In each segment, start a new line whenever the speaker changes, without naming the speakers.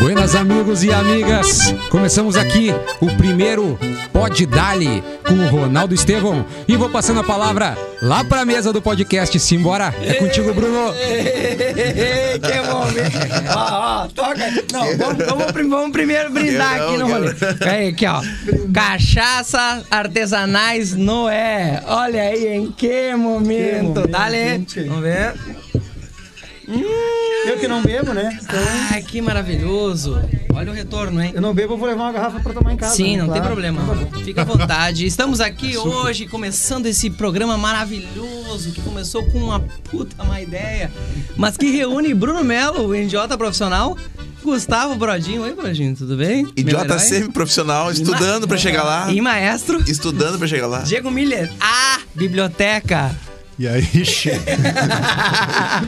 Buenas, amigos e amigas. Começamos aqui o primeiro Pod Dali com o Ronaldo Estevão. E vou passando a palavra lá pra mesa do podcast. Simbora. É contigo, Bruno.
Ei, que momento. Ó, ó, toca. Não, vamos, vamos prim- vamos primeiro brindar
Eu
aqui no
não,
rolê. Aí, aqui, ó. Cachaça artesanais Noé. Olha aí, em que momento. Dale.
gente.
Vamos ver.
Eu que não bebo, né? Então,
Ai, que maravilhoso. Olha o retorno, hein?
eu não bebo, eu vou levar uma garrafa pra tomar em casa.
Sim,
né?
não tem
Claro.
problema.
Então tá bom. É
Fica à vontade. Estamos aqui hoje começando esse programa maravilhoso que começou com uma puta má ideia, mas que reúne Bruno Melo, o idiota profissional, Gustavo Brodinho. Oi, Brodinho, tudo bem?
Idiota
sempre.
semi-profissional, estudando pra chegar lá.
E maestro,
Estudando pra chegar lá.
Diego Miller, a biblioteca.
E aí, chefe?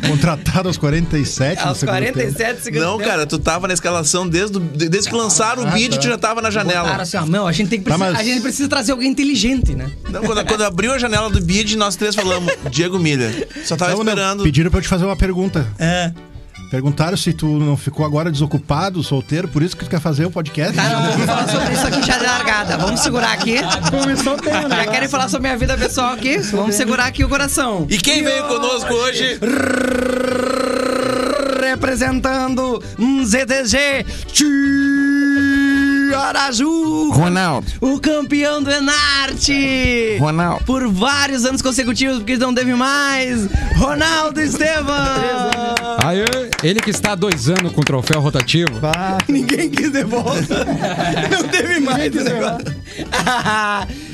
Contratado aos 47 Tá no
Aos
segundo tempo.
47 segundos.
Não, cara, tu tava na escalação desde, o- desde que lançaram o
Ah,
vídeo,
tá.
tu já tava na
Cara,
janela.
assim, ó, não, a gente, tem que
Tá,
precis-
mas-
a gente precisa trazer alguém inteligente, né?
Não, quando, quando abriu a janela do bid, nós três falamos, Diego Miller. Só tava
Não, não,
esperando. É.
Pediram pra eu te fazer uma pergunta. Perguntaram se tu não ficou agora desocupado, solteiro, por isso que tu quer fazer o podcast.
Tá, não, vamos falar sobre isso aqui já de largada. Vamos segurar aqui.
Começou o tempo, né?
Já querem falar sobre minha vida pessoal aqui? Vamos segurar aqui o coração.
E quem veio conosco hoje?
Representando um ZTG Ti- Araju.
Ronaldo,
O campeão do Enarte.
Ronaldo.
Por vários anos consecutivos, porque não teve mais. Ronaldo Estevam.
Aê, ele que está há dois anos com o troféu rotativo.
Bah,
Ninguém quis de volta. Não teve mais esse negócio.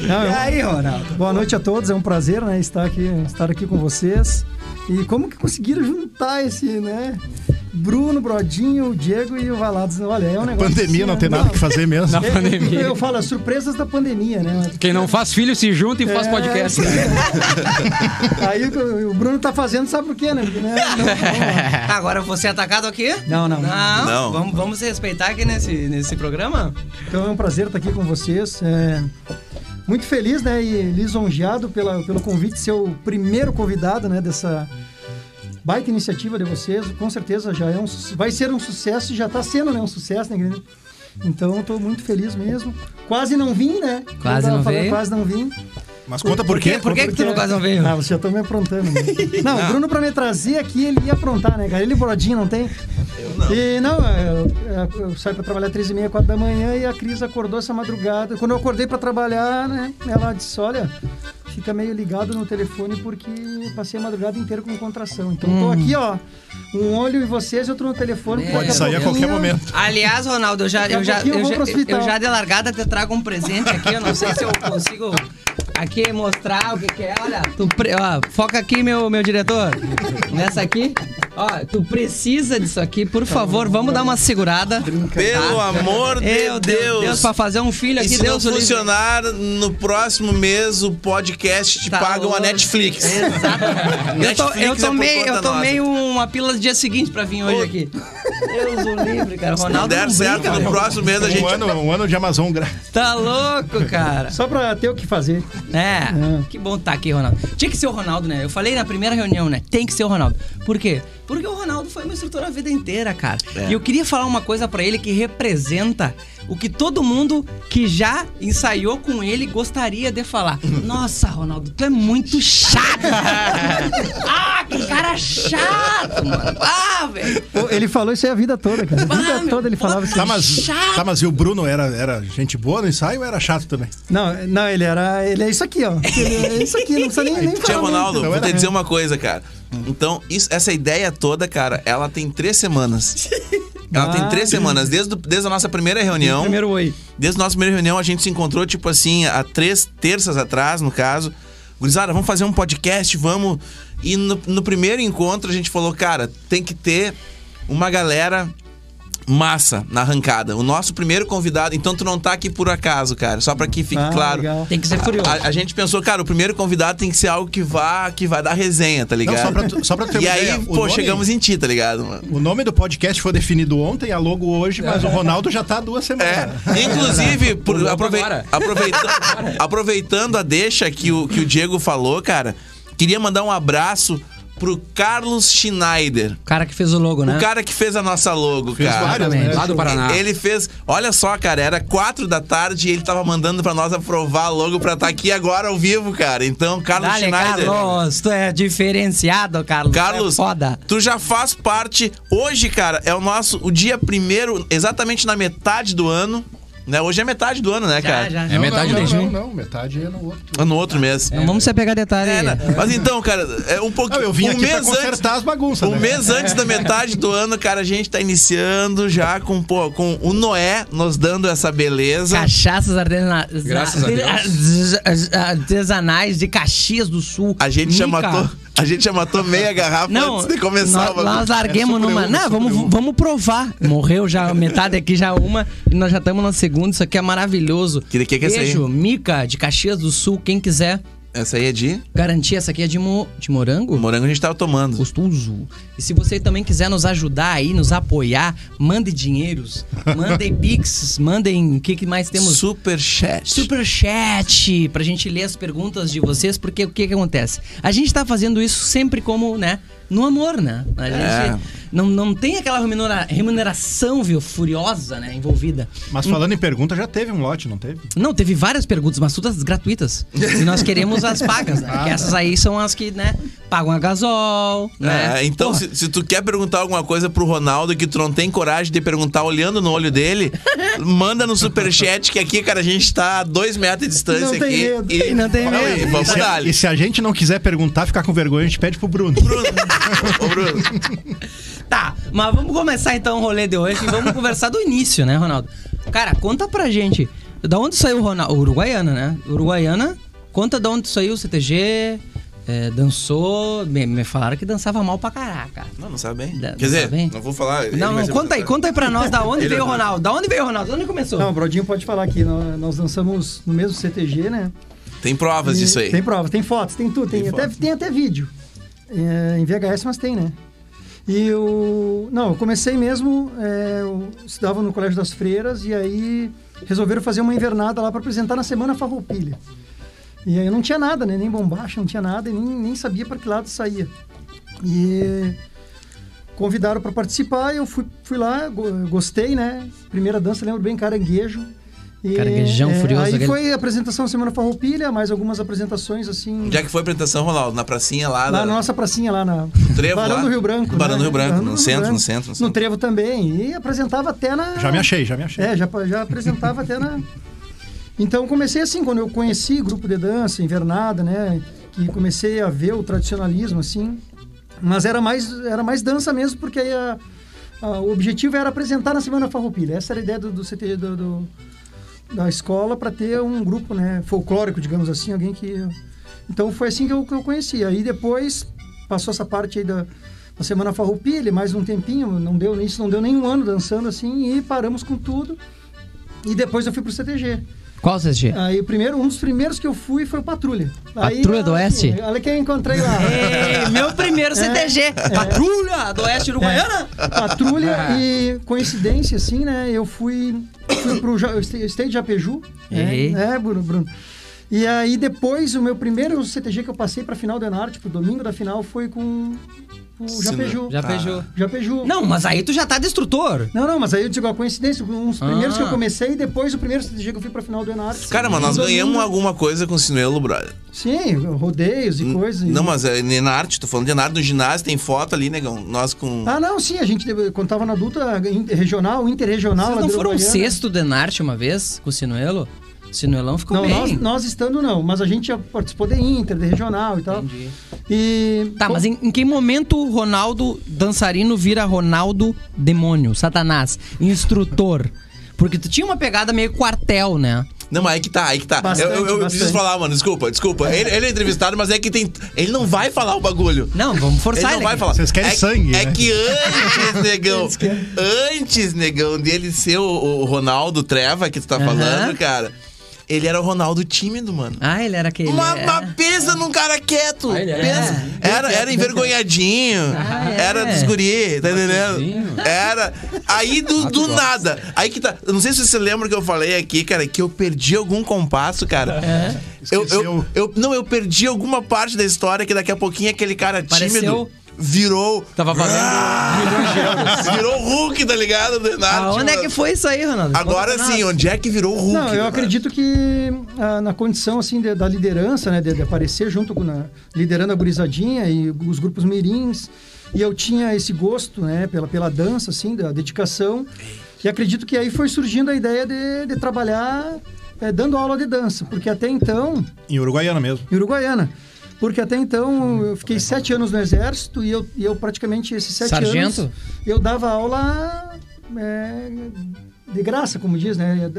e aí, Ronaldo?
boa noite a todos, é um prazer né, estar, aqui, estar aqui com vocês. E como que conseguiram juntar esse, né? Bruno, Brodinho, o Diego e o Valados. Olha, é um negócio.
Pandemia,
assim,
não
né?
tem nada que fazer mesmo.
É,
Pandemia.
Eu falo, as surpresas da pandemia, né?
Quem não faz filho se junta e faz
É.
podcast.
Aí o o Bruno tá fazendo, sabe por quê, né? Porque, né,
Agora eu vou ser atacado aqui?
Não, não. não.
Não,
Não.
Vamos, vamos se respeitar aqui nesse, nesse programa?
Então é um prazer estar aqui com vocês. é, muito feliz, né? E lisonjeado pela, pelo convite, ser o primeiro convidado, né? Dessa baita iniciativa de vocês. Com certeza já é um, su- vai ser um sucesso e já está sendo, né? Um sucesso, né, Guilherme? Então estou muito feliz mesmo. Quase não vim, né?
Quase
Eu tava
não
falando,
veio.
Quase não vim.
Mas conta por quê?
Por que, que tu não quase não veio?
Ah, vocês já estão me aprontando. né? Não, o Bruno, pra me trazer aqui, ele ia aprontar, né, cara? Ele e o Brodinho, não tem? Eu não. E não, é, eu, eu- eu saio pra trabalhar às 3h30, 4 da manhã e a Cris acordou essa madrugada. Quando eu acordei pra trabalhar, né, ela disse: Olha, fica meio ligado no telefone porque passei a madrugada inteira com contração. Então
Hum.
tô aqui, ó, um olho em vocês e outro no telefone. porque
Pode
daqui é
Sair a qualquer
pouquinho-
momento.
Aliás, Ronaldo, eu já,
Daqui a
eu já,
pouquinho eu
eu
vou
já,
pro hospital.
eu já de largada te trago um presente aqui. Eu não sei se eu consigo aqui mostrar o que, que é. Olha, tu pre- ó, foca aqui, meu, meu diretor. Nessa aqui. Ó, tu precisa disso aqui, por
Tá
favor, vamos dar uma segurada. tá?
Pelo amor de
Meu Deus, Deus, pra fazer um filho
E
aqui,
se não
Deus o livre.
funcionar, no próximo mês o podcast te
Tá
paga uma
louco.
Netflix.
Eu, to-
Netflix
eu
é por
tomei,
conta
eu tomei
nossa.
uma pílula do dia seguinte pra vir hoje
Ô.
aqui. Deus o livre, cara.
Se
Ronaldo
der
não
certo,
brinca,
no
meu.
próximo mês a gente
Um ano, um ano de Amazon grátis.
Tá louco, cara.
Só pra ter o que fazer.
Hum.
É, que bom tá aqui, Ronaldo. Tinha que ser o Ronaldo, né? Eu falei na primeira reunião, né? Tem que ser o Ronaldo. Por quê? Porque o Ronaldo foi meu instrutor a vida inteira, cara.
É.
E eu queria falar uma coisa pra ele que representa o que todo mundo que já ensaiou com ele gostaria de falar. Nossa, Ronaldo, tu é muito chato. ah, que cara chato, mano. Ah, velho.
Pô, Ele falou isso aí a vida toda, cara. A
Ah,
vida
meu
toda ele falava isso.
Tá, mas,
Chato.
tá, mas e o Bruno era, era gente boa no ensaio ou era chato também?
Não, não, ele era. Ele é isso aqui, ó. Ele é isso aqui, não precisa nem, nem
Tia
falar. muito.
Ronaldo,
Então
vou
era
te
mesmo.
dizer uma coisa, cara. Então, isso- essa ideia toda, cara, ela tem três semanas. Ela tem três semanas. Desde, o- desde a nossa primeira reunião.
um Primeiro oi.
Desde a nossa primeira reunião, a gente se encontrou, tipo assim, há três terças atrás, no caso. Gurizada, vamos fazer um podcast, vamos. E no, no primeiro encontro a gente falou, cara, tem que ter uma galera massa na arrancada. O nosso primeiro convidado, então tu não tá aqui por acaso, cara. Só pra que fique
Ah,
claro.
legal.
Tem que ser furioso.
A, a gente pensou, cara, o primeiro convidado tem que ser algo que vá, que vai dar resenha, tá ligado?
Não, só pra tu- só pra tu ter
E
uma
aí,
ideia, o
pô,
nome-
chegamos em ti, tá ligado, mano?
O nome do podcast foi definido ontem, a logo hoje, mas o Ronaldo já tá há duas
É,
semanas.
inclusive, por-
Vamos
aprove-
agora.
aproveitando, aproveitando a deixa que o, que o Diego falou, cara, queria mandar um abraço pro Carlos Schneider.
O cara que fez o logo, né?
O cara que fez a nossa logo,
Fez
cara.
vários, né?
Exatamente.
Lá do Paraná.
Ele fez. Olha só, cara, era quatro da tarde e ele tava mandando pra nós aprovar logo pra estar aqui agora ao vivo, cara. Então, Carlos
Dale,
Schneider.
Carlos, tu é diferenciado, Carlos.
Carlos,
Tu é foda.
tu já faz parte. Hoje, cara, é o nosso o dia primeiro, exatamente na metade do ano. Né? Hoje é metade do ano, né, cara?
É metade
não,
do
não,
junho.
não, não, metade é no outro.
No
Ah,
outro mês.
Não vamos se apegar a detalhe.
É, né? Mas então, cara, é um pouquinho.
Não, eu vim
um
aqui pra
mês antes.
consertar as bagunças.
Um
né?
mês antes da metade do ano, cara, a gente tá iniciando já com, pô, com o Noé nos dando essa beleza.
Cachaças artesana-
Graças a Deus.
artes- artesanais de Caxias do Sul.
A gente já
Mica.
matou, a gente já matou meia garrafa
Não,
antes de começar um, o
nós,
bagulho.
nós larguemos
É sobre
numa.
uma,
não,
sobre
vamos,
uma.
vamos provar. Morreu já metade aqui, já uma, e nós já estamos na segunda. Isso aqui é maravilhoso.
Que- que que é isso aí?
Beijo, Mica, de Caxias do Sul, quem quiser
Essa aí é de
garantir. Essa aqui é de, mo- de morango?
o morango a gente tava tomando.
gostoso. E se você também quiser nos ajudar aí, nos apoiar, mande dinheiros, mandem pix, mandem o que, que mais temos.
super chat.
Superchat, pra gente ler as perguntas de vocês, porque o que que acontece? A gente tá fazendo isso sempre como, né, no amor, né? A
É.
gente não, não tem aquela remunera- remuneração, viu, furiosa, né, envolvida.
Mas falando em pergunta, já teve um lote, não teve?
Não, teve várias perguntas, mas todas gratuitas. E nós queremos as pagas, né? Que essas aí são as que, né, pagam a gasol, né?
É, então,
Porra.
se, se tu quer perguntar alguma coisa pro Ronaldo que tu não tem coragem de perguntar olhando no olho dele, manda no superchat que aqui, cara, a gente tá a dois metros de distância
Não tem
aqui.
medo.
E,
Não tem medo. é
e vamos
Se a-
dar.
É, e se a gente não quiser perguntar, ficar com vergonha, a gente pede pro Bruno.
Bruno, ô Bruno,
Tá, mas vamos começar então o rolê de hoje e vamos conversar do início, né, Ronaldo? Cara, conta pra gente. Da onde saiu o Ronaldo? Uruguaiana, né? Uruguaiana, conta da onde saiu o CTG. é, dançou. Me, me falaram que dançava mal pra caraca.
Não, não sabe bem.
Da-
Quer
não
dizer,
sabe bem?
não vou falar. ele
Não,
vai
não,
é
se
conta aí,
apresentar.
conta aí pra nós da onde veio o Ronaldo. Da onde veio o Ronaldo? Da onde começou?
Não, o Brodinho pode falar aqui. nó- Nós dançamos no mesmo CTG, né?
Tem provas
E
disso aí.
Tem prova, tem fotos, tem tudo. Tem,
Tem
até,
foto.
tem até vídeo. É, em VHS, mas tem, né? E eu... Não, eu comecei mesmo... é, eu estudava no Colégio das Freiras e aí resolveram fazer uma invernada lá para apresentar na Semana Farroupilha. E aí eu não tinha nada, né? Nem bombacha, não tinha nada e nem, nem sabia para que lado saía. E convidaram para participar, eu fui, fui lá, go- gostei, né? Primeira dança, lembro bem, caranguejo. E, é,
Caranguejão furioso,
Aí
aquele-
foi a apresentação Semana Farroupilha, mais algumas apresentações assim.
Onde é que foi a apresentação, Ronaldo? Na pracinha lá,
Lá
da-
na nossa pracinha, lá na.
Trevo,
Barão
lá.
do Rio Branco.
Barão
né?
do Rio Branco,
Barão
no
do
centro,
Branco.
no centro, no
No
centro.
Trevo também. E apresentava até na.
Já me achei, já me achei.
É, já, já apresentava até na. Então comecei assim, quando eu conheci grupo de dança, invernada, né? Que comecei a ver o tradicionalismo, assim. Mas era mais, era mais dança mesmo, porque aí a- a- o objetivo era apresentar na Semana Farroupilha. Essa era a ideia do, do CTG do- do- da escola para ter um grupo né, folclórico, digamos assim, alguém que. Então foi assim que eu, que eu conheci. Aí depois passou essa parte aí da, da Semana Farroupilha, mais um tempinho, não deu isso, não deu nem um ano dançando assim, e paramos com tudo. E depois eu fui pro CTG.
Qual CTG?
Aí o primeiro, um dos primeiros que eu fui foi o Patrulha. Aí,
Patrulha do
olha
Oeste?
quem- Olha quem eu encontrei lá.
Ei, É, meu primeiro
É.
CTG! É. Patrulha do Oeste Uruguaiana!
Patrulha e coincidência, assim, né? Eu fui, fui pro Ja- State de Apeju.
Ei.
É, Bruno, Bruno. E aí depois, o meu primeiro CTG que eu passei pra final do Enarte, pro domingo da final, foi com o
Sim,
Japeju.
Já fechou.
Japeju.
Não, mas aí tu já tá de instrutor.
Não, não, mas aí eu digo a coincidência, uns primeiros
Ah.
que eu comecei e depois o primeiro CTG que eu fui pra final do Enarte.
Cara, mas nós
Domingo.
ganhamos alguma coisa com o Sinuelo, brother.
Sim, rodeios e coisas. e-
Não, mas é na arte, tô falando de arte no ginásio, tem foto ali, negão. Nós com.
Ah, não, sim, a gente contava na adulta in- regional, interregional.
Vocês
lá
não
do
foram um
Uruguaiana.
sexto Denarte uma vez com o Sinuelo? O Sinuelão ficou
Não,
bem.
nós, nós estando não, mas a gente já participou de Inter, de regional e tal.
Entendi.
E.
Tá, mas em, em que momento o Ronaldo dançarino vira Ronaldo demônio, satanás, instrutor? Porque tu tinha uma pegada meio quartel, né?
Não, mas aí que tá, aí que tá.
Bastante,
eu eu- eu
bastante.
preciso falar, mano. Desculpa, desculpa. Ele, ele é entrevistado, mas é que tem. Ele não vai falar o bagulho.
Não, vamos
Ele
forçar
não vai
aqui.
falar.
Vocês querem
é,
sangue,
É
né?
que antes, negão. antes, negão, dele ser o, o Ronaldo Treva que tu tá
Aham.
falando, cara. Ele era o Ronaldo tímido, mano.
Ah, ele era aquele.
Uma,
é.
uma pesa num cara quieto.
Ah, ele era-
Pensa. Era, era envergonhadinho.
Ah, é.
Era dos guri, tá
Machuzinho.
entendendo? Era. Aí do,
Ah, tu
do
gosta.
nada. Aí que tá. eu Não sei se você lembra que eu falei aqui, cara, que eu perdi algum compasso, cara.
É.
Eu, eu,
Esqueceu.
eu- não, eu perdi alguma parte da história que daqui a pouquinho aquele cara tímido
Apareceu.
virou. Ah!
Tava valendo milhões de euros.
Virou Hulk, tá ligado? Do nada,
Ah, onde é
tipo,
que foi isso aí, Ronaldo?
Agora
Conta pra
sim,
nós.
onde é que virou Hulk?
Não, eu
cara?
acredito que ah, na condição assim de- da liderança, né, de, de aparecer junto com na- liderando a gurizadinha e os grupos mirins, e eu tinha esse gosto, né, pela pela dança assim, da dedicação. E acredito que aí foi surgindo a ideia de, de trabalhar eh, dando aula de dança, porque até então
Em Uruguaiana mesmo.
em Uruguaiana. Porque até então eu fiquei sete anos no exército e eu, e eu praticamente esses sete
Sargento?
anos eu dava aula é, de graça, como diz, né?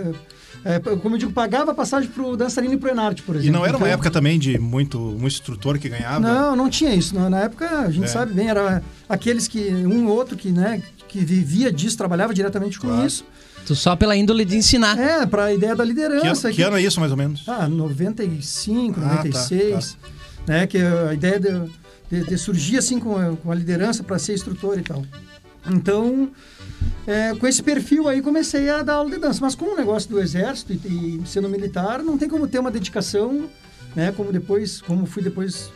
É, como eu digo, pagava passagem pro dançarino e pro Enarte, por
E
exemplo.
não era uma
Então-
época também de muito, muito instrutor que ganhava.
Não, não tinha isso. Na, na época, a gente
É.
sabe bem, era aqueles que, um ou outro que, né, que vivia disso, trabalhava diretamente com
Claro.
isso.
Tu só pela índole de ensinar.
É, para a ideia da
Que, ano-
liderança.
que ano é isso, mais ou menos?
Ah, 95,
Ah, tá,
96, né? Que a ideia de, de- de surgir assim com a, com a liderança para ser instrutor e tal. Então, é, com esse perfil aí comecei a dar aula de dança. Mas com o negócio do exército e, e sendo militar, não tem como ter uma dedicação, né? Como depois, como fui depois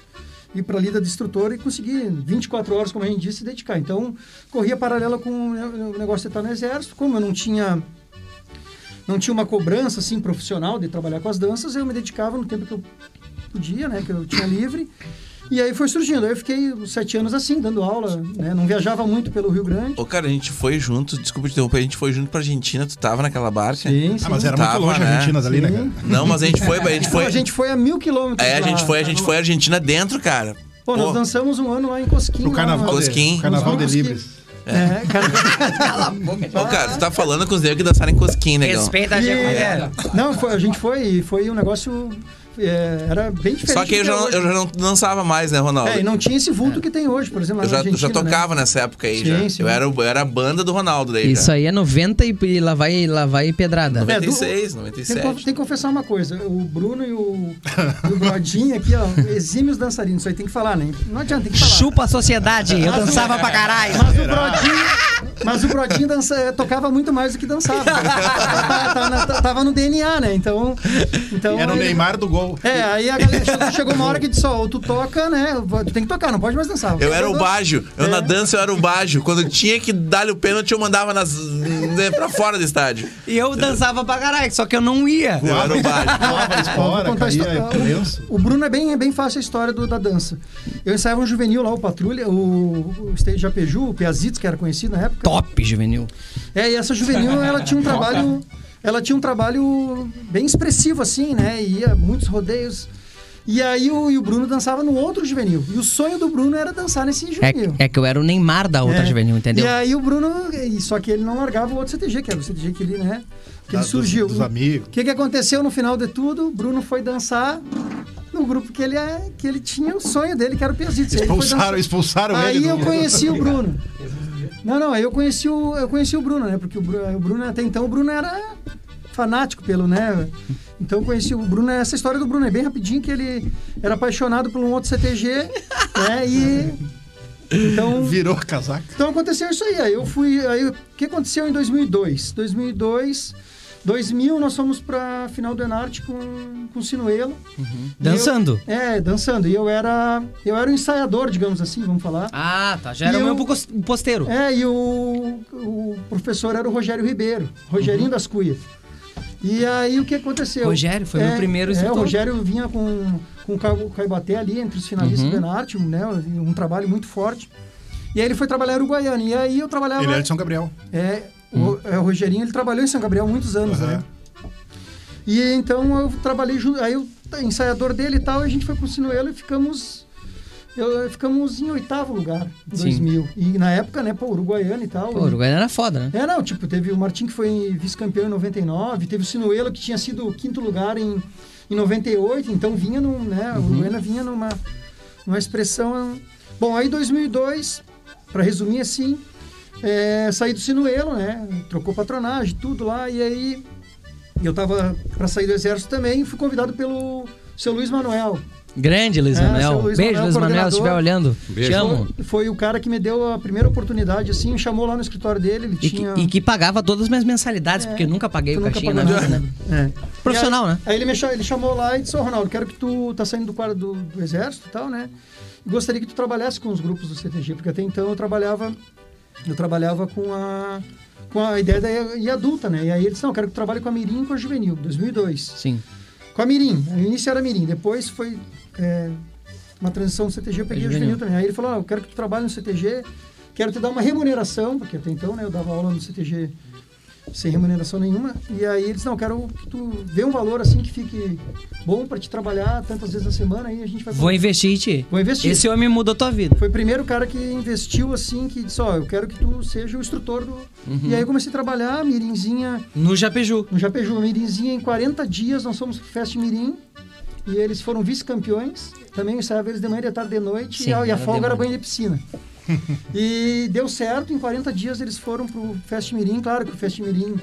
ir para a lida de instrutor e conseguir 24 horas, como a gente disse, dedicar. Então, corria paralela com né, o negócio de estar no exército. Como eu não tinha não tinha uma cobrança assim profissional de trabalhar com as danças, eu me dedicava no tempo que eu podia, né, que eu tinha livre. E aí foi surgindo. Aí eu fiquei uns sete anos assim, dando aula, né? Não viajava muito pelo Rio Grande.
Ô, cara, a gente foi junto, desculpa te interromper, a gente foi junto pra Argentina, tu tava naquela barca?
Sim, sim.
Ah, mas era
Tava,
muito longe a
né?
Argentina dali, né,
Sim.
cara?
Não, mas a gente foi, a gente
Então,
foi.
a gente foi a mil quilômetros.
É, a
lá. tá
gente foi, a gente foi à Argentina dentro, cara.
Pô, nós dançamos um ano lá em Cosquim.
Pro
lá,
carnaval,
lá,
Cosquim.
de, carnaval de
Cosquim.
Libres.
É, cara.
Ô, cara, tu tá falando com os negros que dançaram em Cosquim, negão.
Respeita a
E- é.
é. né?
gente.
Não, foi- a gente foi e foi um negócio. é, era bem diferente.
Só que eu
do
já,
é
não,
hoje.
eu já não dançava mais, né, Ronaldo?
É, e não tinha esse vulto que tem hoje, por exemplo, lá na
eu já, eu já
Argentina, né?
tocava nessa época aí,
Sim,
já.
sim.
Eu, era, o- eu era a banda do Ronaldo daí,
Isso
já.
aí é 90 e, e lá vai, lá vai pedrada.
É,
96,
Tem, que-
97.
tem que confessar uma coisa, o Bruno e o, e o Brodinho aqui, ó, exímios dançarinos, isso aí tem que falar, né? Não adianta, tem que falar.
Chupa a sociedade. Eu dançava pra caralho.
Mas o Brodinho, mas o Brodinho dança- eh, tocava muito mais do que dançava. tava, tava na- tava no DNA, né? Então. então
Era o
ele-
Neymar do gol.
É, aí a galera chegou, chegou uma hora que disse, ó, ou tu toca, né? Tu tem que tocar, não pode mais dançar.
Eu era o
Dança-
Baggio. Eu
É.
na dança eu era o Baggio. Quando tinha que dar-lhe o pênalti, eu mandava nas, né, pra fora do estádio.
E eu dançava pra caralho, só que eu não ia.
Eu era o Baggio.
Voava
Ó,
fora,
vou contar a
caía
histó-
preso.
o, o Bruno é bem, é bem fácil a história do- da dança. Eu ensaiava um juvenil lá, o Patrulha, o, o Stage Apeju, o Piazitos, que era conhecido na época.
Top, juvenil.
É, e essa juvenil, ela tinha um trabalho... Ela tinha um trabalho bem expressivo, assim, né? E ia muitos rodeios. E aí o, e o Bruno dançava no outro juvenil. E o sonho do Bruno era dançar nesse juvenil.
É, é que eu era o Neymar da outra
É.
juvenil, entendeu?
E aí o Bruno... e- Só que ele não largava o outro CTG, que era o CTG que ele, né? Que ele
Da- dos-
surgiu.
Dos,
O-
amigos.
o que, que aconteceu no final de tudo? O Bruno foi dançar no grupo que ele, é, que ele tinha o sonho dele, que era o Piazito. Ele foi
Expulsaram,
dançar.
expulsaram
Aí
ele.
eu
do-
conheci o Bruno. Não, não, aí eu conheci o, eu conheci o Bruno, né? Porque o Bruno, o Bruno, até então, o Bruno era fanático pelo, né? Então eu conheci o Bruno, essa história do Bruno é bem rapidinho, que ele era apaixonado por um outro CTG, né? E... Então,
Virou a casaca.
então aconteceu isso aí. Aí eu fui. Aí o que aconteceu em 2002? 2002. 2000 nós fomos pra final do Enarte com, com o Sinuelo. E
Uhum. Dançando.
eu- é, dançando. E eu era. Eu era o ensaiador, digamos assim, vamos falar.
Ah, tá. Já era
E
o meu
eu-
pocos-
um
posteiro.
É, e o, o professor era o Rogério Ribeiro, Rogerinho das Cuias. E aí o que aconteceu?
Uhum. Rogério, foi meu primeiro
É, o
instrutor.
Rogério vinha com, com o Caibo- Caibaté ali, entre os finalistas
Uhum.
do Enarte, um, né, um trabalho muito forte. E aí ele foi trabalhar em Uruguaiana. E aí eu trabalhava.
Ele era de São Gabriel.
É,
Hum.
o, é, o Rogerinho, ele trabalhou em São Gabriel muitos anos,
Aham.
né? E então eu trabalhei junto, aí o ensaiador dele e tal, e a gente foi pro Sinuelo e ficamos eu, ficamos em oitavo lugar, em
Sim.
2000. E na época, né, pô, uruguaiano e tal.
Pô, o Uruguai era foda, né?
É, não, tipo, teve o Martim que foi vice-campeão em 99, teve o Sinuelo que tinha sido o quinto lugar em, em 98, então vinha num, né, o Uruguaiana vinha numa, numa expressão... Bom, aí 2002, pra resumir assim, é, saí do Sinuelo, né, trocou patronagem, tudo lá, e aí E eu tava pra sair do exército também e fui convidado pelo seu Luiz Manuel.
Grande, Luiz
É,
Manuel.
seu Luiz
Beijo,
Manuel,
Luiz Manuel,
coordenador.
se estiver olhando.
Beijo.
Te amo.
Foi, foi o cara que me deu a primeira oportunidade, assim, me chamou lá no escritório dele, ele
E que,
tinha... É.
e que pagava todas as minhas mensalidades, porque eu nunca paguei o
Tu nunca
caixinha.
pagou
né?
nada, né? É.
Profissional,
E aí,
né?
Aí ele me chamou, ele chamou lá e disse, ô Ronaldo, quero que tu tá saindo do quadro do, do exército e tal, né? E gostaria que tu trabalhasse com os grupos do CTG, porque até então eu trabalhava, eu trabalhava com a, com a ideia da e adulta, né? E aí ele disse, não, eu quero que tu trabalhe com a Mirim e com a Juvenil, 2002.
Sim.
Com a Mirim. No início era Mirim, depois foi é, uma transição do CTG, eu peguei
É
o
juvenil.
juvenil também. Aí ele falou: ah, eu quero que tu trabalhe no CTG, quero te dar uma remuneração, porque até então né, eu dava aula no CTG sem remuneração nenhuma. E aí eles não, eu quero que tu dê um valor assim que fique bom pra te trabalhar tantas vezes na semana, aí a gente vai.
Vou investir em ti.
Vou investir.
Esse homem mudou tua vida.
Foi o primeiro cara que investiu assim, que disse, ó, eu quero que tu seja o instrutor do. E aí eu comecei a trabalhar, Mirinzinha.
No Japeju.
No Japeju, Mirinzinha, em 40 dias nós fomos pro Fest Mirim. E eles foram vice-campeões. Também eu ensaiava eles de manhã, de tarde, de noite.
Sim,
e a, e a
era
folga era
demais.
banho de piscina. e deu certo. Em 40 dias eles foram pro Fest Mirim. Claro que o Fest Mirim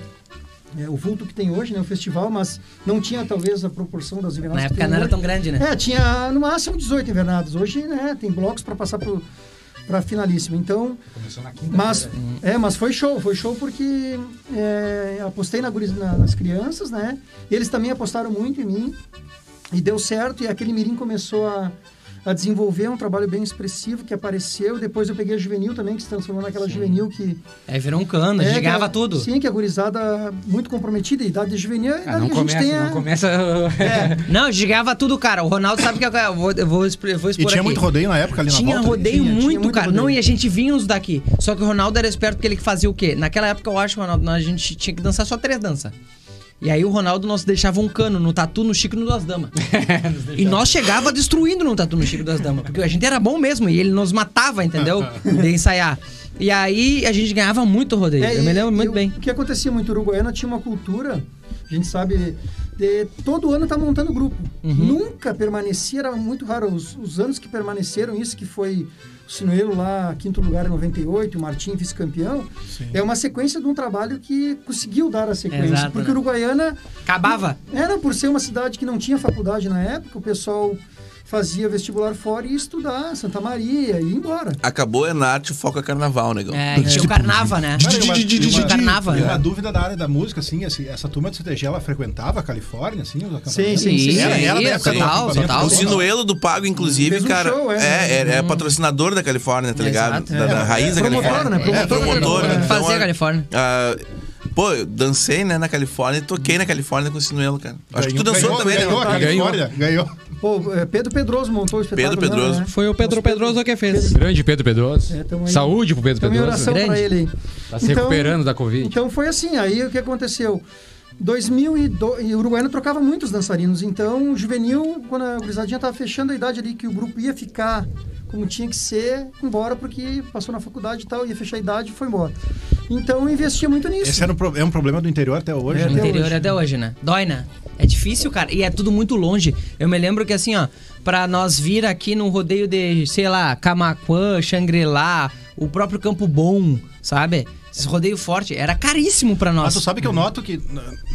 é o vulto que tem hoje, né? O festival, mas não tinha talvez a proporção das invernadas.
Na
que
época
tem
não era
hoje.
tão grande, né?
É, tinha no máximo 18 invernadas. Hoje, né, tem blocos para passar pro para finalíssima. Então, mas é, mas foi show, foi show porque é, apostei na guris- na- nas crianças, né? Eles também apostaram muito em mim e deu certo e aquele mirim começou a a desenvolver um trabalho bem expressivo que apareceu. Depois eu peguei a juvenil também, que se transformou naquela juvenil que.
Aí virou um cano, a
que
gente
a-
ganhava tudo.
É. Sim, que a gurizada muito comprometida, a idade de juvenil é a idade
Ah, não
que a gente
começa,
tem. a-
não começa.
É,
Não, a gente ganhava tudo, cara. O Ronaldo sabe que eu, eu vou, eu vou expor eu vou
E
expor
tinha
aqui.
muito rodeio na época ali na
Tinha
volta?
rodeio
Tinha, tinha
muito,
muito
cara.
rodeio.
Não, e a gente vinha os daqui. Só que o Ronaldo era esperto porque ele que fazia o quê? Naquela época, eu acho, Ronaldo, nós- a gente tinha que dançar só três danças. E aí o Ronaldo nós deixava um cano no Tatu, no Chico e no Das Damas. e nós chegava destruindo no Tatu, no Chico e das Damas. Porque a gente era bom mesmo e ele nos matava, entendeu? De ensaiar. E aí a gente ganhava muito rodeio.
É,
eu me
e-
lembro
e
muito
o-
bem.
O que acontecia muito, Uruguaiana tinha uma cultura, a gente sabe, de, todo ano tá montando grupo.
Uhum.
Nunca permanecia, era muito raro. Os, os anos que permaneceram, isso que foi o Sinuelo lá, quinto lugar em 98, o Martim vice-campeão, é uma sequência de um trabalho que conseguiu dar a sequência.
Exato,
porque
né?
Uruguaiana
Acabava.
era por ser uma cidade que não tinha faculdade na época, o pessoal fazia vestibular fora e ia estudar Santa Maria e ia embora.
Acabou é Nath, o foco é carnaval, negão.
É, e tinha o Carnava, né?
Cara, e uma- e uma-
O Carnava. né?
e uma dúvida da área da música, assim, esse- essa turma do CTG, ela frequentava a Califórnia, assim, os acampamentos?
Sim, sim, sim.
Era, era da
Isso, é
época do
total,
acampamento?
total.
Ah, O Sinuelo do Pago, inclusive,
Fez um
cara,
show, é,
é, é, é patrocinador da Califórnia, tá ligado?
Exato.
Da, da
É,
raiz da
promotor, né?
Califórnia. É,
Promotor,
promotor.
né?
então,
Fazia
é-
Califórnia.
Ah, pô, eu dancei, né, na Califórnia e toquei na Califórnia com o Sinuelo, cara. Acho que tu dançou
Ganhou-
também,
ganhou,
né?
a
Ganhou.
Califórnia, ganhou.
Pô, é, Pedro Pedroso montou o espetáculo.
Pedro Pedroso.
né?
Foi o Pedro Pedroso que fez.
Grande Pedro Pedroso.
É, tamo aí.
Saúde pro Pedro
Então, minha
Pedroso.
oração pra
Grande.
ele. aí.
Tá se recuperando da Covid.
Então foi assim, aí o que aconteceu? 2002, e o Uruguaiano trocava muitos dançarinos, então o juvenil, quando a gurizadinha tava fechando a idade ali que o grupo ia ficar como tinha que ser, embora porque passou na faculdade e tal, ia fechar a idade e foi embora. Então eu investia muito nisso.
Esse era um pro- é um problema do interior até hoje,
É,
né?
até
interior
hoje.
até hoje, né? Dói, né? É difícil, cara. E é tudo muito longe. Eu me lembro que assim, ó, pra nós vir aqui num rodeio de, sei lá, Camaquã, Xangri-Lá, o próprio Campo Bom, sabe? Esse rodeio forte era caríssimo pra
Mas
nós.
Ah, tu sabe que eu noto que, n-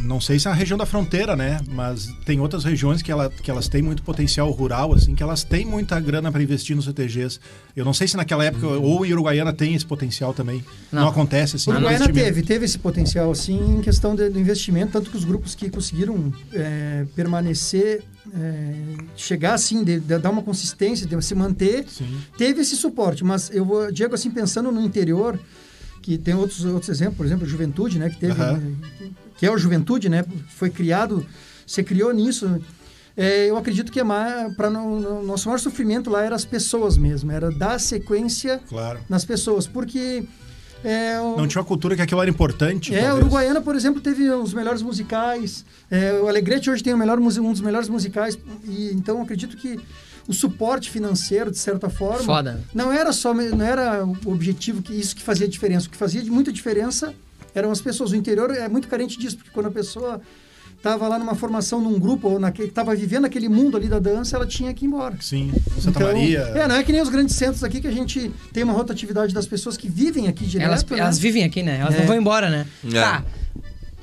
não sei se é a região da fronteira, né? Mas tem outras regiões que, ela, que elas têm muito potencial rural, assim, que elas têm muita grana para investir nos CTGs. Eu não sei se naquela época,
Uhum.
ou em Uruguaiana tem esse potencial também. Não, acontece, assim.
O Uruguaiana
investimento.
teve, teve esse potencial, assim, em questão de- do investimento, tanto que os grupos que conseguiram é, permanecer, é, chegar assim, de, de dar uma consistência, de se manter, teve esse suporte. Mas eu vou, Diego, assim, pensando no interior, que tem outros, outros exemplos, por exemplo, Juventude, né, que teve,
Aham.
né, que é o Juventude, né, foi criado, se criou nisso. É, eu acredito que é para o nosso maior sofrimento lá era as pessoas mesmo, era dar sequência
Claro.
nas pessoas, porque é, o-
Não tinha uma cultura que aquilo era importante.
é, a
Tipo, talvez.
Uruguaiana, por exemplo, teve os melhores musicais. É, o Alegrete hoje tem o melhor, muse- um dos melhores musicais. E, então, acredito que o suporte financeiro, de certa forma,
Foda.
não era só não era o objetivo que isso que fazia diferença. O que fazia de muita diferença eram as pessoas. O interior é muito carente disso, porque quando a pessoa estava lá numa formação, num grupo, ou estava vivendo aquele mundo ali da dança, ela tinha que ir embora.
Sim, Santa
Então,
Maria.
É, não é que nem os grandes centros aqui que a gente tem uma rotatividade das pessoas que vivem aqui direto.
Elas,
né?
elas vivem aqui, né? Elas não
É.
vão embora, né?
É.
Tá.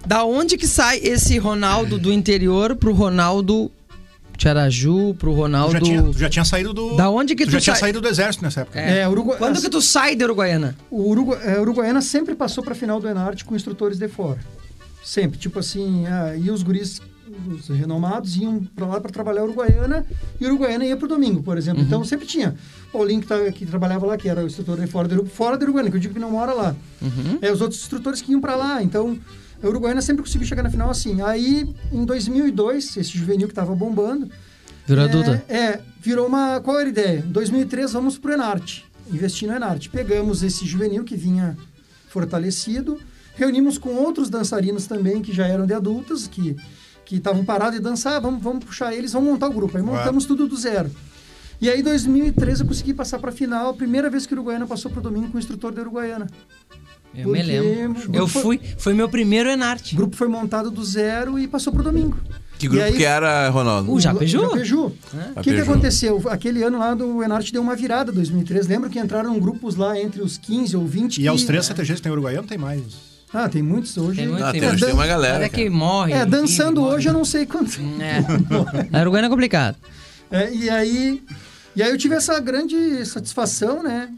Da onde que sai esse Ronaldo do interior pro Ronaldo Tiaraju, pro
Tu
Ronaldo.
já, tinha, tu já tinha saído do.
Da onde que
já
tu
tinha
sai-
saído do exército nessa época.
É.
É, Urugu-
Quando que tu sai da Uruguaiana?
O Urugu- é, a Uruguaiana sempre passou para final do Enarte com instrutores de fora. Sempre. Tipo assim, ah, e os guris os renomados iam para lá para trabalhar a Uruguaiana e a Uruguaiana ia para o domingo, por exemplo. Então sempre tinha. O Link que, tá- que trabalhava lá, que era o instrutor de fora da Urugu- fora da Uruguaiana, que eu digo que não mora lá. É os outros instrutores que iam para lá. Então a Uruguaiana sempre conseguiu chegar na final assim. Aí em 2002, esse juvenil que estava bombando,
Virou
é,
adulta.
É, virou uma. Qual era a ideia? Em 2003, vamos pro Enarte, investir no Enarte. Pegamos esse juvenil que vinha fortalecido, reunimos com outros dançarinos também que já eram de adultas, que que estavam parados de dançar, vamos, vamos puxar eles, vamos montar o grupo. Aí montamos tudo do zero. E aí, em 2013, eu consegui passar pra final, a primeira vez que o Uruguaiana passou pro domingo com o instrutor da Uruguaiana.
Eu
Porque
me lembro.
o
Eu
grupo-
fui, foi meu primeiro Enarte.
O grupo foi montado do zero e passou pro domingo.
Que grupo
E aí-
que era, Ronaldo?
Uh,
O Japeju?
Japeju.
É.
O que, que
Japeju.
aconteceu? Aquele ano lá do Enarte deu uma virada, 2003. Lembro que entraram grupos lá entre os 15 ou 20.
E
que- É.
aos três
é.
CTGs que tem uruguaiano, tem mais.
Ah, tem muitos hoje.
Tem muito,
Ah,
tem
tem,
muito.
tem
é
uma galera.
Olha
cara.
que morre.
É, dançando
vive,
hoje eu não sei quantos.
É.
morre. A Uruguaiana é complicado.
É, e aí, e aí eu tive essa grande satisfação, né?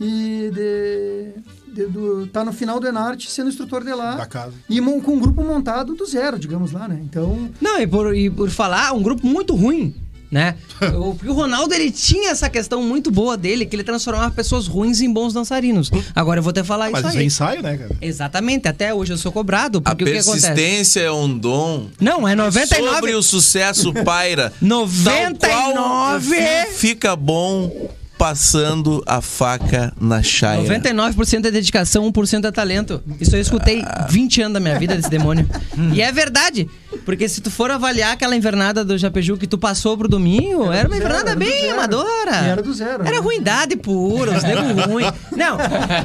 E de, de- do- tá no final do Enarte sendo instrutor de lá.
Da casa.
E mon- com um grupo montado do zero, digamos lá, né? Então,
Não, e por, e por falar, um grupo muito ruim, né? O, porque o Ronaldo, ele tinha essa questão muito boa dele, que ele transformava pessoas ruins em bons dançarinos. Agora eu vou até
Ah,
falar
Mas
isso
isso é
aí.
ensaio, né, cara?
Exatamente, até hoje eu sou cobrado,
A
porque o que acontece?
persistência é um dom.
Não, é 99...
Sobre o sucesso paira. Tal qual o
99...
fio Fica bom passando a faca na chaia.
99% é dedicação, 1% é talento. Isso eu escutei 20 anos da minha vida desse demônio. e é verdade. Porque se tu for avaliar aquela invernada do Japeju que tu passou pro domingo, era, uma
do zero,
invernada
era do
bem
zero.
amadora.
E era do zero,
Era
né?
ruindade pura, os nego ruim. Não,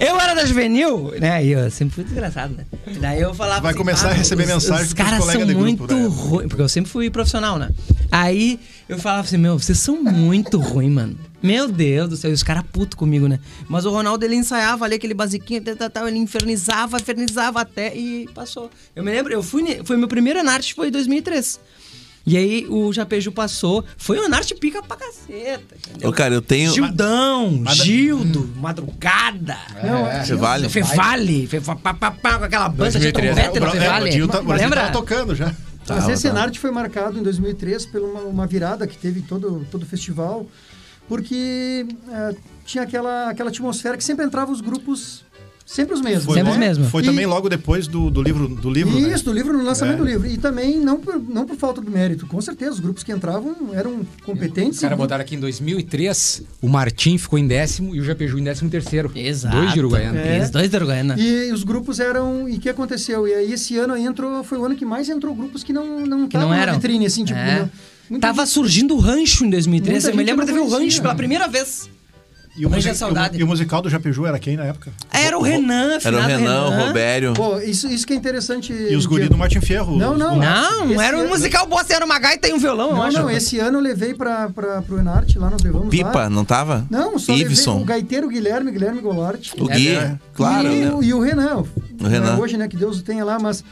eu era da juvenil, né? E eu sempre fui desgraçado, né? Daí eu falava
Vai começar a receber
os-
mensagem
Os
dos
caras são
colegas de grupo,
muito
né?
ruim, porque eu sempre fui profissional, né? Aí eu falava assim, meu, vocês são muito ruim, mano. Meu Deus do céu, e os caras putos comigo, né? Mas o Ronaldo, ele ensaiava ali aquele basiquinho, tal, tal, tal, ele infernizava, infernizava até e passou. Eu me lembro, eu fui, ne- foi meu primeiro Anarte, foi em 2003. E aí o Japeju passou, foi um Anarte pica pra caceta. entendeu?
Ô, cara, eu tenho.
Gildão, Gildo, Madrugada.
não, é,
Vale.
Fevale, Fe- fa- pa- pa- pa, com aquela banda de Tom
2013.
Vetter, no Fevale.
Brasil, tá- o Brasil
é, Lembra?
tava tocando já.
Tá,
Mas esse Enarte foi marcado em 2003 por uma, uma virada que teve em todo, todo o festival, porque eh, tinha aquela, aquela atmosfera que sempre entrava os grupos, sempre os mesmos.
Foi,
Sempre
logo,
os mesmos.
foi
E-
também logo depois do, do livro. Do livro né?
Isso, do livro, no lançamento
É.
do livro. E também, não por, não por falta de mérito, com certeza, os grupos que entravam eram competentes.
Os caras botaram aqui em 2003, o Martim ficou em décimo e o Japeju em décimo terceiro.
Exato.
Dois de Uruguaiana.
É.
Os dois da Uruguaiana.
E os grupos eram. E o que aconteceu? E aí esse ano aí entrou, foi o ano que mais entrou grupos que não não
Que não
estavam na
eram.
vitrine, assim, tipo.
É.
não- muita
Tava
gente-
surgindo o rancho em 2013.
Muita
Eu me
gente
lembro
não
teve o
conhecia,
rancho pela
né?
primeira vez.
E o,
Mas
music-
é saudade.
e o- e o musical do Japeju era quem na época?
Era o Renan,
Era o
afinado
Renan, o Robério.
Pô, isso, isso que é interessante.
E os guri
Diego.
do Martin Ferro.
Não,
os-
não.
Não,
Esse
era um
ano-
musical bosta, era uma gaita e um violão, eu
Não,
acho.
não, esse ano eu levei pra, pra, pro Enarte, lá nós levamos.
Pipa,
Lá.
não tava?
tá. Não, só levei
Iveson.
o gaiteiro Guilherme, Guilherme Goulart.
O Gui.
né?
Claro,
e,
né?
o- e o Renan.
O Renan.
Hoje, né, que Deus o tenha lá, mas...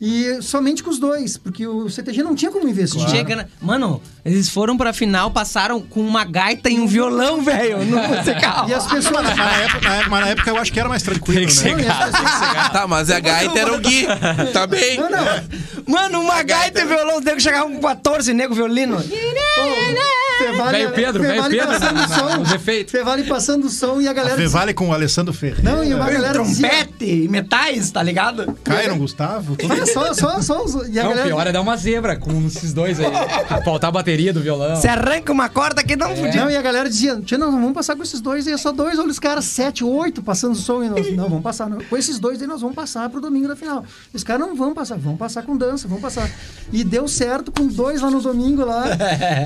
E somente com os dois, porque o CTG não tinha como investir.
Chega né? na- Mano, eles foram pra final, passaram com uma gaita e um violão, velho, no musical.
E as pessoas...
Mas na, época, na época- mas na época eu acho que era mais tranquilo, né?
Não, e as pessoas-
Tá, mas a gaita era o Gui. Tá bem.
Não, não.
Mano, uma gaita e violão, os negros chegavam com 14, nego violino.
Fevale,
Velho Pedro, velho
Fevale
Pedro,
passando o som.
os efeitos.
Fevale passando o som e a
A
galera...
Fevale com o Alessandro Ferreira.
Não, e a galera dizia-
Trompete Um e metais, tá ligado?
Caíram Gustavo. todo-
Olha só, só, só... os- E a
Não,
galera...
pior é dar uma zebra com esses dois aí. Faltar a bateria do violão.
Você arranca uma corda que não podia.
Não, e a galera dizia, tia, não, vamos passar com esses dois, aí é só dois, olha os caras, sete, oito, passando o som, e nós, não, vamos passar, não. com esses dois aí nós vamos passar pro domingo da final. Os caras não vão passar, vão passar com dança, vão passar. E deu certo com dois lá no domingo, lá,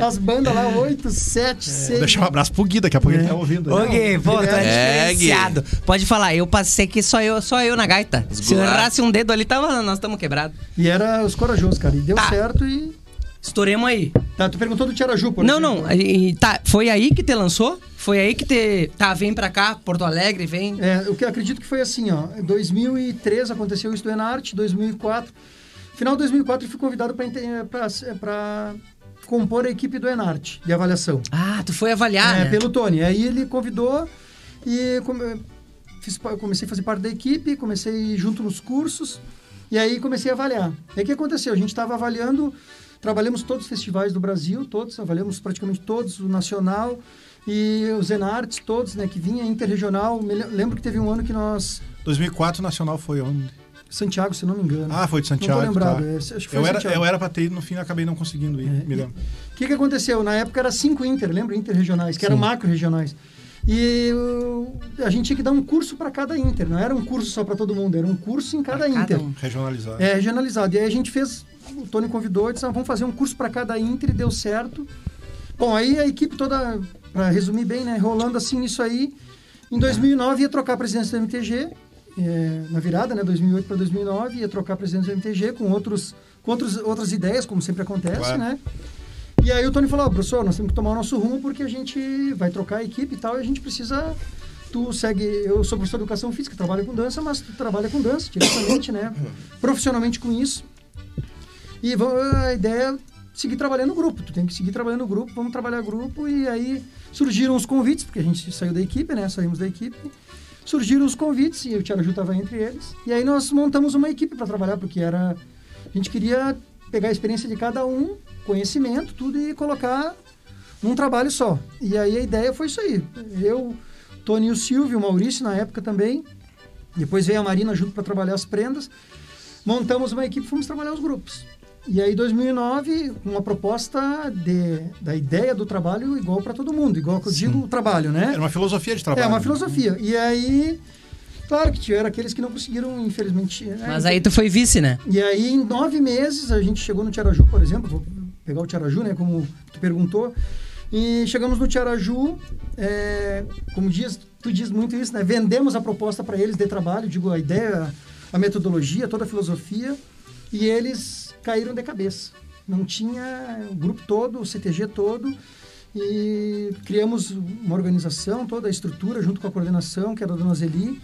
as bandas lá, oito,
É.
sete, seis.
Deixa um abraço pro Gui, daqui a pouco
É.
ele tá ouvindo.
Ô, Gui, pô, tu é
É,
diferenciado. Pode falar, eu passei que só eu, só eu na gaita. Se eu
Esgular.
errasse um dedo ali, tava, nós estamos quebrados.
E era os corajosos, cara, e deu
Tá.
certo e...
Estouremos aí.
Tá, tu perguntou do Tiaraju, por
Não,
exemplo.
não, e- e tá, foi aí que te lançou?
Foi aí que te. Tá, vem pra cá, Porto Alegre, vem.
É, o que eu acredito que foi assim, ó. Em 2003 aconteceu isso do Enarte, 2004. Final de 2004 eu fui convidado para compor a equipe do Enarte de avaliação.
Ah, tu foi avaliar.
É,
né?
pelo Tony. Aí ele convidou e come- fiz pa- comecei a fazer parte da equipe, comecei junto nos cursos e aí comecei a avaliar. Aí o que aconteceu? A gente estava avaliando, trabalhamos todos os festivais do Brasil, todos, avaliamos praticamente todos, o nacional e os Enartes, todos, né, que vinha interregional. Me le- Lembro que teve um ano que nós...
2004 o Nacional foi onde?
Santiago, se não me engano.
Ah, foi de Santiago.
Não tô lembrado.
tá.
é, acho que foi
eu, era,
Santiago. É,
eu era pra ter ido no fim, acabei não conseguindo ir, me lembro.
O que, que aconteceu? Na época era cinco Inter, lembra? Interregionais, que eram macro-regionais. E uh, a gente tinha que dar um curso para cada Inter, não era um curso só para todo mundo, era um curso em cada
cada
Inter.
um.
Regionalizado.
É, regionalizado. E aí a gente fez, o Tony convidou e disse: ah, vamos fazer um curso para cada Inter e deu certo. Bom, aí a equipe toda, para resumir bem, né, rolando assim isso aí.
Tá.
Em 2009 ia trocar a presidência do MTG, é, na virada, né, 2008 para 2009, ia trocar a presidência do MTG com, outros, com outros, outras ideias, como sempre acontece,
Claro.
né? E aí o Tony falou, ó, professor, nós temos que tomar o nosso rumo porque a gente vai trocar a equipe e tal, e a gente precisa... Tu segue... Eu sou professor de educação física, trabalho com dança, mas tu trabalha com dança diretamente, né? Profissionalmente com isso. E va- a ideia é seguir trabalhando no grupo. Tu tem que seguir trabalhando no grupo, vamos trabalhar grupo. E aí surgiram os convites, porque a gente saiu da equipe, né? Saímos da equipe. Surgiram os convites e o Thiago Ju estava entre eles. E aí nós montamos uma equipe para trabalhar, porque era... A gente queria pegar a experiência de cada um, conhecimento, tudo, e colocar num trabalho só. E aí a ideia foi isso aí. Eu, Tony e o Silvio, o Maurício na época também. Depois veio a Marina junto para trabalhar as prendas. Montamos uma equipe, fomos trabalhar os grupos. E aí, 2009, uma proposta de, da ideia do trabalho igual para todo mundo, igual que eu digo o trabalho, né?
Era uma filosofia de trabalho. né?
É uma filosofia. E aí, claro que tiveram aqueles que não conseguiram, infelizmente. né?
Mas aí tu foi vice, né?
E aí, em nove meses, a gente chegou no Tiaraju, por exemplo, vou pegar o Tiaraju, né, como tu perguntou, e chegamos no Tiaraju, é, como diz, tu diz muito isso, né, vendemos a proposta para eles de trabalho, digo, a ideia, a metodologia, toda a filosofia, e eles caíram de cabeça. Não tinha o grupo todo, o CTG todo, e criamos uma organização, toda a estrutura, junto com a coordenação, que era a dona Zeli,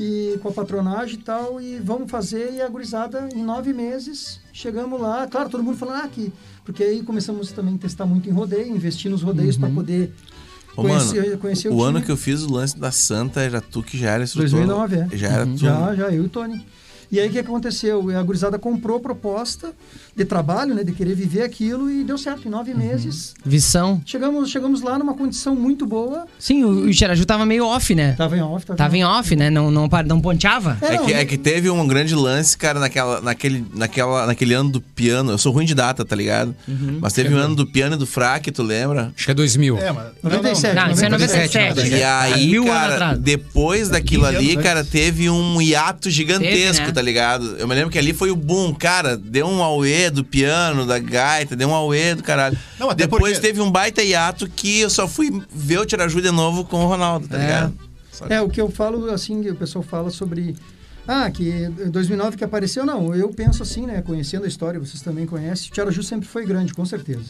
e com a patronagem e tal, e vamos fazer, e a gurizada, em nove meses, chegamos lá, claro, todo mundo falando, ah, que... Porque aí começamos também a testar muito em rodeio, investir nos rodeios para poder
Ô,
conhecer,
mano,
conhecer
o,
o,
ano
time.
que eu fiz o lance da Santa era tu que já era instrutor.
2009, é.
Já era tu.
Já, já, eu e o Tony. E aí o que aconteceu? A gurizada comprou a proposta de trabalho, né, de querer viver aquilo, e deu certo, em nove meses.
Vição.
Chegamos, chegamos lá numa condição muito boa,
Sim, o, o Xeraju tava meio off, né?
tava em off, tava,
Tava em off, né? Não, não, par- não ponteava.
É,
É
não,
que, é
né?
que teve um grande lance, cara, naquela, naquele, naquela, naquele ano do piano. Eu sou ruim de data, tá ligado? Mas teve um ano do piano e do frac, tu lembra?
Acho que é 2000.
É, mas...
97,
não,
Não, isso é 97.
E aí,
Mil anos
cara,
atrás.
depois daquilo
15
ali,
anos
cara, teve um hiato gigantesco,
Teve, né?
tá ligado? Eu me lembro que ali foi o boom, cara. Deu um auê do piano, da gaita, deu um auê do caralho.
Não, até
depois
porque-
teve um baita hiato que eu só fui ver o Tiraju de novo com o Ronaldo, tá ligado? Só-
É, o que eu falo, assim, o pessoal fala sobre... Ah, que 2009 que apareceu, não. Eu penso assim, né? Conhecendo a história, vocês também conhecem. O Tiaraju sempre foi grande, com certeza.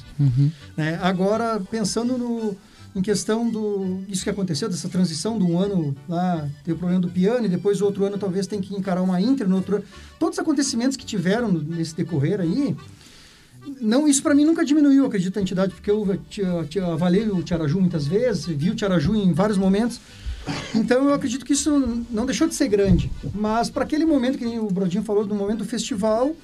Né? Agora, pensando no, em questão do isso que aconteceu, dessa transição de um ano lá, teve o problema do piano, e depois o outro ano talvez tem que encarar uma Inter, no outro ano. Todos os acontecimentos que tiveram nesse decorrer aí, não, isso para mim nunca diminuiu, acredito, a entidade, porque eu, te- te- avaliei o Tiaraju muitas vezes, vi o Tiaraju em vários momentos. Então eu acredito que isso não deixou de ser grande. Mas para aquele momento, que nem o Brodinho falou, do momento do festival,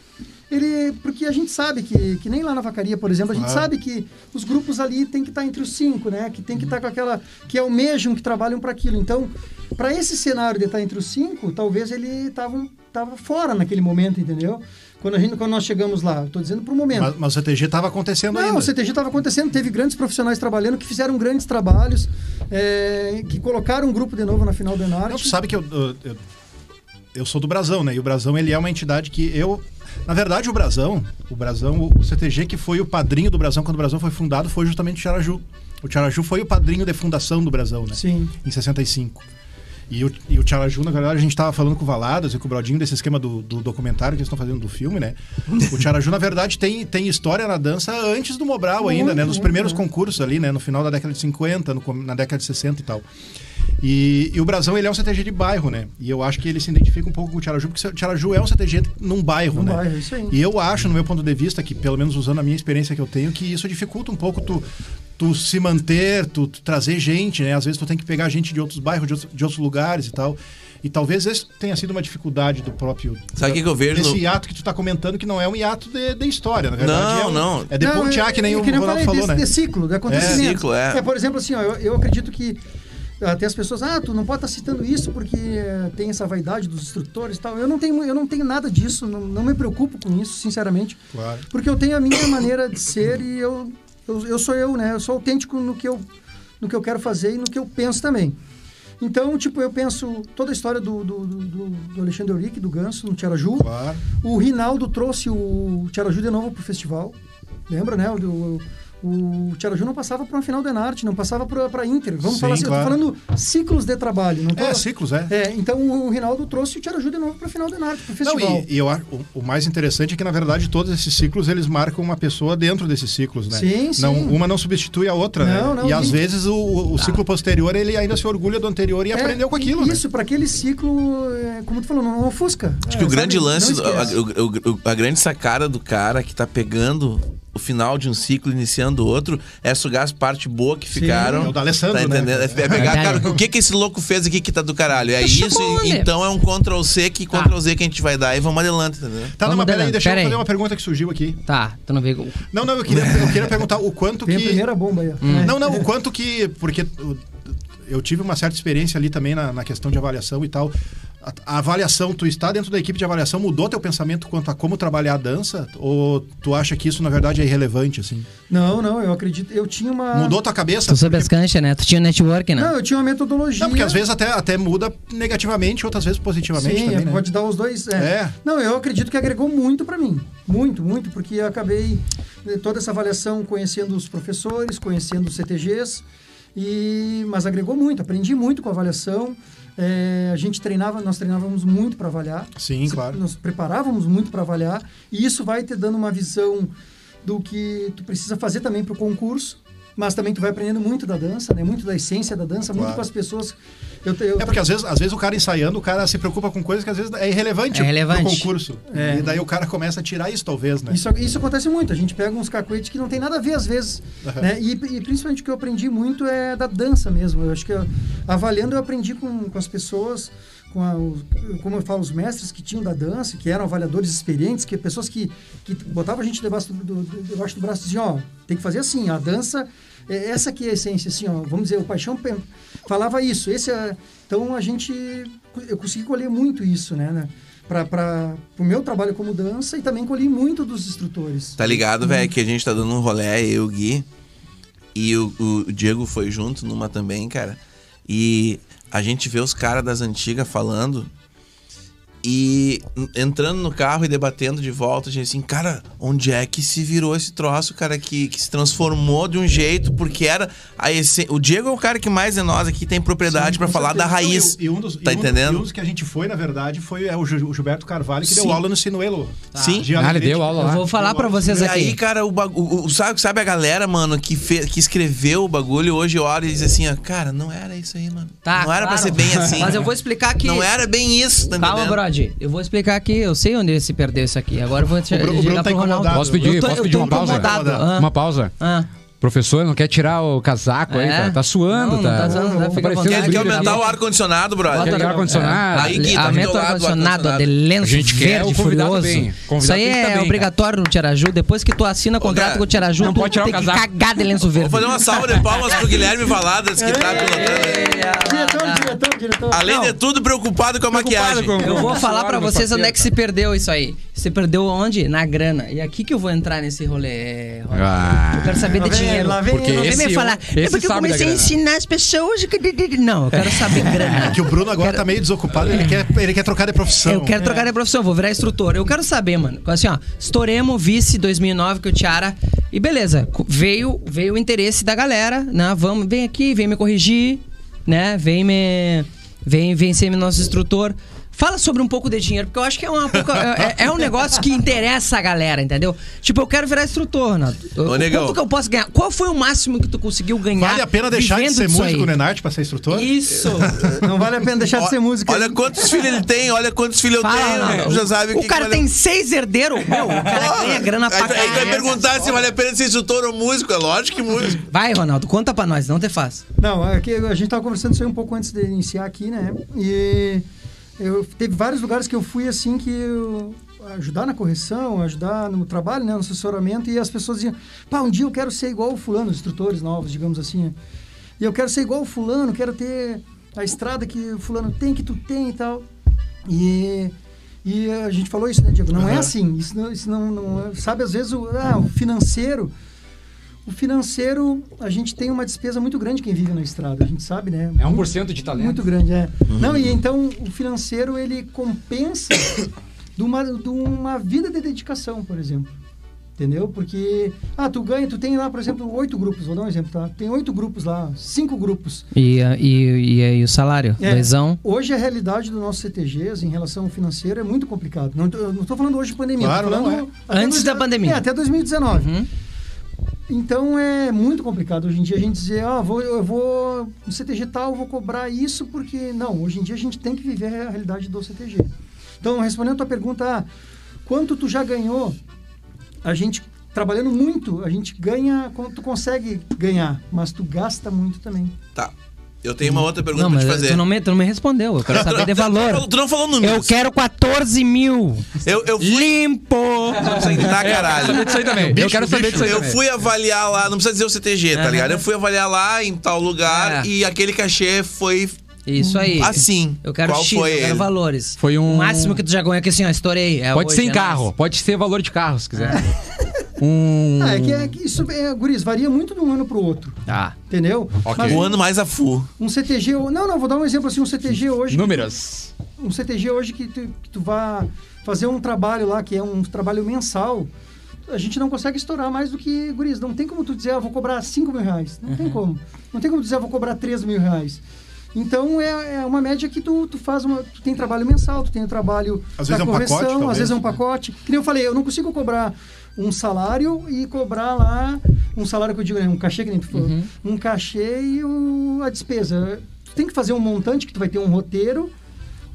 ele. Porque a gente sabe que, que nem lá na vacaria, por exemplo, a gente
Claro.
sabe que os grupos ali tem que estar entre os cinco, né? Que tem que
Uhum.
estar com aquela. que almejam, que trabalham para aquilo. Então, para esse cenário de estar entre os cinco, talvez ele tava, um- tava fora naquele momento, entendeu? Quando, a gente, quando nós chegamos lá, estou dizendo para o momento.
Mas, mas o CTG tava acontecendo
Não,
ainda. assim, né?
o CTG estava acontecendo, teve grandes profissionais trabalhando que fizeram grandes trabalhos, é, que colocaram um grupo de novo na final do Enarte.
Não, tu sabe que eu, eu, eu- eu sou do Brasão, né? E o Brasão, ele é uma entidade que eu... Na verdade, o Brasão, o Brasão, o- o CTG que foi o padrinho do Brasão quando o Brasão foi fundado foi justamente o Tiaraju. O Tiaraju foi o padrinho de fundação do Brasão, né?
Sim.
Em 65. E o, e o Tcharaju, na verdade, a gente tava falando com o Valadas e com o Brodinho desse esquema do, do documentário que eles estão fazendo do filme, né? O Tcharaju, na verdade, tem, tem história na dança antes do Mobral ainda, né? Nos primeiros concursos ali, né? No final da década de 50, no com- na década de 60 e tal. E, e o Brasão, ele é um CTG de bairro, né? E eu acho que ele se identifica um pouco com o Tcharaju, porque o Tcharaju é um CTG num bairro,
Num
né?
bairro, isso aí.
E eu acho, no meu ponto de vista, que pelo menos usando a minha experiência que eu tenho, que isso dificulta um pouco tu, tu se manter, tu, tu trazer gente, né? Às vezes tu tem que pegar gente de outros bairros, de outros, de outros lugares e tal. E talvez esse tenha sido uma dificuldade do próprio.
Sabe o que que eu vejo
Esse
no-
hiato que tu tá comentando, que não é um hiato de, de história, na verdade.
Não,
é um-
não.
É de pontear, que nem
eu
o
queria
Ronaldo
falar
falou,
desse,
né?
desse ciclo, de acontecimento.
ciclo, é.
por exemplo, assim, ó, eu, eu acredito que até as pessoas, ah, tu não pode estar citando isso porque eh, tem essa vaidade dos instrutores e tal. Eu não tenho, eu não tenho nada disso, não, não me preocupo com isso, sinceramente.
Claro.
Porque eu tenho a minha maneira de ser e eu, eu, eu sou eu, né? Eu sou autêntico no que eu, no que eu quero fazer e no que eu penso também. Então, tipo, eu penso toda a história do, do, do, do Alexandre Euric, do Ganso, no Tiaraju.
Claro.
O Rinaldo trouxe o Tiaraju de novo pro festival. Lembra, né? O, o, o Tiaraju não passava para uma final de Enarte, não passava para pra Inter. Vamos
Sim,
falar assim,
claro.
eu tô falando ciclos de trabalho. Não tô-
É, ciclos, é.
É, então o Rinaldo trouxe o Tiaraju de novo pra final de Enarte, pro
Não,
festival.
e, e eu, acho- o, o mais interessante é que, na verdade, todos esses ciclos eles marcam uma pessoa dentro desses ciclos, né?
Sim, sim.
não, Uma não substitui a outra,
Não,
né?
não,
e às
sim.
vezes o, o
Tá.
ciclo posterior ele ainda se orgulha do anterior e
É,
aprendeu com aquilo,
e
né?
Isso, para aquele ciclo, é, como tu falou, não ofusca.
Acho que Tipo, o grande lance,
É, Não
a,
esquece.
o- o- a grande sacada do cara que tá pegando o final de um ciclo, iniciando outro, é sugar as partes boas que ficaram.
é o do Alessandro,
tá entendendo?
né?
É pegar,
Verdade.
cara, o que que esse louco fez aqui que tá do caralho? É
Deixa
isso,
eu
e-
ler.
então é um Ctrl C que Ctrl Z que a gente vai dar e vamos adelante, entendeu?
Tá,
Vamos
não, mas peraí,
adelante,
deixa
peraí.
eu fazer uma pergunta que surgiu aqui.
Tá, tu não veio.
Não, não, eu queria, eu queria perguntar o quanto
Tem a
que.
primeira bomba aí. ó.
Hum.
Hum.
É.
Não, não, o quanto que. Porque o- eu tive uma certa experiência ali também na, na questão de avaliação e tal. A, a avaliação, tu está dentro da equipe de avaliação, mudou teu pensamento quanto a como trabalhar a dança? Ou tu acha que isso, na verdade, é irrelevante, assim?
Não, não, eu acredito. Eu tinha uma.
Mudou tua cabeça?
Tu soube as canchas, né? Tu tinha network, né?
Não, eu tinha uma metodologia.
Não, porque às vezes até, até muda negativamente, outras vezes positivamente
Sim,
também,
é,
né?
pode dar os dois. É.
É.
Não, eu acredito que agregou muito pra mim. Muito, muito, porque eu acabei eh, toda essa avaliação conhecendo os professores, conhecendo os CTGs, e, mas agregou muito, aprendi muito com a avaliação. É, a gente treinava, nós treinávamos muito para avaliar.
Sim,
Se-
claro.
Nós preparávamos muito para avaliar, e isso vai te dando uma visão do que tu precisa fazer também para o concurso. Mas também tu vai aprendendo muito da dança, né? Muito da essência da dança, muito
Claro.
com as pessoas. Eu, te- eu
É porque às vezes, às vezes o cara ensaiando, o cara se preocupa com coisas que às vezes é irrelevante
É irrelevante.
pro concurso. E daí o cara começa a tirar isso, talvez, né?
Isso, é isso acontece muito. A gente pega uns cacuetes que não tem nada a ver às vezes. Né? E, e principalmente o que eu aprendi muito é da dança mesmo. Eu acho que eu- avaliando eu aprendi com, com as pessoas, com a- o- como eu falo, os mestres que tinham da dança, que eram avaliadores experientes, que pessoas que, que botavam a gente debaixo do, do- do- debaixo do braço e diziam, ó, tem que fazer assim, a dança, é essa aqui é a essência, assim, ó, vamos dizer, o Paixão pe- falava isso. Esse é- então a gente, eu consegui colher muito isso, né? né? para o meu trabalho como dança e também colhi muito dos instrutores.
Tá ligado,
Uhum.
velho, que a gente tá dando um rolé, eu, o Gui. E o, o Diego foi junto numa também, cara. E a gente vê os caras das antigas falando. E n- entrando no carro e debatendo de volta, a gente assim, cara, onde é que se virou esse troço, cara, que, que se transformou de um jeito, porque era a esse... O Diego é o cara que mais de nós aqui tem propriedade pra falar da raiz.
E, e um dos,
tá
e um-
entendendo?
e um dos que a gente foi, na verdade, foi é, o Ju- o Gilberto Carvalho, que
Sim.
deu aula no Sinuelo.
Sim.
De
Ah, ele deu
Alegre.
aula
Eu
lá.
vou falar pra vocês
E
aqui.
aí, cara, o bagulho. Sabe, sabe a galera, mano, que, fe- que escreveu o bagulho hoje olha e diz assim, ó, cara, não era isso aí, mano.
Tá,
não era pra
claro.
ser bem assim.
Mas eu vou explicar aqui.
Não era bem isso, tá
Calma,
entendendo?
Brody. Eu vou explicar aqui. Eu sei onde se perdeu isso aqui. Agora eu vou te-
O Bruno- o
ligar
Bruno tá
pro Ronaldo.
incomodado.
Posso pedir,
Eu tô-
posso
eu
pedir
tô
uma pausa?
incomodado. Ah.
Uma pausa.
Ah.
Professor, não quer tirar o casaco aí,
É?
cara? Tá suando,
Não,
tá?
não tá suando, não, fica
Parecendo
à vontade.
um
Ele quer
brilho
aumentar
aqui.
o ar-condicionar, brother.
Bota Quer ligar o
né?
ar-condicionado? É.
Aí, Gui, tá do
Aumenta
teu
o
lado o
ar-condicionado,
ar-condicionado.
de lenço
A gente quer
verde,
o convidado
furioso.
bem. Convidado
Isso aí
tem que
é
tá bem,
obrigatório no Tiaraju. Depois que tu assina contrato
cara,
com o Tiaraju,
não
tu
pode tirar o
tem que
casaco.
cagar de lenço
Vou
verde.
fazer uma salva de palmas pro Guilherme Valadas, que tá pilotando.
ah,
Diretor, diretor, diretor.
Além
Não,
de tudo, preocupado com a maquiagem.
com-
Eu vou falar
Suor
pra
no
vocês onde é
papel,
que se perdeu isso aí. Se perdeu onde? Na grana. E aqui que eu vou entrar nesse rolê. Ronaldo.
Ah.
eu quero saber
Lá
de
vem,
dinheiro.
lá vem,
Porque
lá
Não
vem.
vem
esse
me falar.
eu- esse
é porque
sabe
eu
da
comecei a
grana."
ensinar as pessoas. que- Não, eu quero saber grana.
Que o Bruno agora tá meio desocupado, ele quer, ele quer trocar de profissão.
Eu quero trocar de profissão, vou virar instrutor. Eu quero saber, mano. Assim, ó, estouremos o vice 2009 que o Tiara. E beleza, co- veio, veio o interesse da galera, né? Vamos, vem aqui, vem me corrigir, né? Vem me Vem, vem ser nosso instrutor. Fala sobre um pouco de dinheiro, porque eu acho que é, uma pouca- é- é- é um negócio que interessa a galera, entendeu? Tipo, eu quero virar instrutor, Renato.
Ô, negão.
Quanto que eu posso ganhar? Qual foi o máximo que tu conseguiu ganhar?
Vale a pena deixar de
vivendo
ser
disso
músico, né?
aí?
Nenart, pra ser instrutor?
Isso!
Não vale a pena deixar de ser música.
Olha quantos filhos ele tem, olha quantos filhos eu
Fala,
tenho.
Ronaldo.
Já sabe
o
que
cara
que vale-
tem seis herdeiros, meu. O cara ganha grana pra
Aí vai- aí vai
caralho.
perguntar se vale a pena ser instrutor ou músico. É lógico que músico.
Vai, Ronaldo, conta pra nós, não te faz.
Não, é que a gente tava conversando isso aí um pouco antes de iniciar aqui, né? E eu teve vários lugares que eu fui assim que eu ajudar na correção, ajudar no trabalho, né, no assessoramento e as pessoas diziam: "Pá, um dia eu quero ser igual o fulano, os instrutores novos, digamos assim, né? E eu quero ser igual o fulano, quero ter a estrada que o fulano tem que tu tem e tal". E e a gente falou isso, né, Diego? Não é assim. Isso não, isso não, não é- sabe às vezes o, ah, o financeiro o financeiro, a gente tem uma despesa muito grande quem vive na estrada, a gente sabe, né?
É 1% de talento.
Muito grande, é. Não, e então o financeiro ele compensa de uma, de uma vida de dedicação, por exemplo. Entendeu? Porque, ah, tu ganha, tu tem lá, por exemplo, oito grupos, vou dar um exemplo, tá? Tem oito grupos lá, cinco grupos.
E, e, aí o salário?
É, Hoje a realidade do nosso CTGs em relação ao financeiro é muito complicado. Não, eu não estou falando hoje de pandemia. tô
Claro, não
falando
é.
até
Antes
dois-
da pandemia. Uhum.
É, até 2019. Então é muito complicado hoje em dia a gente dizer, ah, vou, eu vou no CTG tal, vou cobrar isso, porque. Não, hoje em dia a gente tem que viver a realidade do CTG. Então, respondendo a tua pergunta, ah, quanto tu já ganhou? A gente, trabalhando muito, a gente ganha quanto tu consegue ganhar, mas tu gasta muito também.
Tá. Eu tenho uma outra pergunta
Não,
pra
mas
te fazer.
tu não, me, tu não me respondeu. Eu quero saber de valor.
Tu não falou números.
Eu quero 14 mil.
Eu, eu fui.
Limpo!
Tá, caralho.
É,
Isso aí
um
também. eu quero saber disso aí
Eu
também.
fui avaliar lá, não precisa dizer o CTG, tá ligado? Eu fui avaliar lá em tal lugar
É.
e aquele cachê foi
Isso aí.
assim.
Eu quero
Qual
X,
foi
eu quero
ele?
valores.
Foi um-
O máximo que tu já ganhou aqui assim, ó, estourei. É
Pode
hoje,
ser em
é
carro,
nóis.
pode ser valor de carro, se quiser. um.
Ah, é que, é que isso, é, guris, varia muito de um ano para o outro.
Tá.
Entendeu? Mas
O ano mais a full.
um CTG. ho- Não, não, vou dar um exemplo assim. Um CTG hoje.
Números.
Um CTG hoje que tu, que tu vá fazer um trabalho lá, que é um trabalho mensal. A gente não consegue estourar mais do que guris. Não tem como tu dizer, ah, vou cobrar 5 mil reais. Não tem como. Não tem como dizer, ah, vou cobrar 3 mil reais. Então é, é uma média que tu, tu faz uma. Tu tem trabalho mensal, tu tem o trabalho
Às
da
vezes é um pacote,
correção, às
talvez,
vezes é um
né?
pacote. Que nem eu falei, eu não consigo cobrar um salário e cobrar lá um salário que eu digo, né, um cachê que nem tu falou, um cachê e o- a despesa. Tu tem que fazer um montante que tu vai ter um roteiro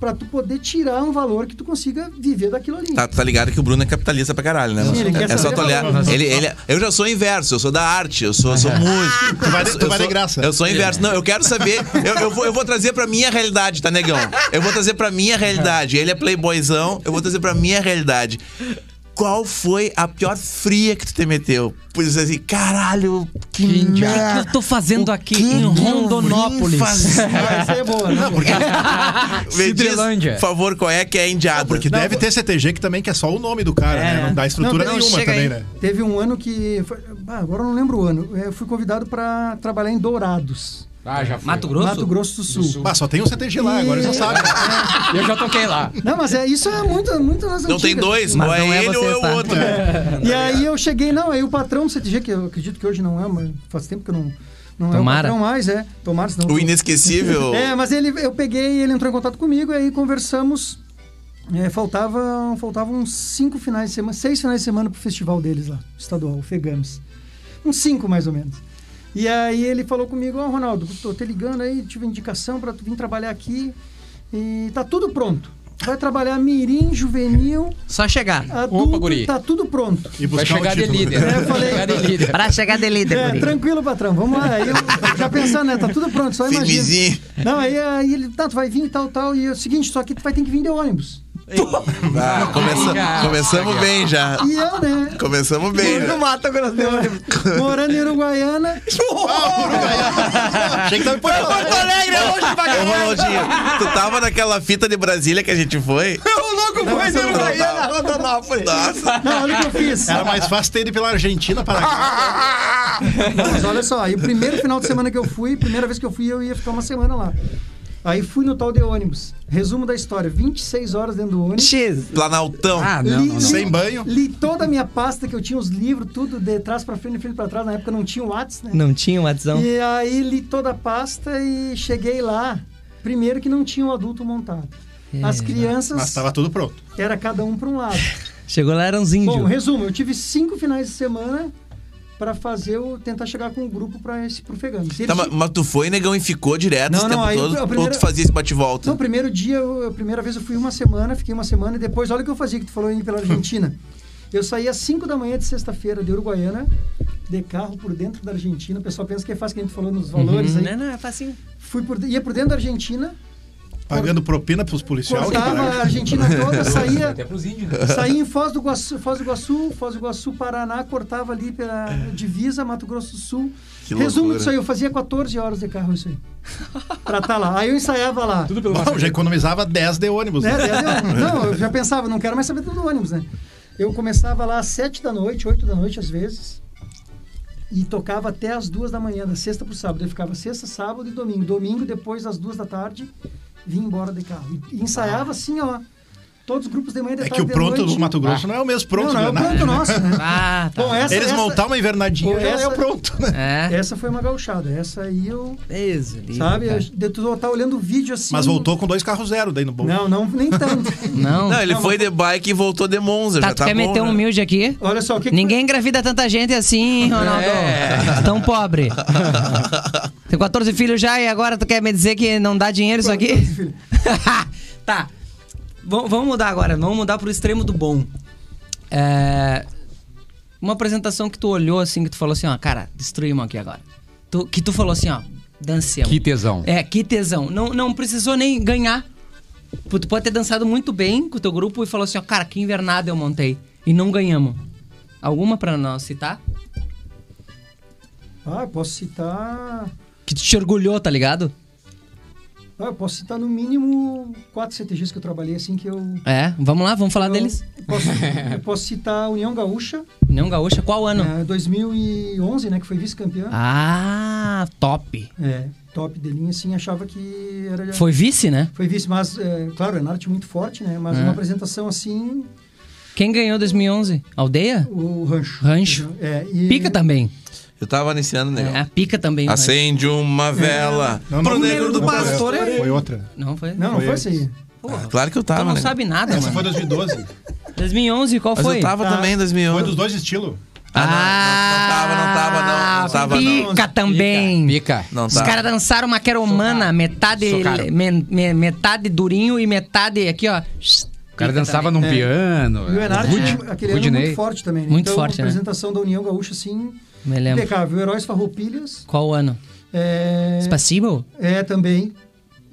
para tu poder tirar um valor que tu consiga viver daquilo ali.
Tá, tá ligado que o Bruno é capitalista pra caralho, né?
Sim, ele quer
é só
saber
tu olhar.
valor, né?
Ele, ele, eu já sou inverso, eu sou da arte, eu sou, eu sou músico.
Tu vai, de- tu
eu
vai de
sou-
graça.
Eu sou inverso. Não, eu quero saber. Eu, eu vou, eu vou trazer pra minha realidade, tá, negão? Eu vou trazer pra minha realidade. Ele é playboyzão, eu vou trazer pra minha realidade. Qual foi a pior fria que tu te meteu? Por dizer assim, caralho, que, merda.
O que eu tô fazendo aqui em
que eu
Rondonópolis?
vim fazer?
Essa aí é boa, né?
Me diz,
Cidrelândia.
por favor, qual é que é indiado?
Porque deve ter CTG que também que é só o nome do cara, né? Não dá estrutura
Não,
é
não,
nenhuma
chega
também,
aí.
né?
Teve um ano que. foi- ah, agora eu não lembro o ano. É, Eu fui convidado para trabalhar em Dourados,
Ah, já fui.
Mato Grosso?
Mato Grosso do Sul.
Ah, só tem um CTG lá, agora já sabe.
Eu já toquei lá.
Não, mas é, isso é muito, muito nas
Não tem
antigas.
dois,
Mas
ou é,
não é
ele ou
você,
é o
tá?
outro.
E aí eu cheguei, não, aí o patrão do CTG, que eu acredito que hoje não é, mas faz tempo que eu não, não
Tomara.
é o patrão mais, é. Tomara, senão...
O inesquecível.
É, mas ele, eu peguei, ele entrou em contato comigo, aí conversamos. É, faltavam, faltavam uns cinco finais de semana, seis finais de semana pro festival deles lá, estadual, o Fegames. Uns cinco, mais ou menos. E aí ele falou comigo, ó, Ronaldo, tô te ligando aí, tive indicação pra tu vir trabalhar aqui e tá tudo pronto. Vai trabalhar mirim, juvenil,
Só chegar.
adulto,
guri.
tá tudo pronto.
E
Vai
buscar um
chegar de
título.
líder.
É, eu falei.
Vai chegar de líder.
Pra chegar de líder,
É,
guri.
tranquilo, patrão, vamos lá. Aí eu já pensando, né, tá tudo pronto, só imagina.
Firmezinho.
Não, aí, aí ele, tá, tu vai vir e tal, tal. E é o seguinte, só que tu vai ter que vir de ônibus.
Ah, começa-
Já.
começamos bem já.
E eu, né?
Começamos bem. né?
Mato Grosso de ônibus. Morando em Uruguaiana.
Achei que tava em Porto Alegre. é
Alegre hoje pra Ô, Ronaldinho, tu tava naquela fita de Brasília que a gente foi? Nossa.
Não, olha o que eu fiz.
um Era mais fácil ter ido pela Argentina para
Ah,
cá.
Não, mas olha só, aí o primeiro final de semana que eu fui, primeira vez que eu fui, eu ia ficar uma semana lá. Aí fui no tal de ônibus. Resumo da história: 26 horas dentro do ônibus.
X.
Planaltão.
Ah,
Li-
não, não, não.
li-
Sem banho.
Li toda a minha pasta que eu tinha os livros, tudo de trás pra frente, de frente pra trás. Na época não tinha o Whats, né?
Então. Não tinha um WhatsApp.
E aí li toda a pasta e cheguei lá. Primeiro que não tinha o adulto montado. As crianças,
Mas estava tudo pronto.
era cada um para um lado.
Chegou lá, eram uns
Bom,
índios.
resumo, eu tive cinco finais de semana para fazer o tentar chegar com o grupo para esse pro Fegames. Eles-
Tá, ma- mas, tu foi, negão, e ficou direto
Não,
esse
não,
tempo
aí
todo?
a
Ou
primeira-
tu fazia esse bate-volta?
Não, o primeiro dia, eu- a primeira vez eu fui uma semana, fiquei uma semana e depois, olha o que eu fazia, que tu falou em pela Argentina. Eu saía às 5 da manhã de sexta-feira de Uruguaiana, de carro por dentro da Argentina. O pessoal pensa que é fácil, que a gente falou nos
Uhum.
valores aí.
Não, não, é facinho.
Fui por, de- ia por dentro da Argentina,
Pagando propina pros policiais.
cortava
cara.
a Argentina toda, saía,
Até pros índios, né?
saía em Foz do, Iguaçu, Foz do Iguaçu, Foz do Iguaçu, Paraná, cortava ali pela divisa, Mato Grosso do Sul.
Que
Resumo
loucura.
disso aí, eu fazia 14 horas de carro isso aí. pra estar lá. Aí eu ensaiava lá.
Tudo pelo
Bom, já economizava 10 de ônibus.
Né?
né?
Daí eu- não, eu já pensava, não quero mais saber do ônibus, né? Eu começava lá às sete da noite, oito da noite às vezes, e tocava até às duas da manhã, da sexta pro sábado. Eu ficava sexta, sábado e domingo. Domingo, depois das duas da tarde, vim embora de carro. E ensaiava assim, ó, todos os grupos de manhã, de
É
tarde,
que o
de
pronto
noite.
do Mato Grosso não é o mesmo pronto,
Não, não, é o
né?
pronto nosso, né?
Ah, tá.
Bom, essa,
Eles
essa,
montar uma invernadinha já é
Essa-
o pronto, né?
É.
essa foi uma gauchada. Essa aí eu,
Isso, lindo,
é. sabe,
cara.
eu, de- tu tá olhando o vídeo assim...
Mas voltou com dois carros zero daí no bolso.
Não, não, nem tanto.
Não.
Não, ele foi de bike e voltou de Monza.
Tá,
já
tu
tá
quer
bom,
meter um
né?
humilde aqui?
Olha só, o que que
Ninguém engravida tanta gente assim, hein,
É.
Ronaldo. Tão pobre. Tem 14 filhos já e agora tu quer me dizer que não dá dinheiro isso aqui?
tá. Vam- vamos mudar agora. Vamos mudar pro extremo do bom. É, Uma apresentação que tu olhou assim, que tu falou assim, ó, cara, destruímos aqui agora. Tu- que tu falou assim, ó, dancemos.
Que tesão.
É, que tesão. Não, não precisou nem ganhar. Pô, Tu pode ter dançado muito bem com o teu grupo e falou assim, ó, cara, que invernada eu montei. E não ganhamos. Alguma pra nós citar?
Ah, eu posso citar...
Que tu te orgulhou, tá ligado?
Ah, eu posso citar no mínimo quatro CTGs que eu trabalhei, assim, que eu...
É, vamos lá, vamos falar
eu-
deles.
eu Posso, eu posso citar a União Gaúcha,
União Gaúcha, qual ano?
né, 2011, né, que foi vice-campeã.
Ah, top.
É, top de linha, assim, achava que era...
Foi vice, né?
Foi vice, mas, é, claro, é uma arte muito forte, né,
É.
mas uma apresentação, assim,
Quem ganhou 2011? Aldeia?
o Rancho.
Rancho.
É, e...
Pica tá- também.
Eu tava iniciando, negão.
É, a pica
Ah,
também. o Rancho.
Acende uma vela
Não, não,
pro
não,
negro
não,
do
não,
pastor.
Foi, foi outra.
Não foi?
Não, não foi assim. isso aí.
Ah, claro que eu
Tu
tava,
não
né?
sabe nada,
Essa
mano.
foi 2012.
2011, qual
Mas
foi?
eu tava também em
Foi dos
2011.
dois estilos.
Ah, não, não, não tava, não tava, não.
Ah,
Não tava, não.
Pica também.
Mica.
Não tá.
Os
tava.
caras dançaram uma queromana, metade,
Socaram.
men- men- metade durinho e metade aqui, ó.
O cara dançava num piano.
E o Enarte,
Rudi-
aquele ano,
Rudinei.
muito forte também, né?
Muito
então,
forte,
a
né?
apresentação da União Gaúcha, assim,
Me lembro.
impecável. Heróis Farroupilhas,
Qual ano?
é...
Spassible?
É, também.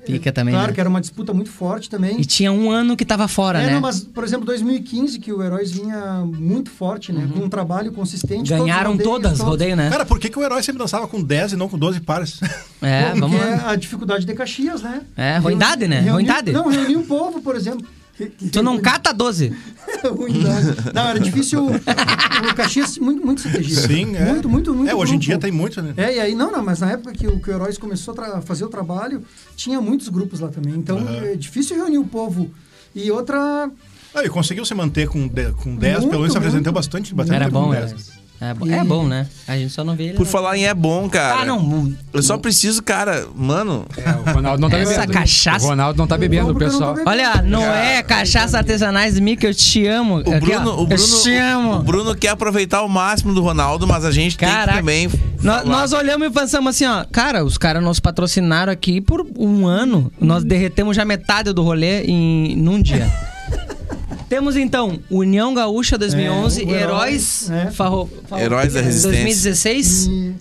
Pica também.
Claro
né?
que era uma disputa muito forte também.
é.
E tinha um ano que tava fora,
é,
né?
não, mas, por exemplo, 2015, que o Heróis vinha muito forte, né? Com um trabalho consistente.
Uhum. Ganharam
todos os rodeios,
todas,
todos-
rodeio, né?
Cara, por que, que o herói sempre dançava com 10 e não com 12 pares?
É,
Porque
vamos lá.
a dificuldade de Caxias, né?
É, ruindade, né?
Reuni-
Ruindade.
Não, reunir um povo, por exemplo.
Tu não cata 12.
Ruindade. Não, era difícil. O Caxias, muito, muito estrategista.
Sim, é.
Muito, muito, muito.
É, hoje em
grupo.
dia tem muito, né?
É, e aí, não, não, mas na época que o, que o Heróis começou a tra- fazer o trabalho, tinha muitos grupos lá também. Então, é difícil reunir o povo. E outra,
Ah, e conseguiu se manter com, de, com 10,
Muito,
pelo menos se apresentou
muito.
bastante. bastante
Era
com
bom, era.
10.
É, bo- é bom, né? A gente só não vê ele.
Por
né?
falar em é bom, cara.
Ah, não.
Eu só preciso, cara, mano.
É, o Ronaldo não tá
Essa
bebendo.
cachaça.
O Ronaldo não tá bebendo,
Não, porque eu não tô
pessoal.
bebendo.
Olha, Noé, cachaça artesanais, Mick, eu te amo.
O
Aqui,
Bruno,
ó,
o Bruno,
eu te amo.
o Bruno quer aproveitar o máximo do Ronaldo, mas a gente
Caraca.
tem que também.
Nó- Nós,
falar.
olhamos e pensamos assim, ó, cara, os caras nos patrocinaram aqui por um ano. Nós derretemos já metade do rolê em num dia. Temos então União Gaúcha 2011,
É, o
Heróis,
Heróis, é.
Farro- Farro-
Heróis da Resistência.
2016.
e-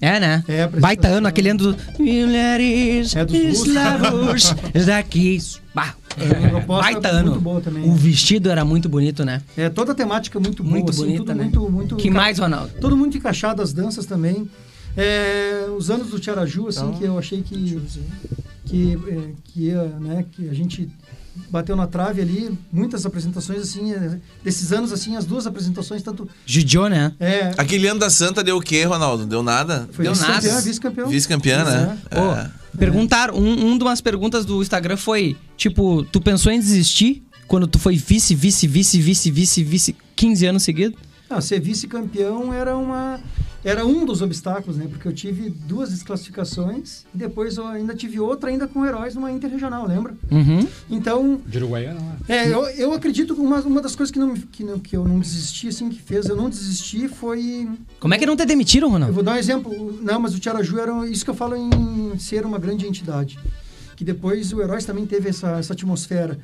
É, né?
Hum. É, apresentação.
Baita ano, aquele ano do Mulheres
É dos russos.
Eslavos daqui. Bah.
a proposta
Baita
é
ano.
muito boa também.
O vestido era muito bonito, né?
É, toda a temática muito boa,
Muito
assim,
bonita,
tudo
né?
muito, muito...
que
enca-
mais, Ronaldo?
Todo muito encaixado, as danças também. É, os anos do Tiaraju, assim,
Então,
que eu achei que... Que, é, que, ia, né, que a gente bateu na trave ali, muitas apresentações, assim, é, desses anos, assim, as duas apresentações, tanto...
Gidio, né?
É,
Aquele ano da Santa deu o quê, Ronaldo? Deu nada?
foi
deu nada.
vice-campeão, vice-campeão.
Vice-campeã, né?
Ô, Perguntaram, um, um de umas perguntas do Instagram foi, tipo, tu pensou em desistir quando tu foi vice, vice, vice, vice, vice, vice, 15 anos seguidos?
Não, ser vice-campeão ah, era uma... Era um dos obstáculos, né? Porque eu tive duas desclassificações e depois eu ainda tive outra ainda com heróis numa interregional, lembra? Então,
De Uruguaiana lá.
é, eu, eu acredito que uma, uma das coisas que, não, me- que, não- que eu não desisti, assim, que fez eu não desistir foi...
Como é que não te demitiram,
Eu
Ronaldo?
vou dar um exemplo. O- Não, mas o Tiaraju era... um- Isso que eu falo em ser uma grande entidade. Que depois o Heróis também teve essa, essa atmosfera.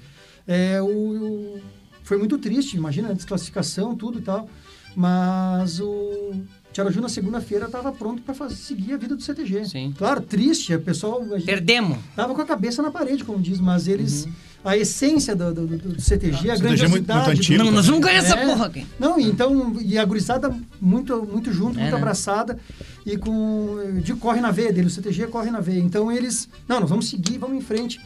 É, o, o- foi muito triste, imagina, a desclassificação, tudo e tal. Mas o Tiaraju na segunda-feira estava pronto para seguir a vida do CTG.
Sim.
Claro, triste, o pessoal... a gente-
Perdemos.
Tava com a cabeça na parede, como diz, mas
Uhum.
eles. A essência do, do- do- do CTG, a
CTG é muito-
grandiosidade...
muito antigo,
do-
Não, nós
vamos ganhar essa
É.
porra aqui.
Não, e então, e a gurizada muito, muito junto, muito
né?
abraçada e com. De corre na veia dele, o CTG corre na veia. Então eles. Não, nós vamos seguir, vamos em frente.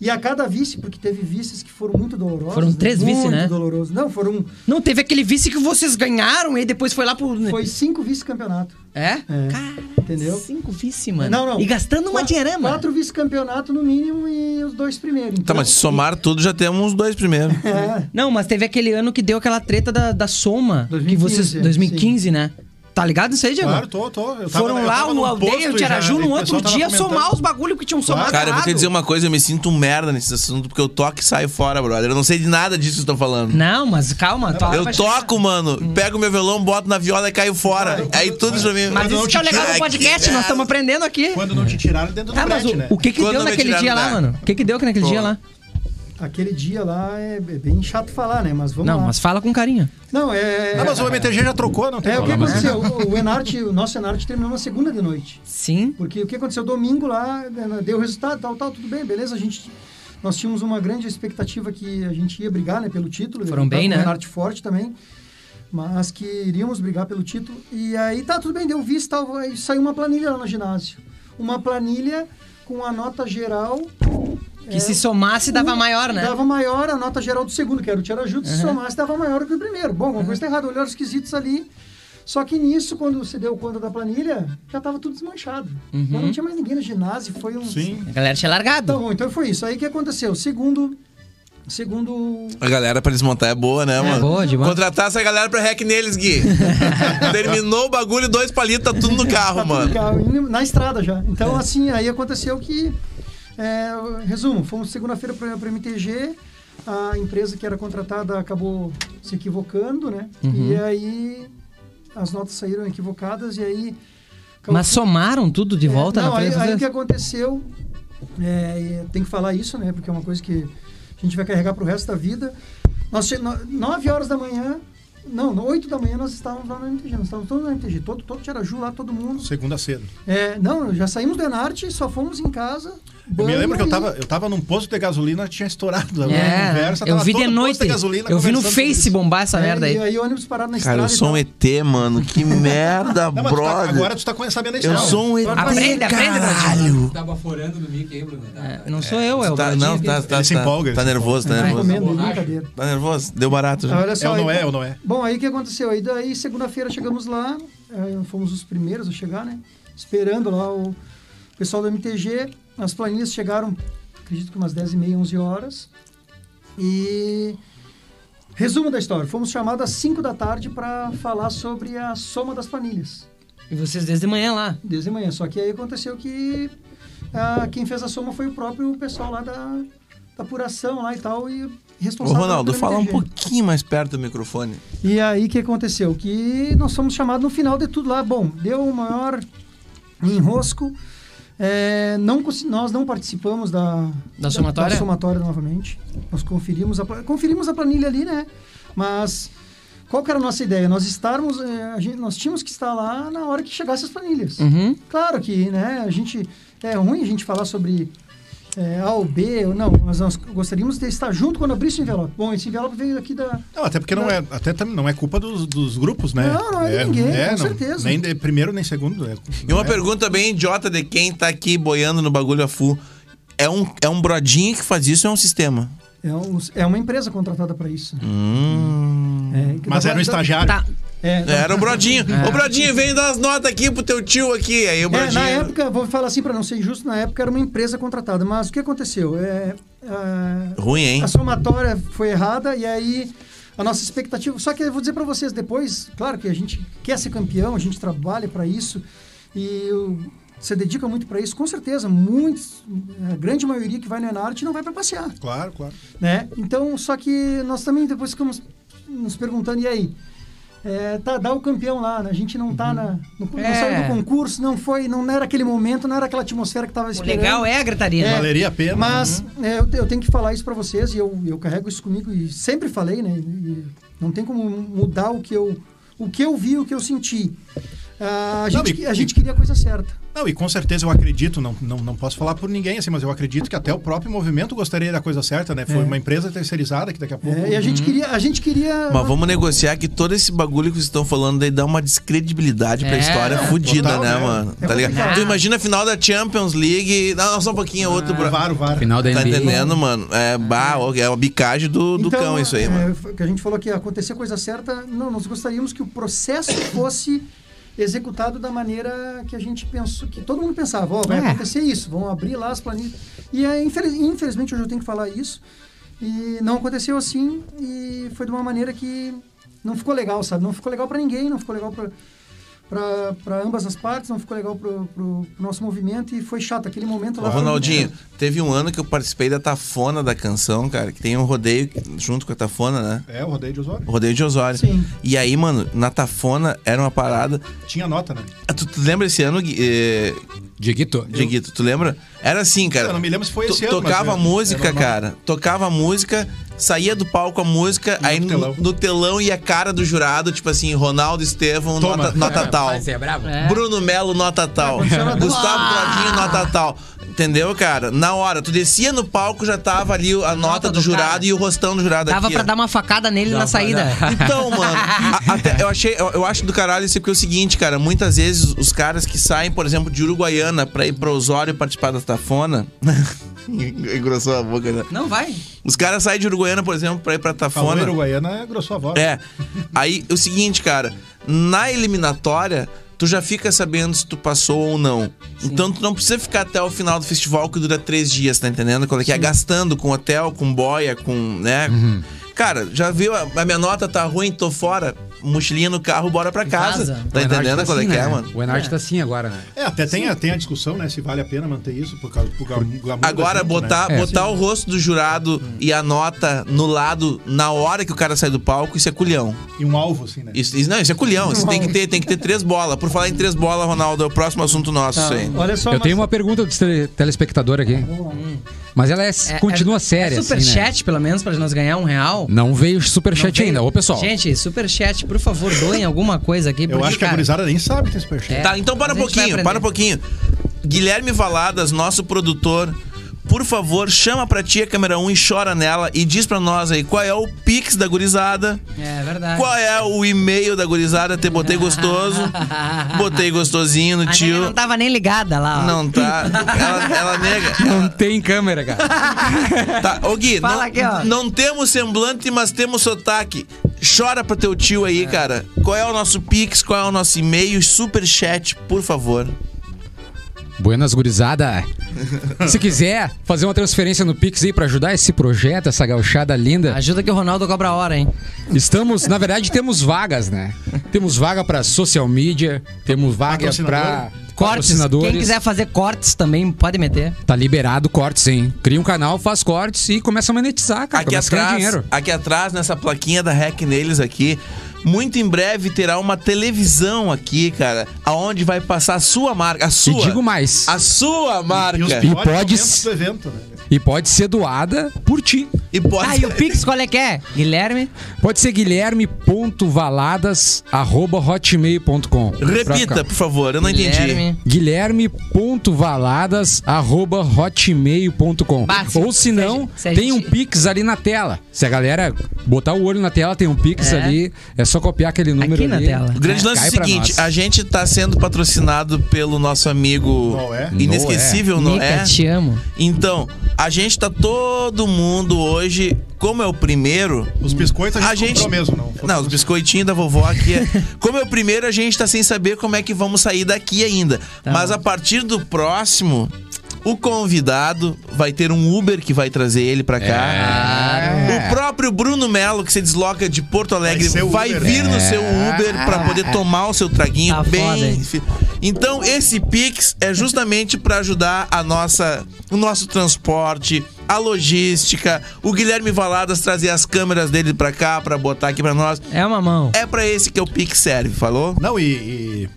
E a cada vice, porque teve vices que foram muito dolorosos.
Foram três
muito
vice, né?
dolorosos. Não, foram.
Não teve aquele vice que vocês ganharam e depois foi lá pro.
Foi cinco vice-campeonato.
É?
É,
Cara,
entendeu?
cinco vice, mano.
Não, não.
E gastando uma
Qua-
dinheirama.
Quatro vice-campeonato no mínimo e os dois primeiros.
Tá,
Então,
mas se somar tudo, já temos os dois primeiros.
Tá
É.
Não, mas teve aquele ano que deu aquela treta da, da soma.
2015,
que vocês, 2015, né? Tá ligado isso aí, Diego?
Claro, tô, tô. Eu tava-
Foram
eu
lá
tava num
no
posto
aldeia,
e
o
já-
Tiaraju,
e
no
o
outro
pessoal tava
dia,
comentando.
somar os bagulho que tinham somado
Cara, eu vou te
errado.
dizer uma coisa, eu me sinto um merda nesse assunto, porque eu toco e saio fora, brother. Eu não sei de nada disso que vocês estão falando.
Não, mas Hum. calma. tua hora
Eu
vai
toco, mano, pego meu violão, boto na viola e caio fora. É Aí tudo isso pra mim. é
Mas isso que é o legal do podcast,
né?
nós estamos aprendendo aqui.
Quando não te tiraram dentro do
Tá, mas
prédio,
o,
né?
o que que
Quando
deu
me
naquele
tiraram
dia lá,
da-
mano? O que que deu naquele dia lá?
Aquele dia lá é bem chato falar, né? Mas vamos
Não,
lá.
mas fala com carinho.
Não, é.
Ah, mas o MTG já trocou, não tem
É, o que
problema. né?
aconteceu? O, o Enart, o nosso Enart terminou na segunda de noite.
Sim.
Porque o que aconteceu domingo lá, né, deu resultado, tal, tal, tudo bem, beleza? A gente nós tínhamos uma grande expectativa que a gente ia brigar, né, pelo título.
Foram
Eu tava
bem,
com
né?
O Enart forte também. Mas que iríamos brigar pelo título. E aí tá tudo bem, deu visto, tal, aí saiu uma planilha lá no ginásio. Uma planilha com a nota geral
Que se somasse
Hum.
dava maior, né?
Dava maior a nota geral do segundo, que era o Tiaraju, se somasse, dava maior que o primeiro. Bom, alguma coisa tá errada, olharam os quesitos ali. Só que nisso, quando você deu conta da planilha, já tava tudo desmanchado.
Uhum.
Não tinha mais ninguém no ginásio, foi um.
Sim.
A galera tinha
Tá
largado.
bom, então foi isso. Aí o que aconteceu? Segundo. Segundo.
A galera pra desmontar é boa, né, mano?
boa demais.
Contratar essa galera pra hack neles, Gui. Terminou o bagulho, dois palitos, tá tudo no carro, mano.
Carro, indo na estrada já.
É.
Então, assim, aí aconteceu que. é, resumo, fomos segunda-feira para o MTG, a empresa que era contratada acabou se equivocando, né? E
Uhum.
aí as notas saíram equivocadas e aí. acabou-
Mas somaram tudo de
É,
volta
não,
na frente.
aí, aí o que
vocês?
aconteceu, é, e tem que falar isso, né? Porque é uma coisa que a gente vai carregar pro resto da vida. Nós, che- no- nove horas da manhã, não, no- oito da manhã nós estávamos lá no MTG, nós estávamos todos no MTG, todo, todo Tiaraju lá, todo mundo.
Segunda cedo.
É, não, já saímos do Enarte, só fomos em casa.
Eu me
banho
lembro que eu
e-
tava, eu tava num posto de gasolina, tinha estourado. a
É,
conversa,
eu
tava
vi
todo
de
posto
noite.
gasolina
eu vi no
conversando sobre
Face
isso.
bombar essa
É,
merda aí.
E aí ônibus parado na
Cara,
estrada.
eu
e
sou um
é
tal.
ET, mano. Que merda,
Não, mas tu tá,
brother.
agora tu tá sabendo a
Eu
história.
sou um ET.
Aprenda, aprenda,
caralho.
Tá baforando no mic aí, Bruno. Tá,
Não sou eu, é o
Tá,
Bradinho
não,
que-
tá, tá,
Ele se
tá-
empolga,
Tá
ele se
nervoso, tá
Vai
nervoso.
comendo, brincadeira.
Tá nervoso? Deu barato
Ah,
já.
Olha
É
só,
ou não
aí-
é, ou não é?
Bom, aí o que aconteceu? Aí daí segunda-feira chegamos lá, eh, fomos os primeiros a chegar, né? Esperando lá o pessoal do MTG. As planilhas chegaram, acredito que umas 10 e meia, 11 horas. E resumo da história, fomos chamados às 5 da tarde para falar sobre a soma das planilhas.
E vocês desde manhã lá.
Desde manhã, só que aí aconteceu que ah, quem fez a soma foi o próprio pessoal lá da, da apuração lá e tal, e
Ô,
responsável
Ronaldo,
pelo
fala um
MTG.
pouquinho mais perto do microfone.
E aí o que aconteceu? Que nós fomos chamados no final de tudo lá. Bom, deu o maior enrosco. É, não, consi- nós não participamos da,
Da somatória?
da somatória novamente. Nós conferimos a, pla- conferimos a planilha ali, né? Mas qual que era a nossa ideia? Nós estarmos, é, a gente- nós tínhamos que estar lá na hora que chegassem as planilhas.
Uhum.
Claro que, né? A gente é ruim a gente falar sobre é, A ou B ou não, mas nós gostaríamos de estar junto quando abrisse o envelope. Bom, esse envelope veio aqui da,
Não, até porque não é, até tam- não é culpa dos, dos grupos, né?
Não, não é de ninguém, com
não-
certeza.
Nem de primeiro, nem segundo. É,
E uma
é.
pergunta bem idiota de quem tá aqui boiando no bagulho a full. É um, é um brodinho que faz isso ou é um sistema?
É, um- é uma empresa contratada para isso.
Hum.
É, que
Hum. Mas
dá-
era um
dá-
estagiário.
Tá.
É, dá-
Era o brodinho. Ô, brodinho, vem dar as notas aqui pro teu tio aqui. Aí o
é,
brodinho...
na época, vou falar assim para não ser injusto, na época era uma empresa contratada. Mas o que aconteceu? É, a-
Ruim, hein?
a somatória foi errada e aí a nossa expectativa. Só que eu vou dizer para vocês depois, claro que a gente quer ser campeão, a gente trabalha para isso e eu- se dedica muito para isso, com certeza. Muitos, a grande maioria que vai no Enarte não vai para passear
Claro, claro.
né? Então, só que nós também depois ficamos nos perguntando, e aí? É, tá, dá o campeão lá, né? A gente não tá na, no, não
É.
saiu do concurso, não foi, não era aquele momento, não era aquela atmosfera que tava
O
esperando.
legal é a gritaria, né?
Valeria a pena.
Mas
Uhum.
é, eu, eu tenho que falar isso pra vocês e eu, eu carrego isso comigo e sempre falei, né? E não tem como mudar o que eu, o que eu vi, o que eu senti. Ah, a,
Não,
gente,
e-
a gente queria a coisa certa.
Não, e com certeza eu acredito, não, não, não posso falar por ninguém, assim, mas eu acredito que até o próprio movimento gostaria da coisa certa, né? Foi uma empresa terceirizada que daqui a pouco.
É, e a gente queria. A gente queria
Mas vamos negociar que todo esse bagulho que vocês estão falando daí dá uma descredibilidade pra
É,
história
não,
fudida,
total,
né,
né?
mano?
É
tá ligado?
complicado.
Tu imagina a final da Champions League. Não, só um pouquinho, outro. bro-
Varo, varo.
Final da
Tá
NBA.
entendendo, mano? É, bah, é uma bicagem do, do cão isso aí,
é,
mano.
foi o que a gente falou que acontecer coisa certa, não, nós gostaríamos que o processo fosse executado da maneira que a gente pensou, que todo mundo pensava, ó, vai
É.
acontecer isso, vão abrir lá as planilhas. E é, infeliz- infelizmente hoje eu tenho que falar isso. E não aconteceu assim e foi de uma maneira que não ficou legal, sabe? Não ficou legal pra ninguém, não ficou legal pra para ambas as partes, não ficou legal pro, pro, pro nosso movimento e foi chato aquele momento
Ô,
lá. foi-
Ronaldinho, teve um ano que eu participei da Tafona da canção, cara, que tem um rodeio junto com a Tafona, né?
É, o rodeio de Osório.
O rodeio de Osório.
Sim.
E aí, mano, na Tafona era uma parada.
Tinha nota, né?
Ah, Tu, tu lembra esse ano, Gui- eh,
Dieguito.
Dieguito? Tu lembra? Era assim, cara.
Eu não me lembro se foi
To-
esse ano,
Tocava
mas é-
música,
é normal.
cara. Tocava música, saía do palco a música, aí no,
pro telão.
no telão ia a cara do jurado, tipo assim, Ronaldo Estevão,
Toma.
nota, nota tal.
é bravo.
Bruno Melo, nota tal. Gustavo
Ah!
Brodinho, nota tal. Entendeu, cara? Na hora, tu descia no palco, já tava ali a nota, do,
do
jurado
cara.
e o rostão do jurado
Dava
aqui.
pra
ó.
dar uma facada nele na saída.
Então, mano, a- até eu achei, eu, eu acho do caralho isso porque é o seguinte, cara, muitas vezes os caras que saem, por exemplo, de Uruguaiana pra ir pra Osório participar da Tafona. Engrossou a boca, né?
Não vai.
Os caras saem de Uruguaiana, por exemplo, pra ir pra
Falou
Tafona.
Uruguaiana, grossou a voz.
É. Aí é o seguinte, cara, na eliminatória, tu já fica sabendo se tu passou ou não. Então tu não precisa ficar até o final do festival que dura três dias, tá entendendo? Quando é que é gastando com hotel, com boia, com. né? Cara, já viu? A, a minha nota tá ruim, tô fora. Mochilinha no carro, bora pra casa.
casa.
Tá entendendo qual é que é, mano?
assim, O Enard tá assim agora, né?
É, até tem a, tem a discussão, né? Se vale a pena manter isso por causa do glamour. do
Agora,
assunto,
botar,
né?
botar o rosto do jurado e a nota no lado na hora que o cara sai do palco, isso é culhão.
E um alvo, assim, né?
Isso, isso- não, isso é culhão. Isso tem que ter, tem que ter três bolas. Por falar em três bolas, Ronaldo, é o próximo assunto nosso,
Tá.
isso aí.
Olha só,
Eu
mas-
tenho uma pergunta do tele- telespectador aqui. Mas ela é- continua séria,
É
assim, né?
superchat, pelo menos, pra nós ganhar um real.
Não veio superchat
Não
ainda.
veio.
Ô, pessoal.
Gente, superchat, por favor, doem alguma coisa aqui.
Eu
porque,
acho que a
cara,
gurizada nem sabe que tem
É,
superchat.
Tá, então para um
Mas É, a gente vai
pouquinho, para um pouquinho. Guilherme Valadas, nosso produtor, por favor, chama pra tia câmera 1 e chora nela e diz pra nós aí qual é o pix da gurizada.
É verdade.
Qual é o e-mail da gurizada? Te botei gostoso. Botei gostosinho no
A Tio... não tá.
tio.
tava nem ligada lá. ó.
Não tá. Ela, ela nega.
Não tem câmera, cara.
Tá, ô Gui,
Fala
não,
aqui, ó.
não temos semblante, mas temos sotaque. Chora pro teu tio aí, cara. Qual é o nosso pix? Qual é o nosso e-mail? Superchat, por favor.
Buenas gurizada. Se quiser fazer uma transferência no Pix aí pra ajudar esse projeto, essa gauchada linda.
Ajuda que o Ronaldo cobra a hora, hein?
Estamos, na verdade, temos vagas, né? Temos vaga pra social media, temos vaga pra
Cortes.
patrocinadores.
Quem quiser fazer cortes também, pode meter.
Tá liberado cortes, hein? Cria um canal, faz cortes e começa a monetizar, cara.
Aqui
começa a ganhar
atrás,
dinheiro.
aqui atrás, nessa plaquinha da REC neles aqui, muito em breve terá uma televisão aqui, cara, aonde vai passar a sua marca, a sua.
E digo mais.
A sua
E
marca.
os
E,
piores
E pode
momentos
s-
do evento, né?
pode ser doada por ti.
pode.
Ah, e o Pix qual é que é? Guilherme?
Pode ser guilherme.valadas.hotmail.com
Repita, por favor, eu não entendi.
Guilherme.
guilherme.valadas.hotmail.com
Bah, se-
Ou se não,
se a gente-
tem um Pix ali na tela. Se a galera botar o olho na tela, tem um Pix
É.
ali. É só copiar aquele número
Aqui na
ali.
tela.
O grande
É,
lance é
cai
o
pra
seguinte:
nós.
a gente tá sendo patrocinado pelo nosso amigo
Noé. é?
inesquecível Noé.
Mica, te amo.
Então, a gente tá todo mundo hoje, como é o primeiro,
Os biscoitos a gente, comprou mesmo, não.
Não, os biscoitinhos da vovó aqui. É... como é o primeiro, a
Tá
gente tá sem saber como é que vamos sair daqui ainda. Mas a partir do próximo. O convidado vai ter um Uber que vai trazer ele pra cá. O próprio Bruno Melo, que se desloca de Porto Alegre,
ser
vai,
o Uber. né?
vir no seu Uber pra poder tomar o seu traguinho
É. Tá
bem.
foda, hein?
fi- Então, esse Pix é justamente pra ajudar a nossa, o nosso transporte, a logística, o Guilherme Valadas trazer as câmeras dele pra cá, pra botar aqui pra nós.
É uma mão.
É pra esse que o Pix serve, falou?
Não, e, e,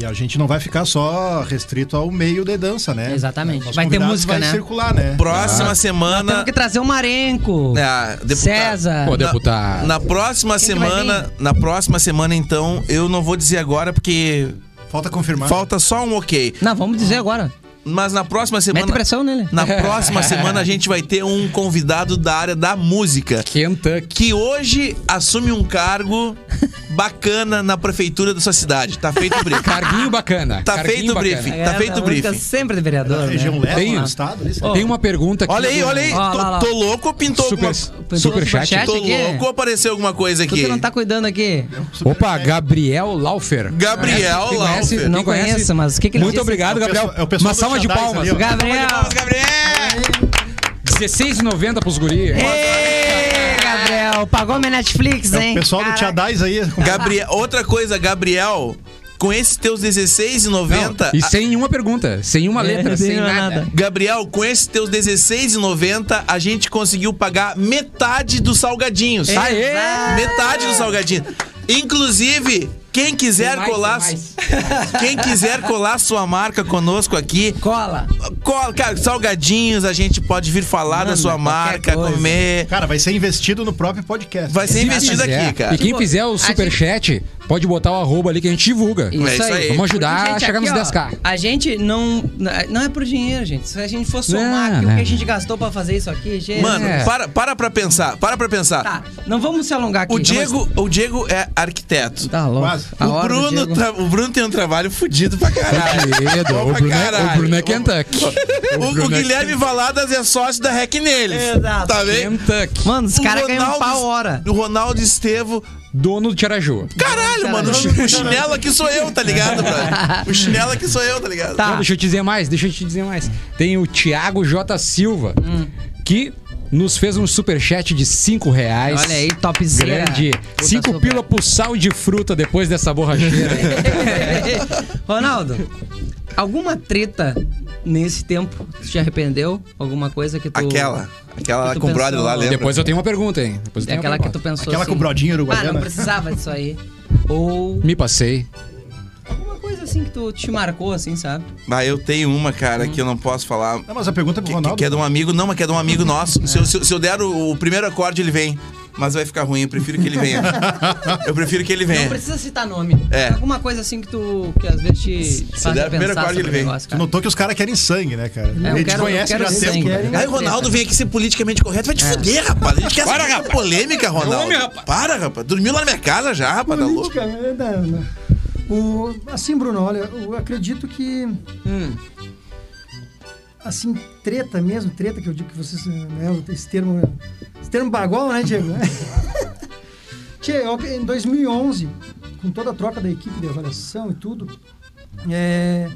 e a gente não vai ficar só restrito ao meio de dança, né?
Exatamente.
Nosso
Vai ter
convidado
música,
vai
né?
circular, né?
Próxima semana.
Temos que trazer o Marenco.
É, deputado.
César.
Pô,
Na-
deputado.
Na próxima
Quem que vai
semana, na próxima semana então, eu não vou dizer agora porque
Falta confirmar.
falta só um OK.
Não, vamos dizer agora.
Mas na próxima semana,
Mete pressão nele.
na próxima semana a gente vai ter um convidado da área da música
Kentucky.
que hoje assume um cargo bacana na prefeitura da sua cidade. Tá feito o briefing.
Ah,
Carguinho bacana.
Tá
carguinho
feito o
bacana.
briefing.
É,
Tá feito o
a música
briefing.
é
Tá
Sempre de vereador. né?
Região leste,
Tem
do
um-
estado, ali,
Tem uma pergunta aqui.
Olha aí,
do-
olha aí.
Ó, lá, lá.
Tô, tô louco ou pintou
Super,
alguma coisa?
super
superchat.
chat.
Tô
aqui.
louco ou apareceu alguma coisa
Tu que
aqui?
não tá cuidando aqui.
Opa, Gabriel Laufer.
Gabriel
Quem conhece,
Laufer.
quem
Não
conhece?
conheço, mas o que que ele
Muito
disse?
obrigado,
É o
Gabriel.
pessoal- é o pessoal
Uma
do
salva de
Xandais
palmas.
ali, ó.
Gabriel!
Vamos, Gabriel!
16,90 pros guri.
Ê, Gabriel, pagou minha Netflix,
É
hein?
o pessoal do
Caraca.
Tchadais aí.
Gabriel, outra coisa, Gabriel, com esses teus 16,90.
E
a-
sem uma pergunta, sem uma
É,
letra,
não
sem
tem
nada.
nada.
Gabriel, com esses teus 16,90, a gente conseguiu pagar metade dos salgadinhos.
Aê!
É.
Metade dos salgadinhos. Inclusive, quem quiser
Tem mais,
colar.
tem mais.
Quem quiser colar sua marca conosco aqui,
Cola.
cola, cara, salgadinhos, a gente pode vir falar da
Manda
sua
qualquer
marca,
coisa.
comer.
Cara, vai ser investido no próprio podcast.
Vai ser
Quem
investido
quiser.
aqui, cara.
E quem fizer o superchat, pode botar o arroba ali que a gente divulga.
É isso aí.
Vamos ajudar
Porque, gente,
a chegar
aqui,
nos
ó,
10k.
A gente não. Não é por dinheiro, gente. Se a gente for somar
Não,
aqui o
não.
que a gente gastou pra fazer isso aqui, gente.
Mano,
É.
para, para pra pensar, para pra pensar.
Tá, não vamos se alongar aqui.
O
não,
Diego, o Diego é arquiteto.
mas- Tá louco.
Quase.
A
O
hora do
Bruno,
Diego.
tra- o Bruno tem um trabalho fudido pra caralho.
Querido, Tá
Bom
o
pra
Bruno, é, o
caralho.
Bruno é Kentucky. é
O, o Guilherme Valadas é sócio da Rec Neles.
Exato.
Tá bem?
Kentucky.
Mano, os
O
caras ganham um
Ronaldo-
pau hora.
O Ronaldo Estevo.
Dono do Tiaraju.
Caralho, mano. o chi- O chinelo aqui sou eu, tá ligado, brother? O chinelo aqui sou eu, tá ligado?
Não,
Tá.
deixa eu te dizer mais, deixa eu te dizer mais. Tem o Thiago J. Silva, que nos fez um superchat de 5 reais.
Olha aí, topzera.
Grande.
Puta
5
super.
pila pro sal de fruta depois dessa borracheira.
Ronaldo, alguma treta nesse tempo? Tu te arrependeu? Alguma coisa que tu.
Aquela. Aquela
Eu tô
com o brother lá,
pensando-
lembra?
depois eu tenho uma pergunta, hein? Depois
É
eu tenho uma
aquela que tu
pergunta.
pensou
Aquela
assim,
com o brodinho
Ah, não
uruguaiana.
precisava disso aí. Ou
Me passei.
alguma coisa assim que tu te marcou, assim, sabe?
Ah, eu tenho uma, cara, que eu não posso falar.
Não, mas a pergunta é pro
Que,
Ronaldo.
que é de um amigo, não, mas que é de um amigo nosso. Se, eu, se eu- se eu der o, o primeiro acorde, ele vem. Mas vai ficar ruim, eu prefiro que ele venha. Eu prefiro que ele
Não
venha.
precisa citar nome.
É.
Alguma coisa assim que tu. que às vezes te te
Se
faz
der a primeira
pensar
corda,
sobre
ele
o
vem.
negócio,
Tu
cara.
notou que os caras querem sangue, né, cara?
É, eu
Ele te
quero- eu
conhece
quero é
já há
sangue.
tempo. né?
Querem-
Aí o Ronaldo vem aqui ser politicamente correto, vai te
É.
fuder, rapaz. A gente quer Para, rapaz. polêmica, Ronaldo.
Homem, rapaz.
Para, rapaz. Dormiu lá na minha casa já, rapaz, tá louco?
Política, é, não, não. O, assim, Bruno, olha, eu acredito que. Assim, treta mesmo, treta que eu digo que vocês. Né, esse termo. Esse termo bagol, né, Diego? Tchê, eu- em 2011, com toda a troca da equipe de avaliação e tudo, é,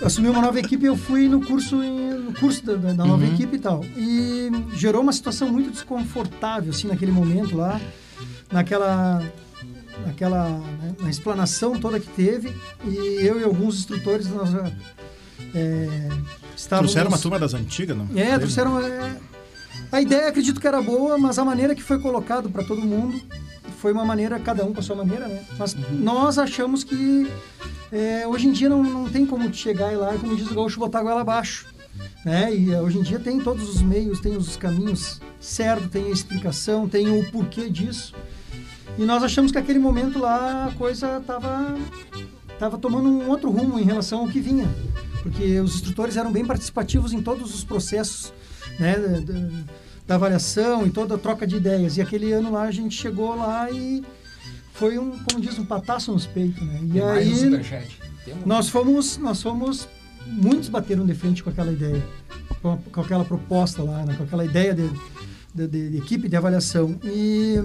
eu assumi uma nova equipe e eu fui no curso, em- no curso da, da- da nova
Uhum.
equipe e tal. E gerou uma situação muito desconfortável, assim, naquele momento lá, naquela, naquela né, na explanação toda que teve. E eu e alguns instrutores, nós é, estávamos...
Trouxeram uma
Tá,
turma das antigas, não?
É, trouxeram. é, A ideia acredito que era boa, mas a maneira que foi colocado para todo mundo foi uma maneira, cada um com a sua maneira, né? Mas nós achamos que é, hoje em dia não, não tem como te chegar e lá, como diz o gaúcho, botar a goela abaixo. Né? E é, hoje em dia tem todos os meios, tem os caminhos certo, tem a explicação, tem o porquê disso. E nós achamos que aquele momento lá a coisa estava tava tomando um outro rumo em relação ao que vinha, porque os instrutores eram bem participativos em todos os processos, né, da- da, da avaliação e toda a troca de ideias. E aquele ano lá a gente chegou lá e foi um, como diz, um pataço nos peitos, né? E
um
aí nós fomos, nós fomos, muitos bateram de frente com aquela ideia, com, a- com aquela proposta lá, né? com aquela ideia de, de- de- de equipe de avaliação. E,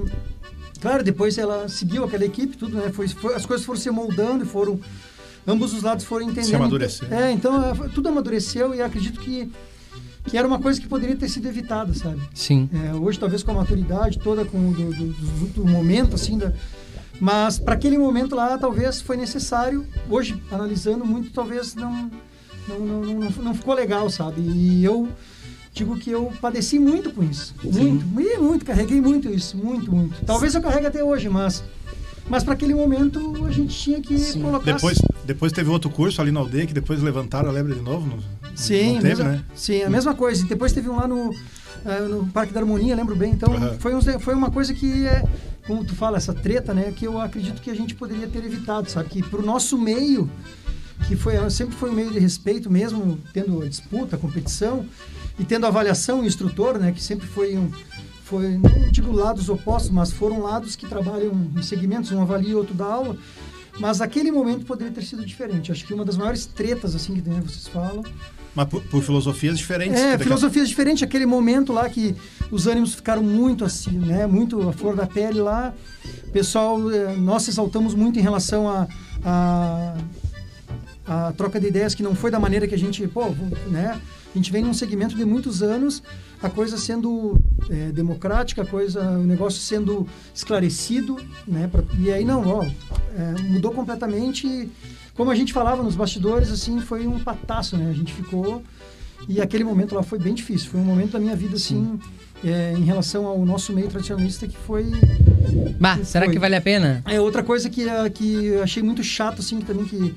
claro, depois ela seguiu aquela equipe, tudo, né? Foi, foi- as coisas foram se moldando e foram ambos os lados foram entendendo.
amadurecer.
É, então é, tudo amadureceu e acredito que, que era uma coisa que poderia ter sido evitada, sabe?
Sim.
É, hoje, talvez com a maturidade toda, com o do, do, do- do momento, assim, da... mas para aquele momento lá, talvez foi necessário. Hoje, analisando muito, talvez não, não, não, não, não ficou legal, sabe? E eu digo que eu padeci muito com isso. Muito, muito, muito. Carreguei muito isso, muito, muito. Talvez eu carregue até hoje, mas. Mas para aquele momento a gente tinha que colocar.
Depois, depois teve outro curso ali na aldeia que depois levantaram a lebre de novo. não-
Sim,
não
a
teve,
mesma,
né?
sim, a mesma coisa. E depois teve um lá no, eh, no Parque da Harmonia, lembro bem. Então
Aham.
foi, uns- foi uma coisa que é, como tu fala, essa treta, né? Que eu acredito que a gente poderia ter evitado, sabe? Que pro nosso meio, que foi, sempre foi um meio de respeito mesmo, tendo disputa, competição e tendo avaliação e instrutor, né? Que sempre foi um. Foi, não digo lados opostos, mas foram lados que trabalham em segmentos, um avalia e outro dá aula. Mas aquele momento poderia ter sido diferente. Acho que uma das maiores tretas, assim, que né, vocês falam,
Mas por, por filosofias diferentes. que
é,
daqui a-
filosofias diferentes. Aquele momento lá que os ânimos ficaram muito assim, né? Muito a flor da pele lá. Pessoal, eh, nós se exaltamos muito em relação a, a, a troca de ideias que não foi da maneira que a gente, pô, vamos, né? A gente vem num segmento de muitos anos, a coisa sendo eh, democrática, a coisa, o negócio sendo esclarecido, né? pra- e aí não, ó, eh, mudou completamente. e Como a gente falava nos bastidores, assim, foi um pataço, né? A gente ficou e aquele momento lá foi bem difícil. Foi um momento da minha vida, assim, é, em relação ao nosso meio tradicionalista, que foi.
Bah, será
Foi.
que vale a pena?
É outra coisa que, ah, que eu achei muito chato, assim, que também que,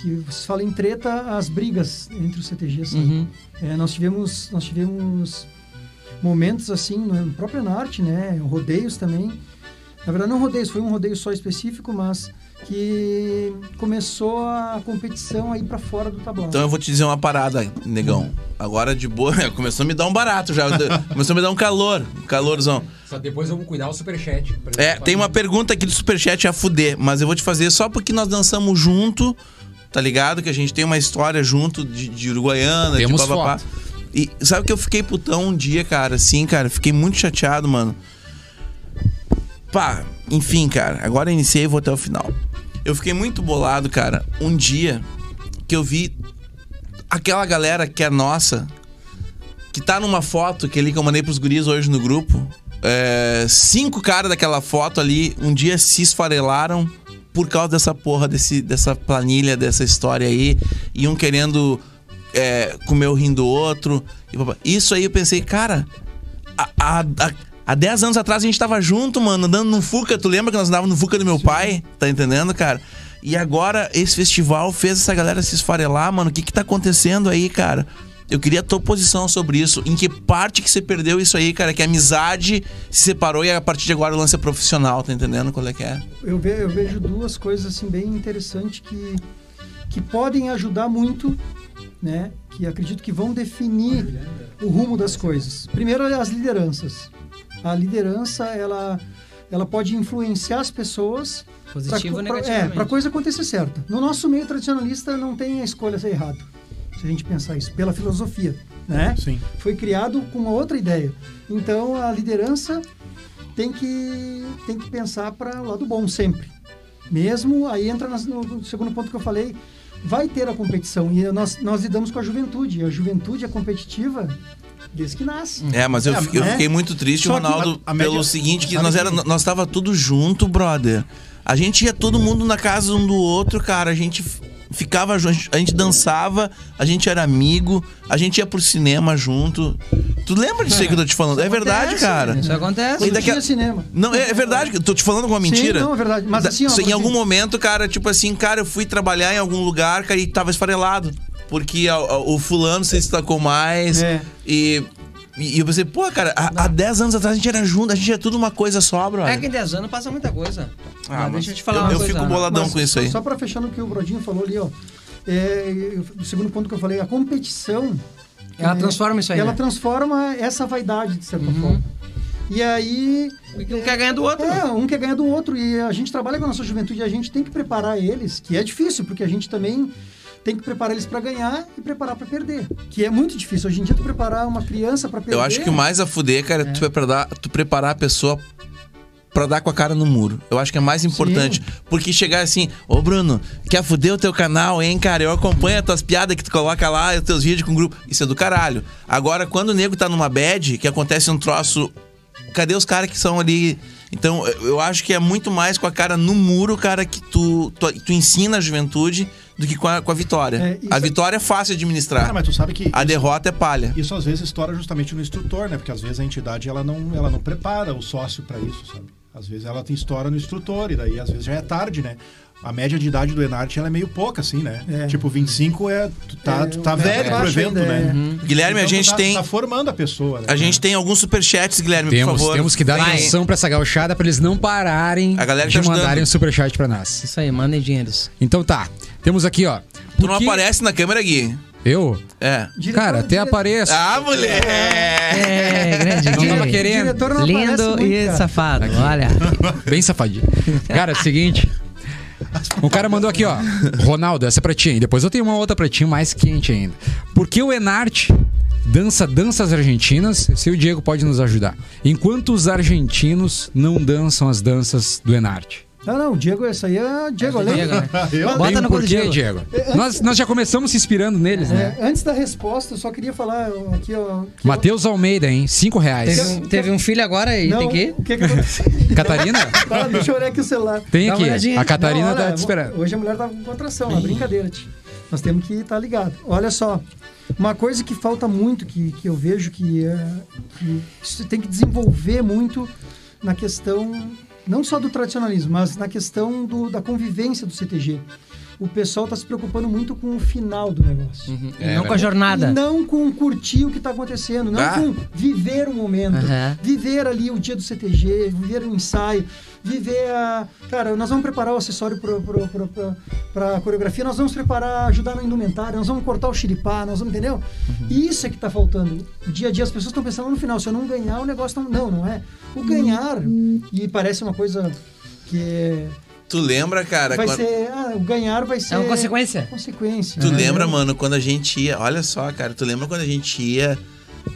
que vocês falam em treta, as brigas entre os CTGs. sabe? É, nós tivemos. Nós tivemos momentos assim, no próprio Anarte, né? Rodeios também. Na verdade, não rodeios, foi um rodeio só específico, mas que começou a competição aí para fora do tablado.
Então eu vou te dizer uma parada, negão. Agora de boa, começou a me dar um barato já. Começou a me dar um calor, um calorzão.
Só depois vamos cuidar o superchat.
É, tem uma pergunta aqui do Superchat a fuder, mas eu vou te fazer só porque nós dançamos junto, tá ligado? Que a gente tem uma história junto de, de Uruguaiana,
Temos
de papapá. E sabe que eu fiquei putão um dia, cara, assim, cara, fiquei muito chateado, mano. Pá, enfim, cara, agora eu iniciei e vou até o final. Eu fiquei muito bolado, cara, um dia que eu vi aquela galera que é nossa, que tá numa foto que ali que eu mandei pros guris hoje no grupo. é, cinco caras daquela foto ali um dia se esfarelaram por causa dessa porra, desse, dessa planilha, dessa história aí. E um querendo é, comer o rim do outro. e papá. Isso aí eu pensei, cara, há- há, há, há 10 anos atrás a gente tava junto, mano, andando no Fuca. Tu lembra que nós andávamos no Fuca do meu pai? Tá entendendo, cara? E agora esse festival fez essa galera se esfarelar, mano. O que que tá acontecendo aí, cara? Eu queria a tua posição sobre isso. Em que parte que você perdeu isso aí, cara? Que a amizade se separou e a partir de agora o lance é profissional, tá entendendo qual é que é?
eu, ve- eu vejo duas coisas assim bem interessantes que, que podem ajudar muito, né? Que acredito que vão definir o rumo das coisas. Primeiro as lideranças. A liderança ela ela pode influenciar as pessoas
Positivo ou
pra, co- pra- É,
negativamente.
para coisa acontecer certa. No nosso meio tradicionalista não tem a escolha ser errado. Se a gente pensar isso pela filosofia, né?
Sim.
foi criado com uma outra ideia. Então a liderança tem que, tem que pensar para o lado bom sempre. Mesmo aí entra nas- no, no segundo ponto que eu falei, vai ter a competição e nós, nós lidamos com a juventude. A juventude é competitiva desde que nasce.
É, mas eu,
É,
fiquei, eu
né?
fiquei muito triste,
Só que
Ronaldo,
a- a
pelo
média-
seguinte, que
sabe
nós,
que-
era, nós tava tudo junto, brother. A gente ia todo mundo na casa um do outro, cara. A gente f- ficava junto, a gente- a gente dançava, a gente era amigo, a gente ia pro cinema junto. Tu lembra disso aí que eu tô te falando? É verdade, cara.
Isso acontece.
Quando
E daqui a-
tinha cinema.
Não, é, é verdade, eu tô te falando alguma mentira.
Sim, não, é verdade. Mas
Da-
assim, ó,
se em
você-
algum momento, cara, tipo assim, cara, eu fui trabalhar em algum lugar, cara, e tava esfarelado. Porque a- a- o fulano se destacou mais.
É.
E, e eu pensei, pô, cara, há, há 10 anos atrás a gente era junto, a gente era tudo uma coisa só, brother.
É que em 10 anos passa muita coisa. Mas
Ah, mas
deixa eu te falar
eu,
uma
eu
coisa. né?
fico boladão
Mas
com isso aí.
Só para fechar no que o Brodinho falou ali, ó. É, eu- o segundo ponto que eu falei, a competição.
Ela
né,
transforma isso aí,
Ela
né?
transforma essa vaidade, de certa
Uhum.
forma. E aí.
Um quer ganhar do outro.
É, um quer ganhar do outro. E a gente trabalha com a nossa juventude e a gente tem que preparar eles, que é difícil, porque a gente também tem que preparar eles para ganhar e preparar para perder, que é muito difícil. Hoje em dia, tu preparar uma criança para perder.
é Eu acho que o mais a fuder, cara, é tu, preparar, tu preparar a pessoa pra dar com a cara no muro. Eu acho que é mais importante. Porque chegar assim, ô Bruno, quer fuder o teu canal, hein, cara? Eu acompanho as tuas piadas que tu coloca lá, os teus vídeos com o grupo. Isso é do caralho. Agora, quando o nego tá numa bad, que acontece um troço. Cadê os caras que são ali? Então, eu- eu acho que é muito mais com a cara no muro, cara, que tu, tu, tu ensina a juventude do que com a, com a vitória.
É, isso
a
é-
vitória é fácil de administrar.
Cara, Ah, mas tu sabe que
A derrota é palha.
isso às vezes estoura justamente no instrutor, né? Porque às vezes a entidade ela não, ela não prepara o sócio para isso, sabe? Às vezes ela tem estoura no instrutor e daí às vezes já é tarde, né? A média de idade do Enart ela é meio pouca, assim, né?
É.
Tipo, 25 é. Tu tá,
É,
tu tá
eu-
velho
eu
pro
acho
evento,
ainda, é.
né?
Guilherme,
Então,
a
tu
gente
tá,
tem.
Tá formando a pessoa, né?
A gente tem alguns superchats, Guilherme, por
É. Temos,
favor.
temos que dar
Vai.
atenção pra essa gauchada pra eles não pararem
A galera
de
tá ajudando.
mandarem o superchat pra nós.
Isso aí, mandem dinheiros.
Então tá, temos aqui, ó.
Tu não
Por que-
aparece na câmera, Gui.
Eu?
É.
Diretor,
Cara, até
diretor.
apareço.
Ah, mulher!
É, grande
Não tava
Gui.
querendo.
Diretor não aparece
Lindo
muito,
e
cara.
safado, olha.
Bem safadinho. Cara, é o seguinte. O cara mandou aqui, ó. Ronaldo, essa é pra ti. hein? Depois eu tenho uma outra pra ti mais quente ainda. Por que o Enarte dança danças argentinas? Se o Diego pode nos ajudar. Enquanto os argentinos não dançam as danças do Enarte.
Não, não, o Diego, isso aí é Diego, eu lembro.
Tem
né?
Eu?
Bota
um
no É, colo do
porquê,
Diego.
Diego. Nós, nós já começamos se inspirando neles, né?
É, antes da resposta, eu só queria falar ó, aqui, ó. que eu-
Matheus Almeida, hein? Cinco reais.
Teve um, teve um filho agora e
Não,
tem que ir?
o que que aconteceu?
Catarina?
Tá, deixa eu olhar aqui o celular.
Tem
um- Dá uma
aqui.
olhadinha.
A Catarina
Não, olha,
tá te esperando.
Hoje a mulher tava com contração, é brincadeira, tio. Nós temos que estar ligado. Olha só, uma coisa que falta muito, que, que eu vejo que, é, que se tem que desenvolver muito na questão, não só do tradicionalismo, mas na questão do, da convivência do CTG. O pessoal está se preocupando muito com o final do negócio.
Uhum.
não com a jornada.
E não com curtir o que está acontecendo, não
Ah.
com viver o momento.
Aham.
Viver ali o dia do CTG, viver o ensaio, viver a. Cara, nós vamos preparar o acessório para a coreografia, nós vamos preparar, ajudar no indumentário, nós vamos cortar o xiripá, nós vamos, entendeu?
Uhum.
E Isso é que está faltando. O dia a dia as pessoas estão pensando no final, se eu não ganhar, o negócio não. Não, não é. O ganhar, e parece uma coisa que é-
Tu lembra, cara?
vai
quando-
ser. Ah, o ganhar vai ser.
É uma consequência.
Consequência.
É.
Tu
né?
lembra, mano, quando a gente ia. Olha só, cara, tu lembra quando a gente ia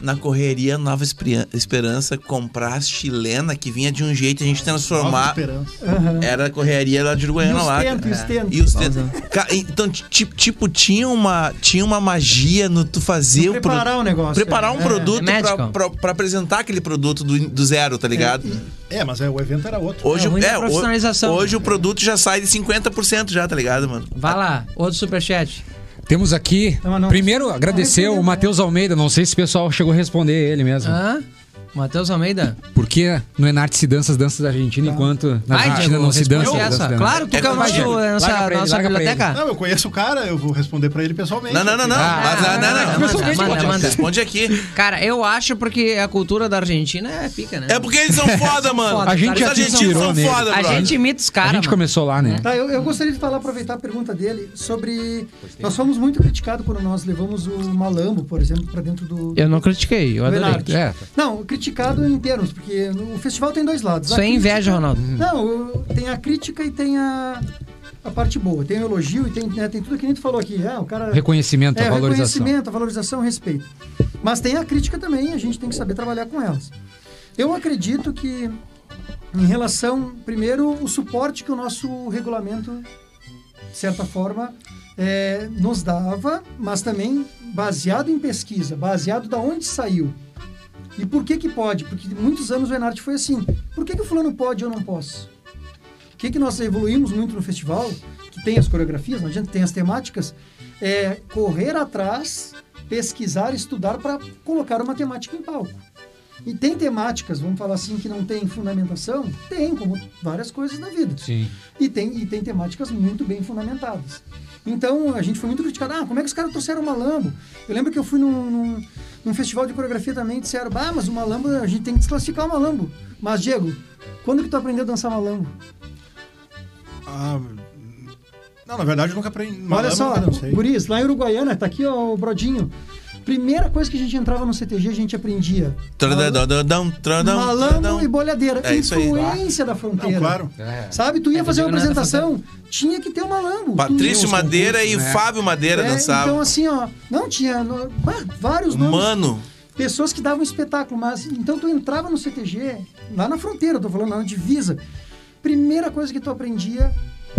na correria Nova Espri- Esperança comprar as chilena que vinha de um jeito e a gente
Nova
transformar.
esperança.
Aham.
Era a correria lá de
E
Uruguaiana
os
lá.
tentos,
cara. É.
e os tentos.
E os te- Ca- Então, ti- tipo, tinha uma, tinha uma magia no tu fazer o pro-
Preparar o negócio.
Preparar um
é.
produto
É
pra-
magical.
pra, pra apresentar aquele produto do, do zero, tá ligado?
É, mas é, o evento era outro.
Hoje,
É, ruim
é,
da
ho-
profissionalização,
hoje
né?
o produto já sai de 50% já, tá ligado, mano?
Vai lá, outro superchat.
Temos aqui.
Não, não.
primeiro, agradecer
respondeu,
o
né?
Matheus Almeida. Não sei se o pessoal chegou a responder ele mesmo.
Hã? Matheus Almeida?
Porque no Enarte se dança as danças da Argentina, enquanto na
Vai,
Argentina
Tá. Diego,
não se dança.
responde
as danças
essa.
da-
Claro, tu
É
que é o
com o
nosso,
Diego.
a
Larga
nossa,
pra ele,
nossa
larga pra ele.
biblioteca?
Não, eu conheço o cara, eu vou responder pra ele pessoalmente.
Não, não, não, não.
Ah,
mas, não, não, não.
manda, manda,
responde,
manda.
responde aqui.
Cara, eu acho porque a cultura da Argentina é pica, né?
É porque é eles são foda, mano.
Foda, A
gente já
Os argentinos
tirou
são
nele.
foda,
a
brother.
gente imita os
A
caras,
gente começou lá, né?
Tá, eu, eu gostaria de falar, aproveitar a pergunta dele sobre. Nós fomos muito criticados quando nós levamos o Malambo, por exemplo, pra dentro do.
Eu não critiquei, eu
do
adorei.
Enarte.
É.
Não, criticado em termos, porque o festival tem dois lados.
Isso
A
é inveja,
crítica-
Ronaldo.
Não, eu- tem a crítica e tem a, a parte boa. Tem o elogio e tem, né, tem tudo que nem tu falou aqui. Ah, o cara.
Reconhecimento, a
é,
valorização.
reconhecimento, a valorização, o respeito. Mas tem a crítica também, a gente tem que saber trabalhar com elas. Eu acredito que, em relação, primeiro, o suporte que o nosso regulamento, de certa forma, é, nos dava, mas também baseado em pesquisa, baseado da onde saiu. E por que que pode? Porque muitos anos o Enarte foi assim. Por que que o fulano pode e eu não posso? O que que nós evoluímos muito no festival, que tem as coreografias, não adianta, tem as temáticas, é correr atrás, pesquisar, estudar para colocar uma temática em palco. E tem temáticas, vamos falar assim, que não tem fundamentação? Tem, como várias coisas na vida.
Sim.
E tem, e tem temáticas muito bem fundamentadas. Então, a gente foi muito criticado. Ah, como é que os caras trouxeram o Malambo? Eu lembro que eu fui num, num, num festival de coreografia também e disseram, ah, mas o Malambo, a gente tem que desclassificar o Malambo. Mas, Diego, quando que tu aprendeu a dançar Malambo?
Ah, não, na verdade eu nunca aprendi.
Olha
Malambo,
só,
eu não sei.
Guris, lá em Uruguaiana, tá aqui ó, o Brodinho. Primeira coisa que a gente entrava no CTG, a gente aprendia.
Trododododão, trodão, trodão.
Malambo e bolhadeira.
É isso aí. É.
influência da
Não,
fronteira.
claro.
Sabe, tu ia fazer uma
digo nada,
apresentação, tinha que ter o malambo.
Patrício
Tu-
Madeira e Fábio Madeira
É, Então,
dançavam.
assim, ó, não tinha no- bah, vários nomes.
Mano,
Pessoas que davam espetáculo, mas então tu entrava no CTG, lá na fronteira, eu tô falando, lá na divisa. Primeira coisa que tu aprendia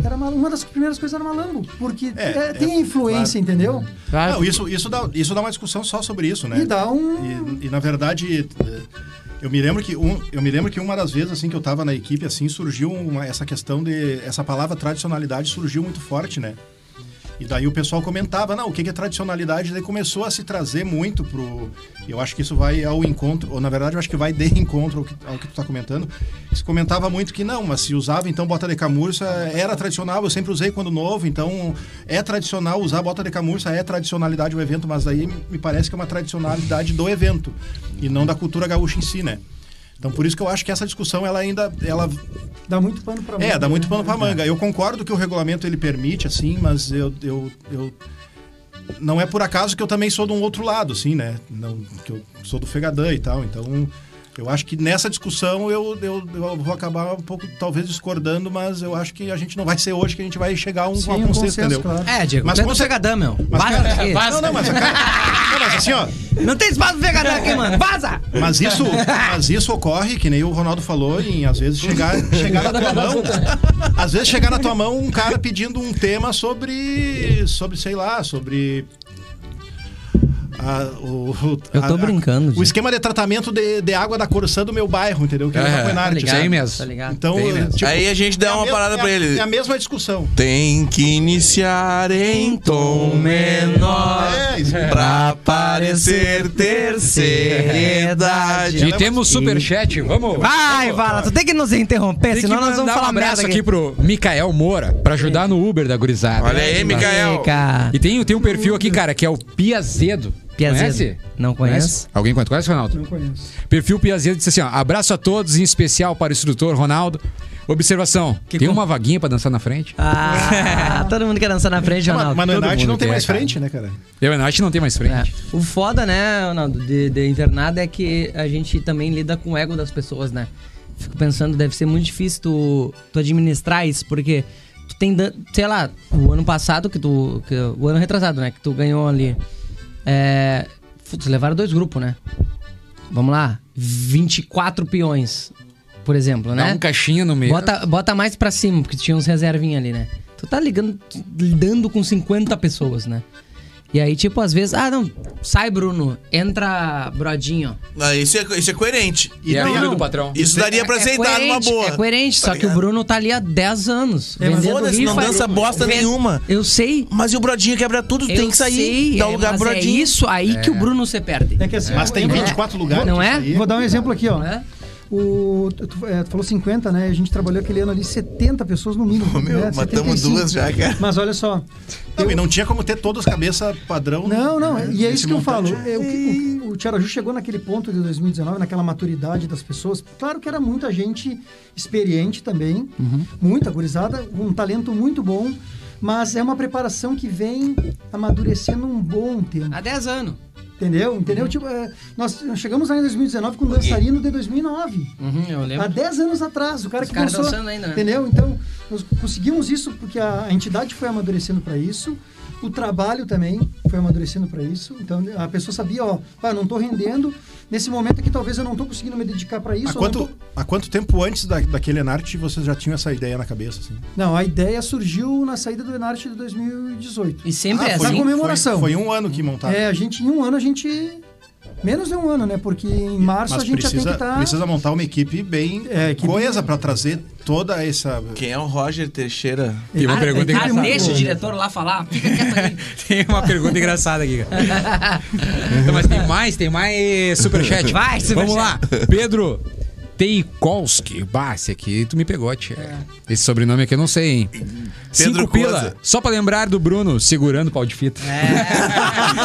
era malambo. Uma das primeiras coisas era malambo, porque
É,
é, tem
é,
a influência, entendeu?
Ah,
Não, isso, isso, dá, isso dá uma discussão só sobre isso, né?
E dá um.
E, e, na verdade, eh, eu me lembro que um, eu me lembro que uma das vezes assim que eu tava na equipe assim surgiu uma- essa questão de essa palavra tradicionalidade surgiu muito forte, né? E daí o pessoal comentava, não, o que que é tradicionalidade? Daí começou a se trazer muito pro. Eu acho que isso vai ao encontro, ou na verdade eu acho que vai de encontro ao que, ao que tu tá comentando. Se comentava muito que não, mas se usava então bota de camurça, era tradicional, eu sempre usei quando novo, então é tradicional usar bota de camurça, é tradicionalidade o evento, mas daí me parece que é uma tradicionalidade do evento e não da cultura gaúcha em si, né? Então por isso que eu acho que essa discussão ela ainda ela
Dá muito pano pra manga.
é, dá muito
né?
pano pra manga. Eu concordo que o regulamento ele permite, assim, mas eu, eu, eu- Não é por acaso que eu também sou de um outro lado, assim, né? Não, que eu sou do Fegadã e tal. Então, eu acho que nessa discussão eu, eu, eu vou acabar um pouco, talvez, discordando, mas eu acho que a gente não vai ser hoje que a gente vai chegar a um,
Sim,
a um
um
consenso,
consenso,
entendeu?
claro.
É, Diego,
Mas
mas
com
como
cer-
Fegadã, meu.
Mas,
Vaza
cara,
daqui.
Não, não, mas, cara, não, mas assim, ó.
Não tem espaço pro Fegadã aqui, mano. Vaza!
Mas isso, mas isso ocorre, que nem o Ronaldo falou, em às vezes chegar, chegar na tua mão. Às vezes chegar na tua mão um cara pedindo um tema sobre. sobre, sei lá, sobre. a- o, o-
Eu tô brincando,
O
gente.
esquema de tratamento de, de água da Corsã do meu bairro, entendeu? Que é,
É,
é
tá
Coenarte.
ligado. Isso aí mesmo.
Tá ligado?
Então,
Bem
eu,
mesmo.
tipo,
Aí a gente
é
dá
a
uma
mesma-
parada
é a-
pra ele.
É a mesma discussão.
Tem que iniciar em tom menor
É, isso.
pra parecer ter seriedade.
E temos superchat, vamos.
Vai, Vala, tu tem que nos interromper,
Tem que
É, senão nós vamos
mandar
falar
um
merda
abraço
aqui.
aqui pro Mikael Moura, pra ajudar no Uber da gurizada.
Olha aí,
Mikael.
Mikael.
Fica.
E tem, tem um perfil aqui, cara, que é o Piazedo.
Piazedo.
Conhece?
Não conheço.
Conhece? Alguém conhece? Conhece, Ronaldo?
Não conheço.
Perfil Piazedo disse assim, ó, abraço a todos, em especial para o instrutor Ronaldo. Observação, tem uma vaguinha pra dançar na frente?
Ah, todo mundo quer dançar na frente,
Mas,
Ronaldo.
mas no
todo
Enarte
mundo
não tem
quer,
mais
cara.
frente, né, cara?
Eu acho que não tem mais
É.
frente.
O foda, né, Ronaldo, de, de invernada é que a gente também lida com o ego das pessoas, né? Fico pensando, deve ser muito difícil tu, tu administrar isso, porque tu tem, dan- sei lá, o ano passado que tu. que- o ano retrasado, né? Que tu ganhou ali. É. Putz, levaram dois grupos, né? Vamos lá. 24 peões, por exemplo, né?
Dá um caixinha no meio.
Bota, bota mais pra cima, porque tinha uns reservinhos ali, né? Tu tá ligando, lidando com 50 pessoas, né? E aí, tipo, às vezes, ah, não, sai Bruno, entra Brodinho.
Ah, isso, é, isso é coerente.
E é
Não,
amigo
não.
do patrão.
Isso daria pra aceitar numa
coerente,
boa. É,
é coerente, só que o Bruno tá ali há 10 anos.
mas
vendendo
foda-se, não
rifa.
dança bosta
Ven-
nenhuma.
Eu sei,
Mas e o Brodinho quebra tudo,
eu
tem que sair.
sei,
Dá
é,
um lugar
mas
pro
é
Brodinho.
isso aí que o Bruno se perde.
É que assim,
Mas
eu-
tem
eu-
24 lugares.
Não é?
isso aí.
Vou dar um exemplo aqui, ó.
né?
O, tu, tu- é, tu falou 50, né? A gente trabalhou aquele ano ali 70 pessoas no mínimo.
meu,
né?
matamos
75.
duas já, cara.
Mas olha só.
Não, e não tinha como ter todos cabeça padrão. né,
Não, não, é- e é
nesse
isso que eu falo.
montante.
É, o, que- o, o Tiaraju chegou naquele ponto de 2019, naquela maturidade das pessoas. Claro que era muita gente experiente também, muita gurizada, um talento muito bom, mas é uma preparação que vem amadurecendo um bom tempo.
Há 10 anos.
Entendeu? Entendeu? Tipo, é, nós chegamos lá em 2019 com um dançarino de 2009.
Uhum, eu lembro.
Há 10 anos atrás, o cara
Os
que
caras
dançou,
dançando ainda, né?
Entendeu? Então, nós conseguimos isso porque a, a entidade foi amadurecendo para isso, o trabalho também foi amadurecendo para isso. Então, a pessoa sabia, ó, pá, eu não tô rendendo, nesse momento aqui talvez eu não tô conseguindo me dedicar para isso.
Há
eu Não,
quanto,
tô-
há quanto tempo antes da, daquele Enarte vocês já tinham essa ideia na cabeça? Assim?
Não, a ideia surgiu na saída do Enarte de 2018.
E sempre
Ah,
é
foi,
assim.
Na comemoração.
Foi, foi um ano que montaram.
É, a gente, em um ano, a gente... Menos de um ano, né? Porque em março
Mas
a gente
precisa,
já tem que tá estar...
precisa montar uma equipe bem
É, que-
coesa pra trazer toda essa.
Quem é o Roger Teixeira?
Tem uma
Ah,
pergunta
ah,
engraçada.
deixa o diretor lá falar. Fica quieto aí.
Tem uma pergunta engraçada aqui, cara. Então, mas tem mais, tem mais superchat.
Vai, superchat.
Vamos lá. Pedro Teikowski. Bah, esse aqui tu me pegou, tia.
É.
Esse sobrenome aqui eu não sei, hein? Cinco pila.
Cosa.
Só pra lembrar do Bruno segurando o pau de fita.
É.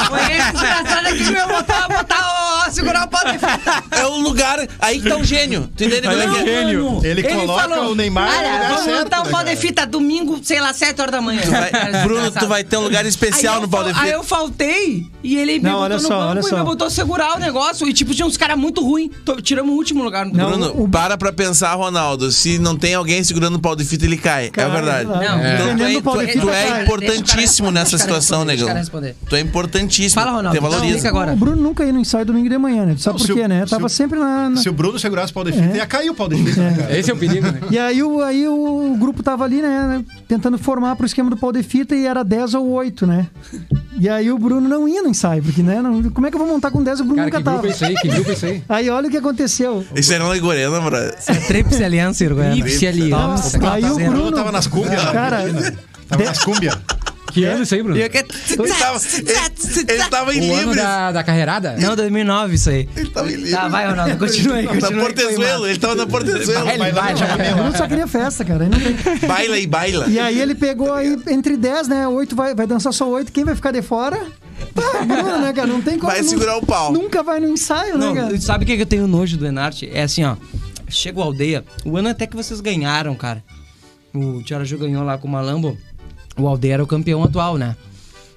Foi esse desgraçado aqui que eu ia botar, botar, ó, segurar o pau de fita.
É o lugar. Aí que tá o gênio. Tu entendeu?
Aí é
Ele-
gênio.
Ele, coloca
falou,
o Neymar
"Olha,
no lugar
vamos
certo.
montar um
né,
pau de
cara?
fita domingo, sei lá, 7 horas da manhã.
Tu vai- Bruno, tu vai ter um lugar especial
Aí eu
no Paulo
fal-
de Fita.
Aí eu faltei e ele me
Não,
botou
olha
no
só,
banco
olha
e
só.
me botou segurar o negócio. E tipo, tinha uns caras muito ruins. Tiramos o último lugar no
Não,
Bruno,
o-
para pra pensar, Ronaldo. Se não tem alguém segurando o pau de fita, ele cai. é
Cara,
verdade.
não,
Então, tu
dependendo
é,
do pau
tu
de
é-
fita,
tu é
cai.
importantíssimo
Deixa o cara
nessa
responder,
situação,
deixa o
negão.
cara responder.
Tu é importantíssimo.
Fala, Ronaldo,
Te valoriza.
explica agora.
O Bruno nunca ia no ensaio domingo de de manhã, né? Tu sabe
Não, se
por quê,
o-
né?
se
Tava
o-
sempre na. na-
Se o Bruno segurasse o pau de fita,
É.
ia cair o pau de fita, né, cara?
Esse é o perigo, né?
E aí o, aí o grupo tava ali, né, né, Tentando formar pro esquema do pau de fita e era 10 ou 8, né? E aí o Bruno não ia no ensaio, porque, né? não- como é que eu vou montar com 10 o Bruno
Cara, que
nunca
grupo
tava?
é isso aí? Que grupo é isso aí?
Aí olha o que aconteceu.
Isso era uma ligorena, brother.
Trips Aliança, Uruguaiana.
Ipsi Aliança.
Tava- aí o
O Bruno
Bruno-
tava nas cúmbias. né?
Cara, é
Tava nas cúmbias.
Que
é.
ano isso aí, Bruno?
Eu que-
Ele tava, ele, ele tava em
O ano
livres.
da, da carreirada?
Não, 2009 isso aí.
Ele tava em livres.
Tá, vai, Ronaldo, continua aí,
Na
continua aí. que foi
Portezuelo, ele tava na Portezuelo.
É,
Ele
lá no
bate a
o Bruno só queria festa, cara. aí não tem-
Baila e
é
baila.
E aí ele pegou aí entre 10, né? 8 vai, vai dançar só 8. Quem vai ficar de fora? Pá, Bruno, né, cara? Não tem como.
Vai
nu-
segurar o pau.
Nunca vai no ensaio,
Não,
né, cara?
sabe o que que eu tenho nojo do Enart? É assim, ó. Chega o aldeia. O ano até que vocês ganharam, cara. O Tiaraju ganhou lá com o Malambo. O aldeia era o campeão atual, né?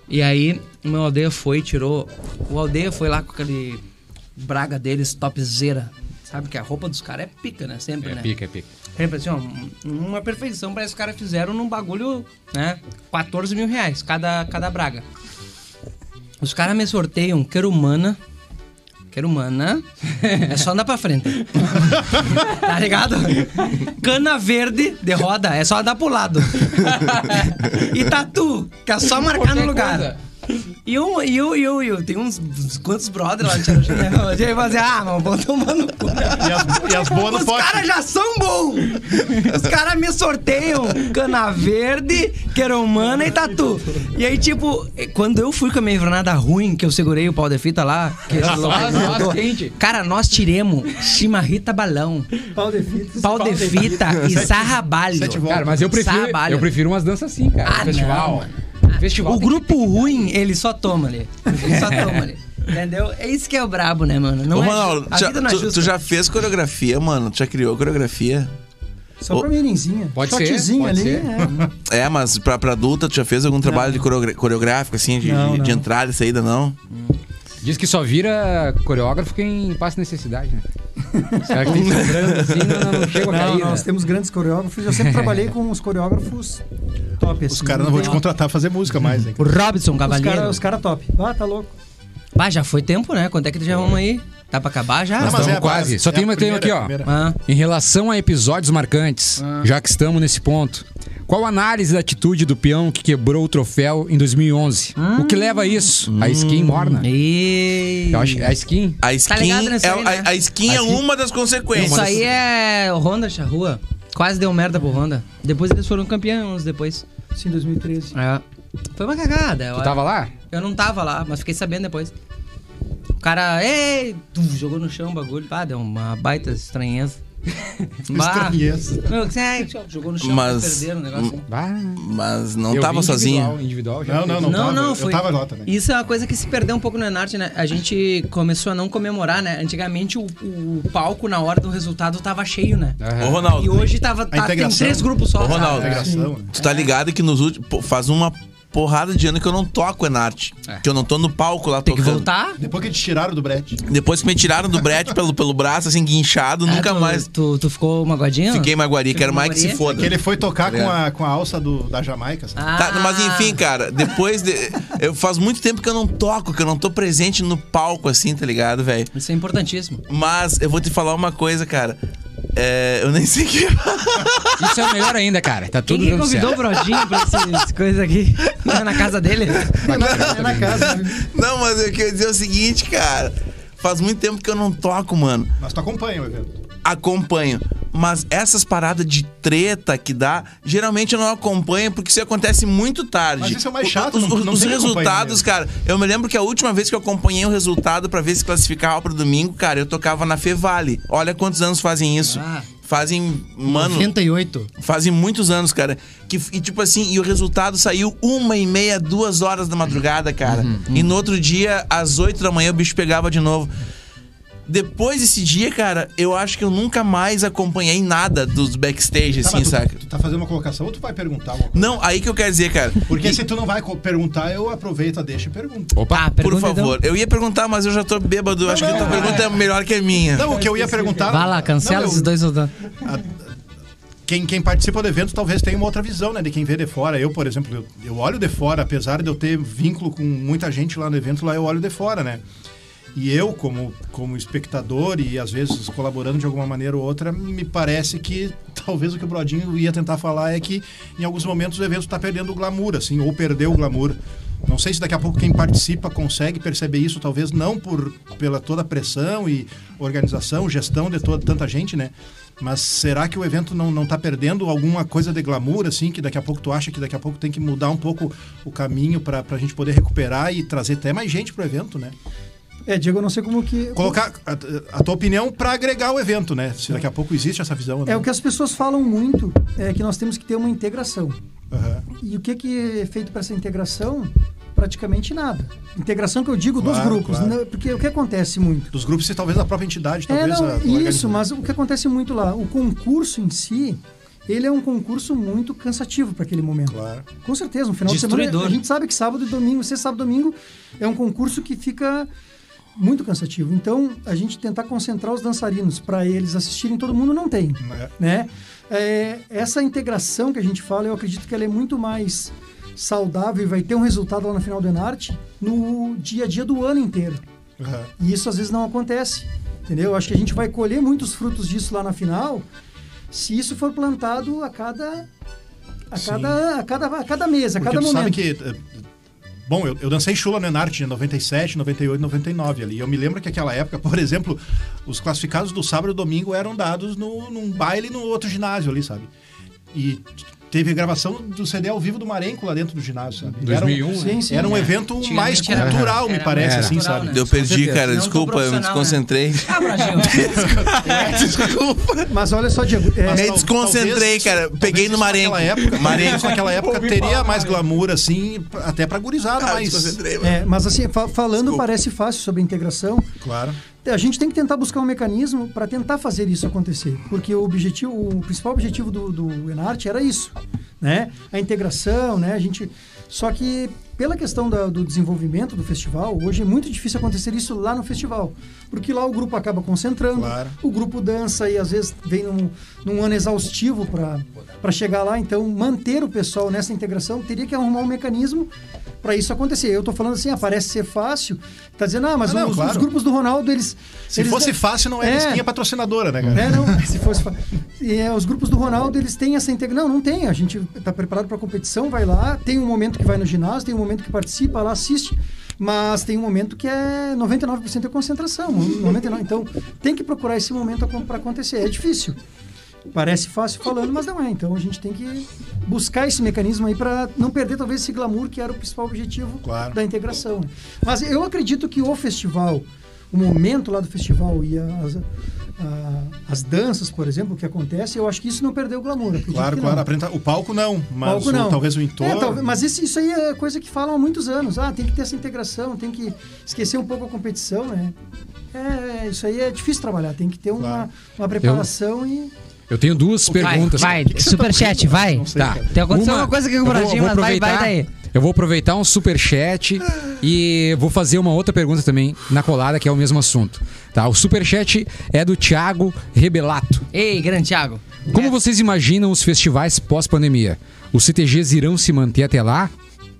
E aí, o meu aldeia foi, tirou. O aldeia foi lá com aquele braga deles, topzera. Sabe que a roupa dos caras é pica, né? Sempre, né?
Pica, pica.
Sempre assim, ó, uma perfeição parece que os caras fizeram num bagulho, né? 14 mil reais cada, cada braga. Os caras me sorteiam querumana. Querumana. É só andar pra frente. tá ligado? Cana verde de roda. É só andar pro lado. e tatu, que é só marcar no
Qualquer
lugar.
coisa.
E eu, e eu, e eu, e eu, tem uns, uns quantos brother lá de Tiarajá, né? Eu ia fazer, ah, mano, vou tomar no cu.
E as, e as boas
Os
no pote.
caras já são bons! Os caras me sorteiam cana verde, queromana e tatu. E aí, tipo, quando eu fui com a minha invernada ruim, que eu segurei o pau de fita lá, que esse louco aí me
nossa,
botou,
quente.
cara, nós tiremos chimarrita balão,
Pau de fita.
pau de fita e sarrabalho.
Cara, mas eu prefiro,
Sarrabalho.
eu prefiro umas danças assim, cara.
Ah, não, Ah,
festival. Festival.
O
tem-
grupo ruim, ele só toma ali. Ele só toma ali. Entendeu? É isso que é o brabo, né, mano? Não
Ô,
é,
Ronaldo,
a
já-
vida não é
tu,
justa.
tu já fez coreografia, mano? Tu já criou coreografia?
Só pra menininzinha.
Pode ser,
Trotezinho
pode
ali.
ser.
é.
É, mas pra, pra adulta, tu já fez algum trabalho de coreogra- coreográfico, assim, de,
Não,
de- de
não.
entrada e saída, não?
Diz que só vira coreógrafo quem passa necessidade, né? Os caras que tem sobrando assim não, não, não chegam a
Não,
cair,
nós
né?
temos grandes coreógrafos. Eu sempre trabalhei com os coreógrafos top. assim,
Os caras não vão te contratar pra fazer música mais, hein?
O Robson
Os
Cavalheiro.
caras cara top. Ah, tá louco.
Bah, já foi tempo, né? Quanto é que já vamos aí? Tá pra acabar já?
Não, mas é
estamos
a-
quase. Só
a
tem uma- tem aqui, ó.
primeira.
Ah,
Em relação a episódios marcantes, já que estamos nesse ponto, qual a análise da atitude do peão que quebrou o troféu em 2011? O que leva a isso? A skin morna.
e...
Eu acho que é a skin.
A skin,
Tá ligado nessa
é,
aí, né?
a, a skin é uma das consequências.
Isso aí é o Honda Charrua. Quase deu merda pro Honda. Depois eles foram campeões depois.
Sim, 2013.
É. Foi uma cagada. Eu,
Tu tava lá?
eu não tava lá, mas fiquei sabendo depois. O cara, ei, tu, jogou no chão o bagulho. Ah, deu uma baita estranheza. Bah.
Estranheza.
Meu, que- é, jogou no chão,
Mas-
perderam o negócio. né?
Bah,
Mas não
eu vi
tava
individual,
sozinho.
individual, já
Não, não, não.
Não,
tava.
não,
Eu
foi-
tava lá também.
Isso é uma coisa que se perdeu um pouco no Enarte, né? A gente começou a não comemorar, né? Antigamente o, o palco na hora do resultado tava cheio, né?
Aham.
Ô, Ronaldo.
E hoje tava, tá- tem
É. integração.
três grupos só.
Ô,
Ah,
Ronaldo.
sabe?
Integração. né?
Tu tá ligado que nos últimos. pô, Faz uma porrada de ano que eu não toco Enarte. Que eu não tô no palco lá
É. Tem que
tocando.
voltar.
Depois que te tiraram do brete.
Depois que me tiraram do brete pelo, pelo braço, assim, guinchado,
É,
nunca
tu,
mais.
Tu, tu ficou magoadinho?
Fiquei maguari, quero mais que se
magoaria?
foda.
Que ele foi tocar
Tá
com a, com a alça do, da Jamaica, sabe?
Ah,
Tá, mas enfim, cara, depois de. Eu faz muito tempo que eu não toco, que eu não tô presente no palco, assim, tá ligado, velho?
Isso é importantíssimo.
Mas eu vou te falar uma coisa, cara. É, eu nem sei o que.
Isso é o melhor ainda, cara. Tá tudo
Quem que
dando certo.
convidou o Brodinho pra essas coisas aqui? Não, na casa dele? Ah,
É na casa. né?
Não, mas eu quero dizer o seguinte, cara. Faz muito tempo que eu não toco, mano.
Mas tu acompanha o evento.
Acompanho. Mas essas paradas de treta que dá, geralmente eu não acompanho, porque isso acontece muito tarde.
Mas isso é o mais chato,
Os,
não-
os-
não
os
tem
resultados,
acompanhamento.
cara. Eu me lembro que a última vez que eu acompanhei o resultado pra ver se classificava pro domingo, cara, eu tocava na Fevale. Olha quantos anos fazem isso.
Ah.
Fazem, mano,
98.
fazem muitos anos, cara. Que, e tipo assim, e o resultado saiu uma e meia, duas horas da madrugada, cara. E no outro dia, às oito da manhã, o bicho pegava de novo. Depois desse dia, cara, eu acho que eu nunca mais acompanhei nada dos backstage,
Tá,
assim,
mas tu-
saca?
Tu tá fazendo uma colocação ou tu vai perguntar alguma coisa?
Não, aí que eu quero dizer, cara.
Porque se tu não vai co- perguntar, eu aproveito, a deixa e pergunto.
Ah,
Opa,
Por
então.
favor, eu ia perguntar, mas eu já tô bêbado. acho que a tua pergunta é melhor que a minha.
Não, o que eu ia perguntar.
Vai lá, cancela
Não, eu-
esses dois soldados.
Quem, quem participa do evento talvez tenha uma outra visão, né? De quem vê de fora. Eu, por exemplo, eu, eu olho de fora, apesar de eu ter vínculo com muita gente lá no evento, lá eu olho de fora, né? E eu, como, como espectador e às vezes colaborando de alguma maneira ou outra, me parece que talvez o que o Brodinho ia tentar falar é que em alguns momentos o evento está perdendo o glamour, assim, ou perdeu o glamour. Não sei se daqui a pouco quem participa consegue perceber isso, talvez não por pela toda a pressão e organização, gestão de toda tanta gente, né? Mas será que o evento não, não tá perdendo alguma coisa de glamour, assim, que daqui a pouco tu acha que daqui a pouco tem que mudar um pouco o caminho para a gente poder recuperar e trazer até mais gente pro evento, né?
É, Diego, eu não sei como que.
Colocar a, a tua opinião para agregar o evento, né? Se daqui a pouco existe essa visão. né? ou
É
não.
o que as pessoas falam muito, é que nós temos que ter uma integração.
Aham.
E o que, que é feito para essa integração? Praticamente nada. Integração que eu digo dos
Claro,
grupos,
claro.
né? porque o que acontece muito?
Dos grupos, e talvez a própria entidade,
É,
talvez. a-
não,
a
isso,
organização.
mas o que acontece muito lá, o concurso em si, ele é um concurso muito cansativo para aquele momento.
Claro.
Com certeza, no final de semana,
Destruidor.
a gente sabe que sábado e domingo, sexta, sábado e domingo, é um concurso que fica muito cansativo. Então, a gente tentar concentrar os dançarinos para eles assistirem todo mundo, não tem
É.
né? É, essa integração que a gente fala, eu acredito que ela é muito mais saudável e vai ter um resultado lá no final do Enarte no dia a dia do ano inteiro.
Aham.
E isso às vezes não acontece, entendeu? Acho que a gente vai colher muitos frutos disso lá na final, se isso for plantado a cada a
Sim.
cada a cada a cada mês, a
Porque
cada
tu sabe
momento.
que. eh, Bom, eu, eu dancei chula no Enarte em 97, 98, 99 ali. E Eu me lembro que aquela época, por exemplo, os classificados do sábado e domingo eram dados no, num baile no outro ginásio ali, sabe? E teve gravação do CD ao vivo do Marenco lá dentro do ginásio, sabe? Era um-
2001,
Sim, sim. É.
Era um evento mais
né? Antigamente era-
cultural, me
era
parece,
mais
assim,
cultural,
sabe?
né?
Eu perdi,
certeza.
cara.
Não tão
Desculpa, eu me
profissional, né?
desconcentrei.
Ah, Brasil.
Mas olha só, Diego, é,
Mas
Me
tal-
desconcentrei,
talvez-
cara.
talvez
Peguei no
isso
Marengo.
Naquela época,
Marengo.
Marengo. Naquela época teria mais glamour, assim, pra- até pra gurizada,
Ah,
mas...
desconcentrei, mano.
é, mas assim, fa- falando parece fácil sobre a integração,
Claro.
É, A gente tem que tentar buscar um mecanismo para tentar fazer isso acontecer, porque o objetivo, o principal objetivo do, do Enarte era isso, né? A integração, né? A gente, só que pela questão da- do desenvolvimento do festival, hoje é muito difícil acontecer isso lá no festival, porque lá o grupo acaba concentrando,
Claro.
o grupo dança e às vezes vem num, num ano exaustivo para chegar lá. Então, manter o pessoal nessa integração teria que arrumar um mecanismo para isso acontecer. Eu tô falando assim, ah, parece ser fácil. Tá dizendo, ah, mas
Ah, não,
os,
claro.
os grupos do Ronaldo, eles.
Se
eles
fosse fácil, não era
É.
esquinha patrocinadora, né, cara?
É, não, se fosse fa- e, é, os grupos do Ronaldo, eles têm essa integração. Não, não tem. A gente tá preparado para competição, vai lá, tem um momento que vai no ginásio, tem um momento que participa, lá assiste, mas tem um momento que é 99% é concentração, 99. Então, tem que procurar esse momento para acontecer. É difícil. Parece fácil falando, mas não é. Então, a gente tem que buscar esse mecanismo aí para não perder talvez esse glamour que era o principal objetivo
Claro.
da integração. né? Mas eu acredito que o festival, o momento lá do festival e as, a- as danças, por exemplo, que acontece, eu acho que isso não perdeu o glamour. acredito
Claro,
que
claro.
não.
apresenta- O palco não, mas
Palco
o-
não.
talvez o
É,
entorno.
talvez- mas isso, isso aí é coisa que falam há muitos anos. Ah, tem que ter essa integração, tem que esquecer um pouco a competição, né? É, isso aí é difícil trabalhar, tem que ter uma,
Claro.
uma preparação e.
Eu tenho duas perguntas.
Vai, vai superchat, vai.
Não sei,
Tá.
cara.
Tem aconteceu uma coisa aqui com o
eu vou-
Bradinho,
vou
mas vai- vai
aproveitar-
daí.
Eu vou aproveitar um superchat e vou fazer uma outra pergunta também na colada, que é o mesmo assunto. Tá, o superchat é do Thiago Rebelato.
Ei, grande Thiago.
Como
É.
vocês imaginam os festivais pós-pandemia? Os CTGs irão se manter até lá?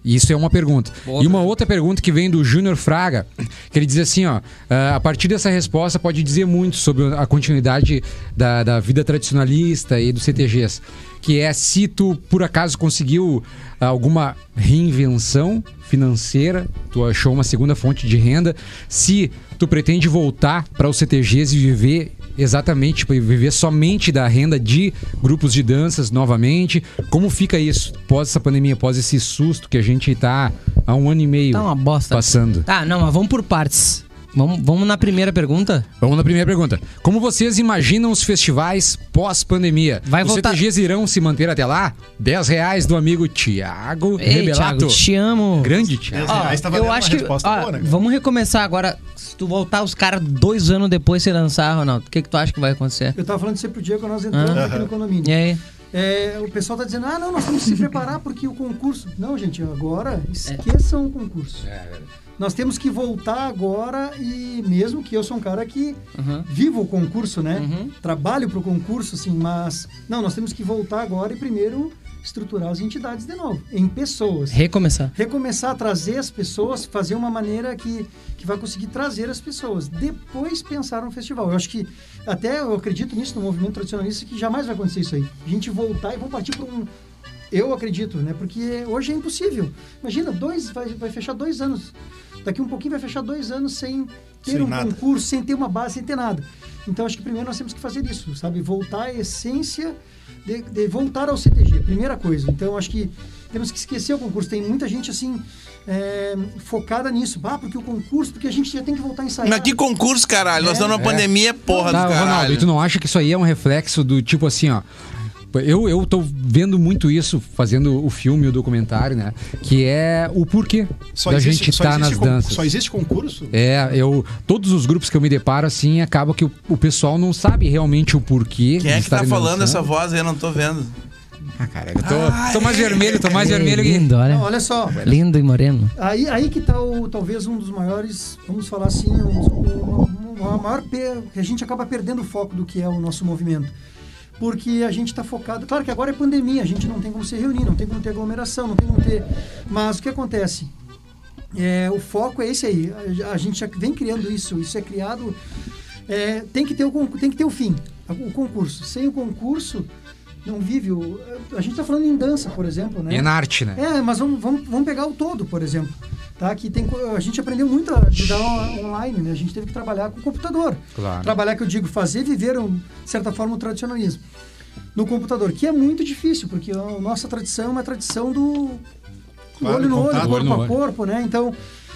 Isso é uma pergunta.
Boa
e uma outra pergunta que vem do Júnior Fraga, que ele diz assim, ó, "Ah, a partir dessa resposta pode dizer muito sobre a continuidade da, da vida tradicionalista e dos CTGs, que é se tu por acaso conseguiu alguma reinvenção financeira, tu achou uma segunda fonte de renda, se tu pretende voltar para os CTGs e viver Exatamente, tipo, e viver somente da renda de grupos de danças novamente. Como fica isso pós essa pandemia, após esse susto que a gente tá há um ano e meio
Tá uma bosta.
passando?
Tá, não, mas vamos por partes. Vamos, vamos na primeira pergunta?
Vamos na primeira pergunta. Como vocês imaginam os festivais pós-pandemia?
Vai
os
voltar-
CTGs irão se manter até lá? 10 reais do amigo Tiago
Ei,
Rebelato.
Thiago, te amo.
Grande, Tiago.
Dez
Ó,
reais tá valendo
eu
uma
acho que.
resposta
ó,
boa, né, cara?
vamos recomeçar agora. Se tu voltar os caras dois anos depois de se lançar, Ronaldo, o que, que tu acha que vai acontecer?
Eu tava falando sempre pro Diego, nós entramos aqui no condomínio.
E aí?
É, o pessoal tá dizendo, ah, não, nós temos que se preparar porque o concurso. Não, gente, agora esqueçam o concurso. Nós temos que voltar agora e mesmo que eu sou um cara que vivo o concurso, né? Trabalho pro concurso, assim, mas. Não, nós temos que voltar agora e primeiro estruturar as entidades de novo, em pessoas.
Recomeçar.
Recomeçar a trazer as pessoas, fazer uma maneira que, que vai conseguir trazer as pessoas. Depois pensar no festival. Eu acho que, até eu acredito nisso, no movimento tradicionalista, que jamais vai acontecer isso aí. A gente voltar e vamos partir para um. Eu acredito, né? Porque hoje é impossível. Imagina, dois, vai, vai fechar dois anos. Daqui um pouquinho vai fechar dois anos sem ter
Sem
um
nada.
concurso, sem ter uma base, sem ter nada. Então acho que primeiro nós temos que fazer isso, sabe? Voltar à essência de, de voltar ao CTG, primeira coisa. Então acho que temos que esquecer o concurso. Tem muita gente assim é, focada nisso. Ah, porque o concurso, porque a gente já tem que voltar a ensaiar.
Mas que concurso, caralho. Nós estamos numa pandemia, porra
Tá,
do caralho.
Ronaldo, e tu não acha que isso aí é um reflexo do tipo assim, ó. Eu, eu tô vendo muito isso, fazendo o filme, o documentário, né? Que é o porquê da gente
só
estar nas
con-
danças.
Só existe concurso?
É, eu. Todos os grupos que eu me deparo, assim, acaba que o, o pessoal não sabe realmente o porquê.
Quem é
de
que tá
estarem
falando
dançando.
essa voz aí? Eu não tô vendo.
Ah, cara, eu tô, tô mais vermelho, tô mais vermelho que.
lindo, olha.
Não, olha só.
Lindo e moreno.
Aí, aí que tá o, talvez um dos maiores, vamos falar assim, um, um- um- a maior per- que a gente acaba perdendo o foco do que é o nosso movimento. Porque a gente está focado. Claro que agora é pandemia, a gente não tem como se reunir, não tem como ter aglomeração, não tem como ter. Mas o que acontece? É, o foco é esse aí. A, a gente já vem criando isso, isso é criado. é, tem, que ter o, con- tem que ter o fim, o concurso. Sem o concurso, não vive o. A gente está falando em dança, por exemplo, né?
É na arte, né?
É, mas vamos, vamos, vamos pegar o todo, por exemplo. Tá? Que tem, co- a gente aprendeu muito a lidar on- online, né? A gente teve que trabalhar com o computador.
Claro.
Trabalhar, que eu digo, fazer viver, um, de certa forma, o tradicionalismo no computador, que é muito difícil, porque a nossa tradição é uma tradição do
Claro,
olho no olho,
contato,
corpo
olho no
a
olho.
corpo, né? Então,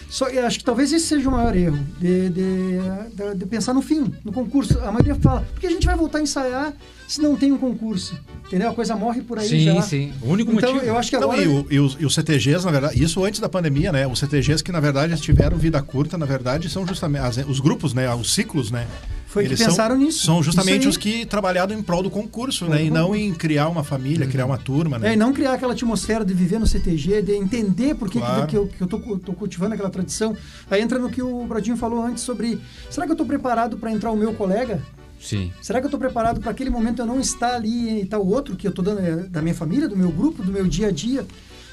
só, eu acho que talvez esse seja o maior erro, de, de, de- de pensar no fim, no concurso. A maioria fala, porque a gente vai voltar a ensaiar se não tem um concurso, entendeu? A coisa morre por aí
Sim,
já.
sim. O único
então,
motivo.
eu acho que
Não,
agora...
e, o- e os, e os CTGs, na verdade, isso antes da pandemia, né? Os CTGs que, na verdade, já tiveram vida curta, na verdade, são justamente as- os grupos, né? Os ciclos, né?
Foi que pensaram
são,
nisso.
São justamente
Isso aí. Uhum.
os que trabalharam em prol do concurso, né? E não em criar uma família, criar uma turma,
É,
né?
e não criar aquela atmosfera de viver no CTG, de entender por que, que-
Claro.
que, eu, que eu tô, cu- tô cultivando aquela tradição. Aí entra no que o Brodinho falou antes sobre: será que eu estou preparado para entrar o meu colega?
Sim.
Será que eu estou preparado para aquele momento eu não estar ali e tal outro que eu estou dando é, da minha família, do meu grupo, do meu dia a dia?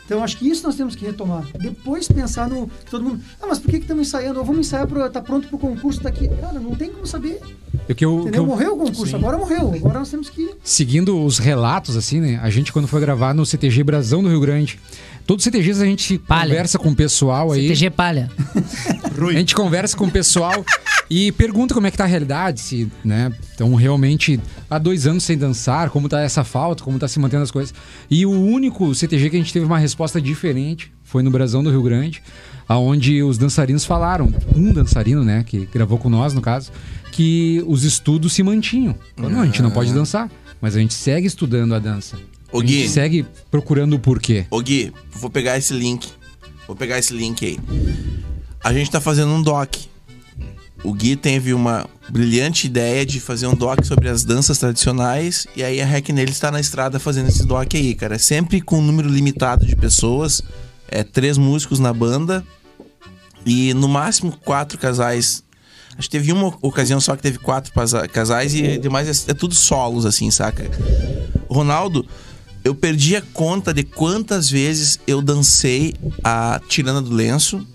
Então acho que isso nós temos que retomar. Depois pensar no que todo mundo. Ah, mas por que que estamos ensaiando? Ou vamos ensaiar para tá pronto para o concurso daqui? Cara, não tem como saber.
O É que eu, o que
Entendeu?
eu
Morreu o concurso, agora morreu. Agora nós temos que
seguindo os relatos, assim, né? A gente, quando foi gravar no CTG Brasão do Rio Grande, todos os CTGs a gente
Palha.
conversa com o pessoal aí.
CTG Palha.
A gente conversa com o pessoal e pergunta como é que tá a realidade, se, né? Então, realmente, há dois anos sem dançar, como tá essa falta, como tá se mantendo as coisas. E o único CTG que a gente teve uma resposta diferente foi no Brasão do Rio Grande, aonde os dançarinos falaram, um dançarino, né, que gravou com nós, no caso, que os estudos se mantinham. Falou, não, a gente não pode dançar, mas a gente segue estudando a dança.
Ô,
a gente
Ah. Gui.
segue procurando o porquê.
Ô Gui, vou pegar esse link. Vou pegar esse link aí. A gente tá fazendo um doc. O Gui teve uma brilhante ideia de fazer um doc sobre as danças tradicionais e aí a Hack Nele está na estrada fazendo esse doc aí, cara. É Sempre com um número limitado de pessoas, é três músicos na banda e no máximo quatro casais. Acho que teve uma ocasião só que teve quatro pasa- casais e demais é, é tudo solos assim, saca? Ronaldo, eu perdi a conta de quantas vezes eu dancei a Tirana do Lenço.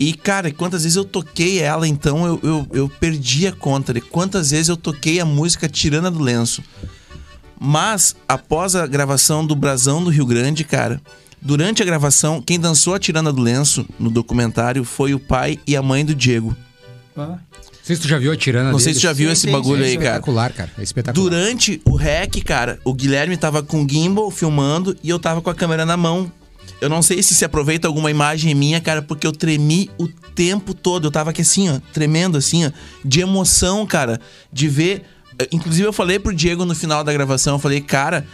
E, cara, quantas vezes eu toquei ela, então eu, eu, eu perdi a conta de quantas vezes eu toquei a música Tirana do Lenço. Mas, após a gravação do Brasão do Rio Grande, cara, durante a gravação, quem dançou a Tirana do Lenço no documentário foi o pai e a mãe do Diego.
Não sei se tu já viu a tirana
Não sei
deles.
se tu já viu esse bagulho
É
aí, cara.
espetacular, cara. É espetacular.
Durante o rec, cara, o Guilherme tava com o gimbal filmando e eu tava com a câmera na mão. Eu não sei se se aproveita alguma imagem minha, cara, porque eu tremi o tempo todo. Eu tava aqui assim, ó, tremendo assim, ó, de emoção, cara, de ver. Eh, Inclusive eu falei pro Diego no final da gravação, eu falei, cara,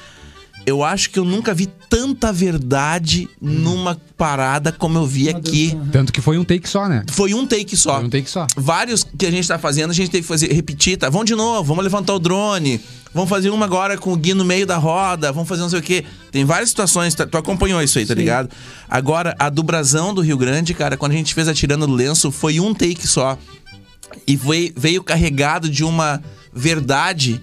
eu acho que eu nunca vi tanta verdade numa parada como eu vi aqui.
Tanto que foi um take só, né?
Foi um take só
Foi um take só.
vários que a gente tá fazendo, a gente tem que fazer, repetir, tá? Vamos de novo, vamos levantar o drone, vamos fazer uma agora com o Gui no meio da roda, vamos fazer não sei o quê. Tem várias situações, tá? tu acompanhou isso aí, tá ligado? Agora, a do Brasão do Rio Grande, cara, quando a gente fez a Tirana do Lenço, foi um take só. E foi, veio carregado de uma verdade,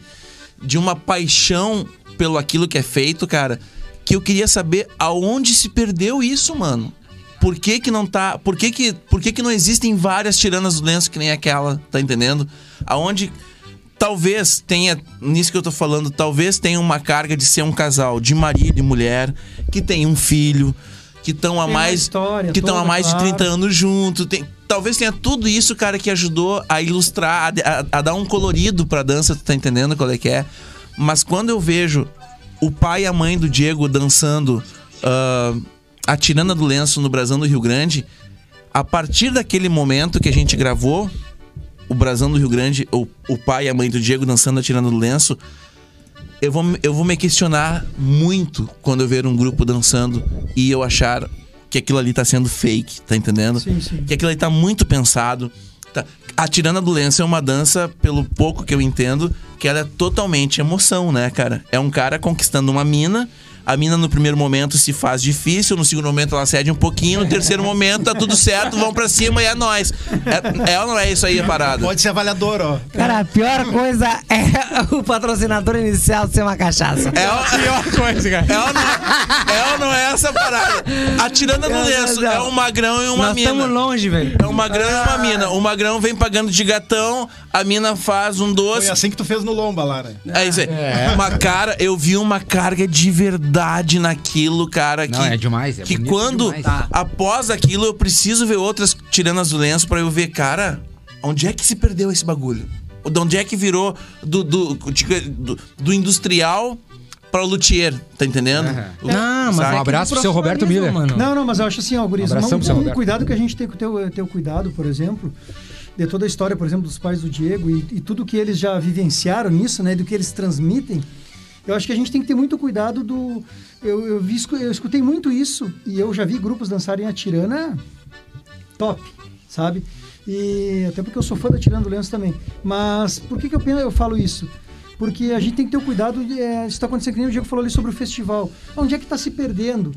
de uma paixão pelo aquilo que é feito, cara, que eu queria saber aonde se perdeu isso, mano. Por que que não tá... Por que que, por que, que não existem várias tiranas do lenço que nem aquela, tá entendendo? Aonde... Talvez tenha, nisso que eu tô falando, talvez tenha uma carga de ser um casal de marido e mulher, que tem um filho, que estão há
uma
mais
história
que estão há
toda,
mais de
claro.
30 anos junto. Tem, talvez tenha tudo isso, cara, que ajudou a ilustrar, a, a- a dar um colorido pra dança, tu tá entendendo qual é que é? Mas quando eu vejo o pai e a mãe do Diego dançando ah, a Tirana do Lenço no Brasão do Rio Grande, a partir daquele momento que a gente gravou o Brasão do Rio Grande, o, o pai e a mãe do Diego dançando a Tirana do Lenço, eu vou, eu vou me questionar muito quando eu ver um grupo dançando e eu achar que aquilo ali tá sendo fake, tá entendendo?
Sim, sim.
Que aquilo ali tá muito pensado. Tá. A Tirana do Lenço é uma dança, pelo pouco que eu entendo, que ela é totalmente emoção, né, cara? É um cara conquistando uma mina. A mina no primeiro momento se faz difícil, no segundo momento ela cede um pouquinho, no terceiro momento tá tudo certo, vão pra cima e é nóis. É, é ou não é isso aí a parada?
Pode ser avaliador, ó.
É.
Cara, a pior coisa é o patrocinador inicial ser uma cachaça.
É ou,
coisa, cara.
é, ou não, é ou não é essa parada? A Tirana do
Meu Deus
Lenço
do céu.
é um magrão e uma
Nós
mina.
estamos longe, velho.
É um magrão e uma mina. O magrão vem pagando de gatão, a mina faz um
Foi
doce.
assim que tu fez no Lomba, Lara.
É isso aí. Uma cara, eu vi uma carga de verdade naquilo, cara.
Não,
que,
é demais, é
que
bonito
quando,
demais. Tá.
após aquilo, eu preciso ver outras tiranas do lenço pra eu ver, cara, onde é que se perdeu esse bagulho? De onde é que virou do, do, tipo, do, do industrial pra o luthier, tá entendendo? O-
Não, mas
sabe?
Um abraço pro seu Roberto Miller.
Mano.
Não, não, mas eu acho assim, ó, guris,
Abração
não,
pro seu
um
Roberto.
cuidado que a gente tem que ter, o- ter o cuidado, por exemplo, de toda a história, por exemplo, dos pais do Diego e, e tudo que eles já vivenciaram nisso, né, do que eles transmitem, eu acho que a gente tem que ter muito cuidado do... Eu, eu, vi, escu- eu escutei muito isso e eu já vi grupos dançarem a tirana top, sabe? E até porque eu sou fã da Tirando do Lenço também. Mas por que, que eu, penso- eu falo isso? Porque a gente tem que ter o cuidado, de, eh, isso está acontecendo que nem o Diego falou ali sobre o festival. Onde é que está se perdendo?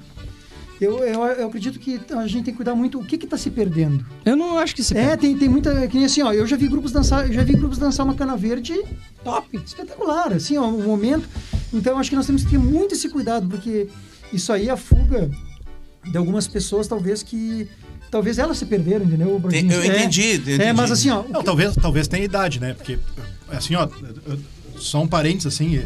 Eu, eu, eu acredito que a gente tem que cuidar muito o que está se perdendo.
Eu não acho que se
É, tem, tem muita. Que nem assim, ó, eu já vi grupos dançar, eu já vi grupos dançar uma cana verde top, espetacular, assim, ó, um momento. Então acho que nós temos que ter muito esse cuidado, porque isso aí é a fuga de algumas pessoas, talvez, que. Talvez elas se perderam, entendeu? Brodinho?
eu entendi, eu entendi.
É, mas assim, ó,
Não, talvez, talvez tenha idade, né? Porque, assim, ó, só um parênteses, assim.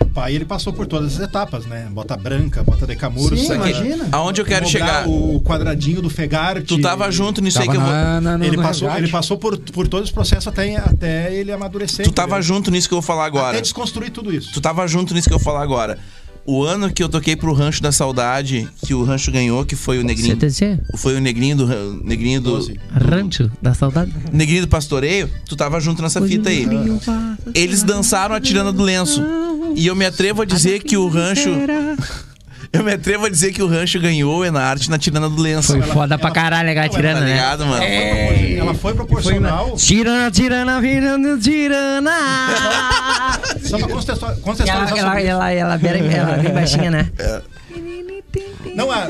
O pai, ele passou por todas as etapas, né? Bota branca, bota decamuro,
Sim,
saca-
imagina.
Aonde eu quero
Mobrar
chegar?
O quadradinho do Fegarte.
Tu tava junto nisso aí
Tava
que eu vou.
na, na, no-
Ele
no
é
passou,
resgate.
ele passou por, por todos os processos até, até ele amadurecer.
Tu tava
entendeu?
junto nisso que eu vou falar agora.
Até desconstruir tudo isso.
Tu tava junto nisso que eu vou falar agora. O ano que eu toquei pro Rancho da Saudade, que o Rancho ganhou, que foi o Negrinho.
CTC?
Foi o Negrinho do. Ran- Negrinho do.
Doze.
Rancho da saudade.
Negrinho do Pastoreio, tu tava junto nessa fita aí.
Ah.
Eles dançaram a Tirana do Lenço. E eu me atrevo a dizer que o Rancho. Eu me atrevo a dizer que o Rancho ganhou o Enarte na Tirana do Lenço.
Foi foda pra caralho, né, cara?
Tá
Tirana, né?
ligado, mano?
É. Ela foi proporcional.
Tirana, tirana, virando tirana.
Só pra contextua- contextualizar
ela,
sobre
ela, ela,
isso.
ela, bem- ela bem baixinha, né?
Não, a-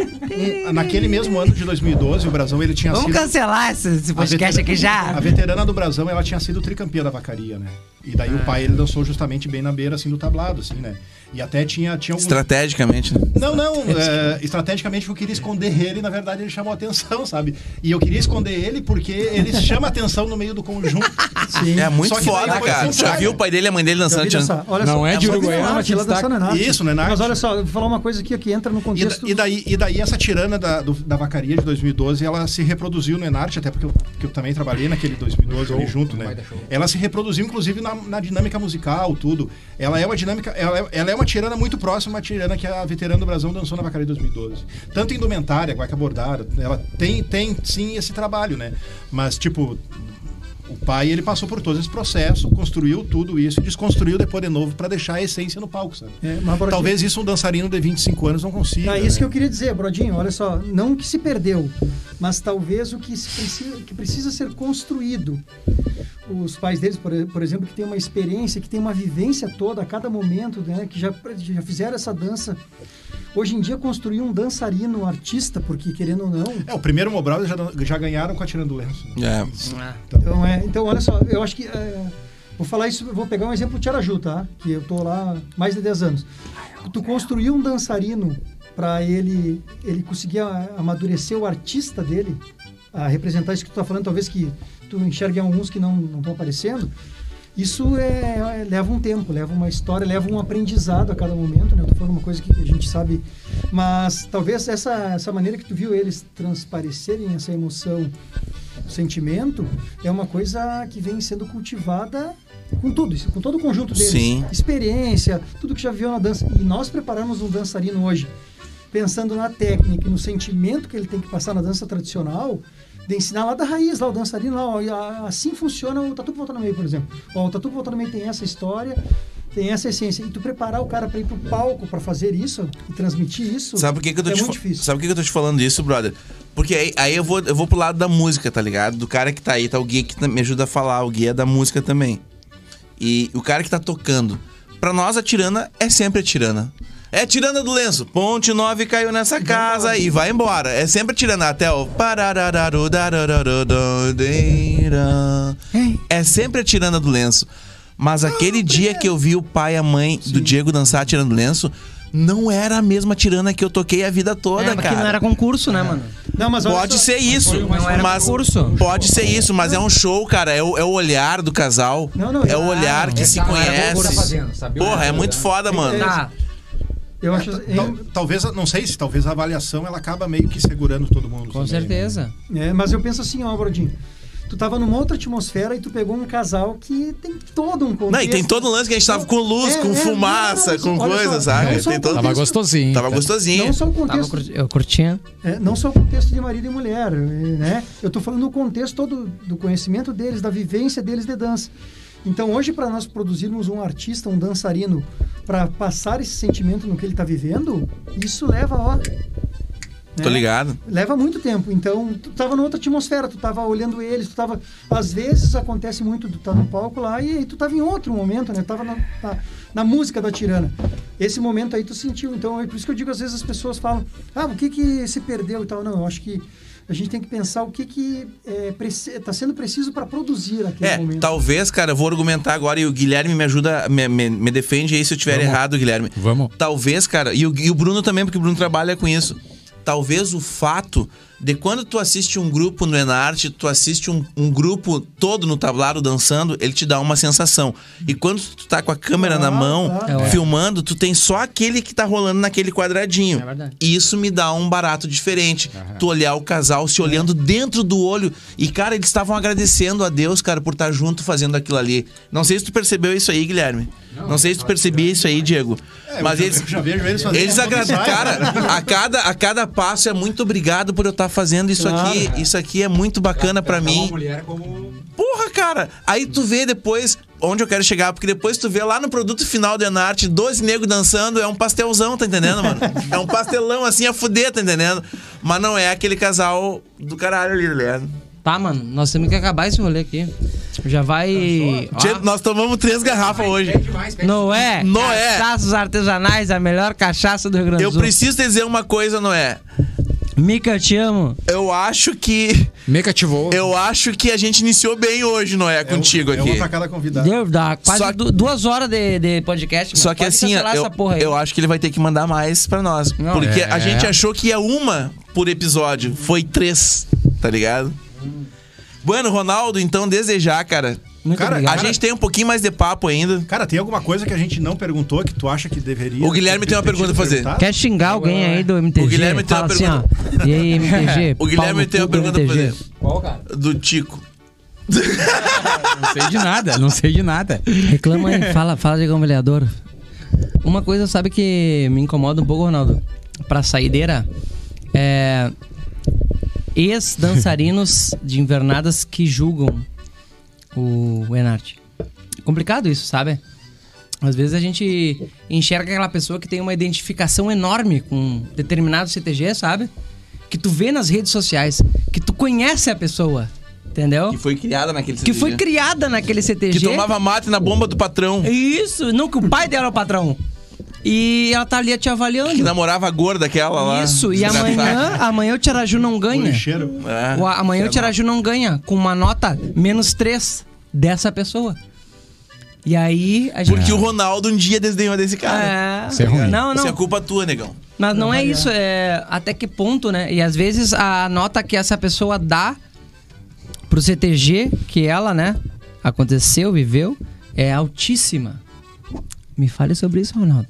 a- naquele mesmo ano de 2012, o Brasão ele tinha
Vamos
sido.
cancelar esse, esse
a
podcast
veter-
aqui
A
já.
veterana do Brasão, ela tinha sido tricampeã da vacaria, né? E daí
Ah.
o pai ele dançou justamente bem na beira assim do tablado, assim, né? E até tinha tinha alguns...
Estrategicamente, né?
Não, não, é, estrategicamente eu queria esconder ele, na verdade ele chamou atenção, sabe? E eu queria esconder ele porque ele chama atenção no meio do conjunto.
Sim.
É muito
Só que daí
foda,
foi o
cara. Já
contrário.
viu o pai dele e a mãe dele
Já
dançando
vi
Tirana.
dançar. Olha
Não
só,
é de
mas
Uruguaiana,
não é
mas te
ela dançando
destaca.
é Nath.
Isso, não é Nath?
Mas olha só, eu vou falar uma coisa aqui ó, que entra no
E,
contexto.
da- e daí, e daí essa tirana da, do- da vacaria de 2012, ela se reproduziu no Enarte, até porque eu, que eu também trabalhei naquele 2012 ali junto, né? Ela se reproduziu, inclusive, na, na dinâmica musical, tudo. Ela é uma dinâmica, ela é, ela é uma tirana muito próxima à tirana que a veterana do Brasil dançou na vacaria de 2012. Tanto em indumentária, guaica bordada, ela tem, tem sim esse trabalho, né? Mas, tipo. O pai, ele passou por todo esse processo, construiu tudo isso e desconstruiu depois de novo pra deixar a essência no palco, sabe?
É, mas, Brodinho,
Talvez isso um dançarino de 25 anos não consiga.
É isso
né?
que eu queria dizer, Brodinho. Olha só, não o que se perdeu, mas talvez o que, se precisa, que precisa ser construído. Os pais deles, por, e- por exemplo, que têm uma experiência, que têm uma vivência toda a cada momento, né, que já, já fizeram essa dança. Hoje em dia, construir um dançarino, um artista, porque querendo ou não.
É, o primeiro Mobral eles já, já ganharam com a Tirando Lenço. né?
É.
Então, é, então olha só, eu acho que é, Vou falar isso, vou pegar um exemplo do Tiaraju, tá? Que eu tô lá mais de 10 anos. Tu construiu um dançarino para ele ele conseguir a- amadurecer o artista dele, a representar isso que tu tá falando, talvez que tu enxergue alguns que não não estão aparecendo. Isso é, é- leva um tempo, leva uma história, leva um aprendizado a cada momento, né? Eu tô falando uma coisa que a gente sabe, mas talvez essa essa maneira que tu viu eles transparecerem essa emoção o sentimento é uma coisa que vem sendo cultivada com tudo, isso, com todo o conjunto deles.
Sim.
Experiência, tudo que já viu na dança. E nós prepararmos um dançarino hoje, pensando na técnica e no sentimento que ele tem que passar na dança tradicional, de ensinar lá da raiz, lá o dançarino, lá, ó, e a- assim funciona o tatu que volta no meio, por exemplo. Ó, o tatu que volta no meio tem essa história, tem essa essência. E tu preparar o cara para ir pro palco para fazer isso e transmitir isso.
Sabe por que, que eu tô
é
te
muito
fa-
difícil.
Sabe por que, que eu tô te falando isso, brother? Porque aí, aí eu, vou, eu vou pro lado da música, tá ligado? Do cara que tá aí, tá o guia que tá- me ajuda a falar, o guia da música também. E o cara que tá tocando. Pra nós, a tirana é sempre a tirana. É tirana do lenço. Ponte 9 caiu nessa casa e vai embora. É sempre a tirana até o. pararararudararudodeira. É sempre a tirana do lenço. Mas aquele dia que eu vi o pai e a mãe do Diego dançar a tirana do lenço, não era a mesma tirana que eu toquei a vida toda,
É, porque
cara.
não era concurso, né, mano?
Não, mas olha
Pode
só.
ser isso,
Não era
mas
concurso.
pode ser isso, mas é um show, cara. É o, é o olhar do casal,
Não, não,
é o olhar que se
Sabe o que tá
conhece.
fazendo, sabe?
Porra, é muito foda, mano.
Tá.
Eu acho,
É,
é
Tal- talvez, não sei se talvez a avaliação ela acaba meio que segurando todo mundo. né?
Com
também,
certeza.
É, mas eu penso assim, ó, Brodinho. Tu tava numa outra atmosfera e tu pegou um casal que tem todo um contexto.
Não, e tem todo um lance que a gente tava com luz,
É,
com
é,
fumaça,
não, não,
com
olha
coisa,
só,
sabe?
não só um
Tem
o
todo...
Tava gostosinho.
Tava gostosinho.
Não só o
Tava
contexto,
cur- Eu curtia.
é, não só o contexto de marido e mulher, né? Eu tô falando do contexto todo do conhecimento deles, da vivência deles de dança. Então, hoje, para nós produzirmos um artista, um dançarino, para passar esse sentimento no que ele tá vivendo, isso leva, ó.
Tô é.
né?
ligado.
Leva muito tempo. Então, tu tava numa outra atmosfera, tu tava olhando eles, tu tava. Às vezes acontece muito, tu tá no palco lá e aí tu tava em outro momento, né? Tu tava na, na, na música da tirana. Esse momento aí tu sentiu. Então, é por isso que eu digo, às vezes as pessoas falam, ah, o que que se perdeu e tal. Não, eu acho que a gente tem que pensar o que que é, preci- tá sendo preciso para produzir aquele
É,
Um momento.
talvez, cara, eu vou argumentar agora e o Guilherme me ajuda, me, me- me defende aí se eu tiver errado, Guilherme.
Vamos.
Talvez, cara, e o, e o Bruno também, porque o Bruno trabalha com isso. Talvez o fato de quando tu assiste um grupo no Enarte, tu assiste um, um grupo todo no tablado dançando, ele te dá uma sensação. E quando tu tá com a câmera na
Ah,
mão,
tá.
É.
filmando, tu tem só aquele que tá rolando naquele quadradinho.
É verdade.
E isso me dá um barato diferente. Tu olhar o casal se olhando dentro do olho. E, cara, eles estavam agradecendo a Deus, cara, por estar junto fazendo aquilo ali. Não sei se tu percebeu isso aí, Guilherme. Não, sei se tu percebia isso aí, Diego.
É,
Mas
eu,
eles.
já, eu já vejo eles fazendo.
Eles agradecem. Cara, a cada, a cada passo é muito obrigado por eu estar fazendo isso aqui. Isso aqui é muito bacana pra
um
mim.
mulher como.
Porra, cara! Aí tu vê depois onde eu quero chegar, porque depois tu vê lá no produto final do Enarte, 12 negros dançando, é um pastelzão, tá entendendo, mano? É um pastelão assim a fuder, tá entendendo? Mas não é aquele casal do caralho ali, né?
Tá, mano, nós temos que acabar esse rolê aqui. Tipo, Já vai.
Ah.
Ó,
Tchê, Nós tomamos três garrafas hoje.
Noé,
Noé.
cachaças artesanais, a melhor cachaça do Rio Grande do
Eu
Sul.
preciso te dizer uma coisa, Noé.
Mica, eu te amo.
Eu acho que.
Me cativou.
Eu acho que a gente iniciou bem hoje, Noé, contigo
é
aqui.
uma tacada convidada.
Deu, dá quase
Só-
du- duas horas de, de podcast.
Só
mano.
que
Pode
assim,
cancelar
eu,
essa porra aí.
eu acho que ele vai ter que mandar mais pra nós.
Não,
porque
é.
a gente achou que ia uma por episódio. Foi três, tá ligado? Bueno, Ronaldo, então desejar, cara.
Muito
Cara,
obrigado.
A gente tem um pouquinho mais de papo ainda.
Cara, tem alguma coisa que a gente não perguntou que tu acha que deveria?
O Guilherme tem uma
ter
pergunta
sido
pra fazer.
perguntado?
Quer xingar alguém aí do MTG?
O Guilherme tem
Fala
uma
assim, ó. E aí, MTG?
O
pau
Guilherme
no
tem uma
cu do
pergunta pra
MTG.
fazer. Do Tico.
Não sei de nada, não sei de nada.
Reclama aí, fala, fala de goleador. Uma coisa, sabe, que me incomoda um pouco, Ronaldo? Pra saideira, é. Ex-dançarinos de invernadas que julgam o Enarte. Complicado isso, sabe? Às vezes a gente enxerga aquela pessoa que tem uma identificação enorme com determinado CTG, sabe? Que tu vê nas redes sociais, que tu conhece a pessoa, entendeu?
Que foi criada naquele
Que foi
CTG.
criada naquele CTG.
Que tomava mate na bomba do patrão.
É
Isso, não que o pai dela é o patrão. E ela tá ali te
Que
avaliando.
namorava a gorda aquela lá.
Isso, e amanhã, amanhã o Tiraju não ganha.
Lixeiro.
É.
O- amanhã o Tiraju não ganha com uma nota menos 3 dessa pessoa.
E aí a gente.
Porque o Ronaldo um dia desdenhou desse cara.
É.
Isso é ruim.
Não, não.
Isso é culpa tua, negão.
Mas não é isso, é até que ponto, né? E às vezes a nota que essa pessoa dá pro CTG, que ela, né, aconteceu, viveu, é altíssima. Me fale sobre isso, Ronaldo.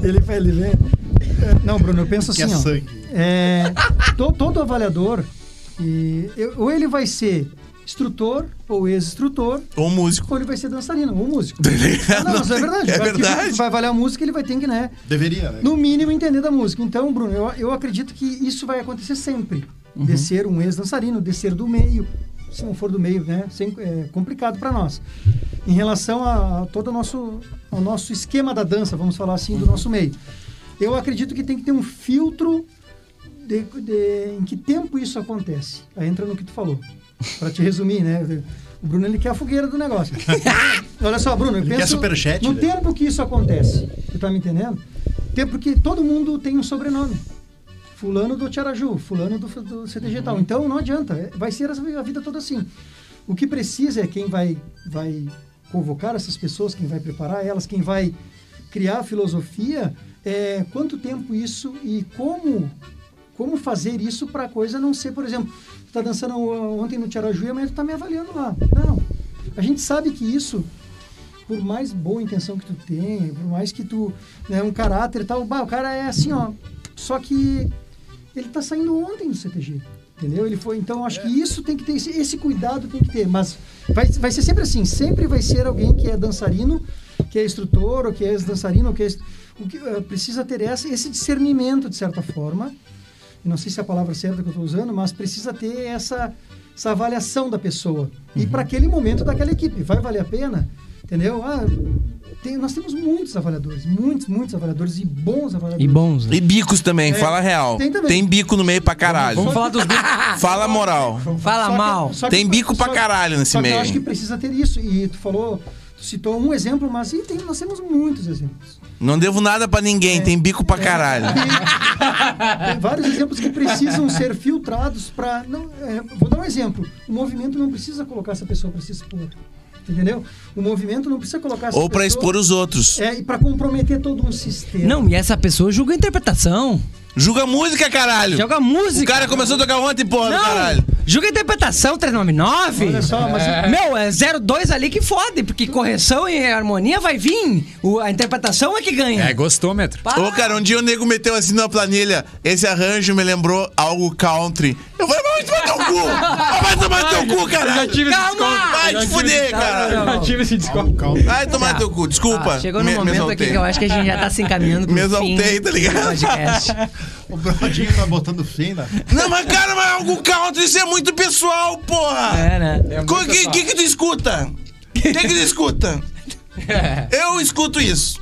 Ele vai, ele vem. É, Não, Bruno, eu penso
Que
assim,
é
ó.
sangue.
É, to- todo avaliador, e, eu- ou ele vai ser instrutor ou ex-instrutor,
Ou músico.
ou ele vai ser dançarino ou músico. Não, não, isso é verdade.
É
O artista
verdade.
que Vai avaliar a música, ele vai ter que, né?
Deveria, né?
no mínimo entender da música. Então, Bruno, eu, eu acredito que isso vai acontecer sempre. Descer um ex-dançarino, descer do meio, se não for do meio, né? Sem- é complicado para nós. Em relação a, a todo o nosso, ao nosso esquema da dança, vamos falar assim, do nosso meio. Eu acredito que tem que ter um filtro de, de- em que tempo isso acontece. Aí entra no que tu falou. Para te resumir, né? O Bruno ele quer a fogueira do negócio. Olha só, Bruno, eu
Ele quer
penso
superchat,
no
né?
tempo que isso acontece. Tu tá me entendendo? Tempo que todo mundo tem um sobrenome. Fulano do Tiaraju, fulano do, do CTG e tal. Então não adianta, é- vai ser essa- a vida toda assim. O que precisa é quem vai, vai convocar essas pessoas, quem vai preparar elas, quem vai criar a filosofia, é, quanto tempo isso e como como fazer isso para a coisa não ser, por exemplo, tu tá dançando ontem no Tiaraju e amanhã tu tá me avaliando lá. Não. A gente sabe que isso por mais boa intenção que tu tenha, por mais que tu, né, um caráter e tal, bah, o cara é assim, ó. Só que ele tá saindo ontem do CTG, entendeu? Ele foi, então acho que isso tem que ter esse, esse cuidado tem que ter, mas vai, vai ser sempre assim, sempre vai ser alguém que é dançarino, que é instrutor, ou que é dançarino, ou que é est- o que eh, precisa ter essa, esse discernimento de certa forma. Eu não sei se é a palavra certa que eu estou usando, mas precisa ter essa, essa avaliação da pessoa. E
Uhum.
para aquele momento daquela equipe, vai valer a pena? Entendeu? Ah, tem- nós temos muitos avaliadores, muitos, muitos avaliadores e bons avaliadores.
E bons, né?
E bicos também, fala real.
tem
Tem,
também.
bico no meio pra caralho.
Vamos falar dos bicos.
Fala a moral.
Fala
Só que-
mal.
só
Tem bico pra
só-
caralho nesse
só que
meio.
eu acho que precisa ter isso. E tu falou, tu citou um exemplo, mas e tem, nós temos muitos exemplos.
Não devo nada pra
É.
ninguém, tem bico pra caralho.
Tem vários exemplos que precisam ser filtrados para. vou dar um exemplo. O movimento não precisa colocar essa pessoa para se expor. Entendeu? O movimento não precisa colocar essa
Ou pra
pessoa-
expor os outros.
É, e para comprometer todo um sistema.
Não, e essa pessoa julga a interpretação.
Julga música, caralho.
Joga
O
música.
cara começou a tocar ontem, porra, do
Não!
caralho.
Julga a interpretação, 399.
Olha só, mas.
Meu, é 02 ali que fode, porque correção e harmonia vai vir. O- a interpretação é que ganha.
É gostômetro.
Pá.
Ô, cara, um dia o nego meteu assim na planilha. Esse arranjo me lembrou algo country. Eu falei, vai tomar teu cu! Vai tomar teu cu, caralho!
Calma!
É, Vai te fuder,
Não,
cara!
não, não.
Calma, calma.
Vai tomar
Tá.
teu cu, desculpa.
Ah, chegou no
Me- me
momento aqui
exaltei.
que eu acho que a gente já tá se encaminhando pro
Me exaltei,
fim
tá ligado?
do podcast.
O Brodinho tá botando fim, né?
Não, mas cara, mas algo country, isso é muito pessoal, porra!
É, né?
O que, que que tu escuta? O que que tu escuta? Eu escuto isso.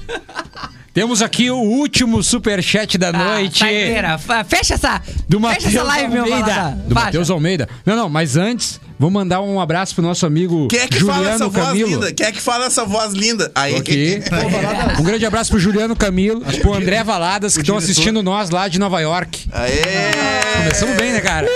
Temos aqui o último superchat da noite.
Ah, saideira. Fa- fecha essa,
do
fecha
Matheus
essa live, meu
Almeida.
balada.
Do
Fecha.
Matheus Almeida. Não, não, mas antes, vou mandar um abraço pro nosso amigo
Quem é que
Juliano
fala essa voz
Camilo.
linda? Quem é que fala essa voz linda? Aí,
Tô Aqui.
que-
Um grande abraço pro Juliano Camilo, pro André Valadas, que estão
diretor.
assistindo nós lá de Nova York.
Aê!
Começamos bem, né, cara?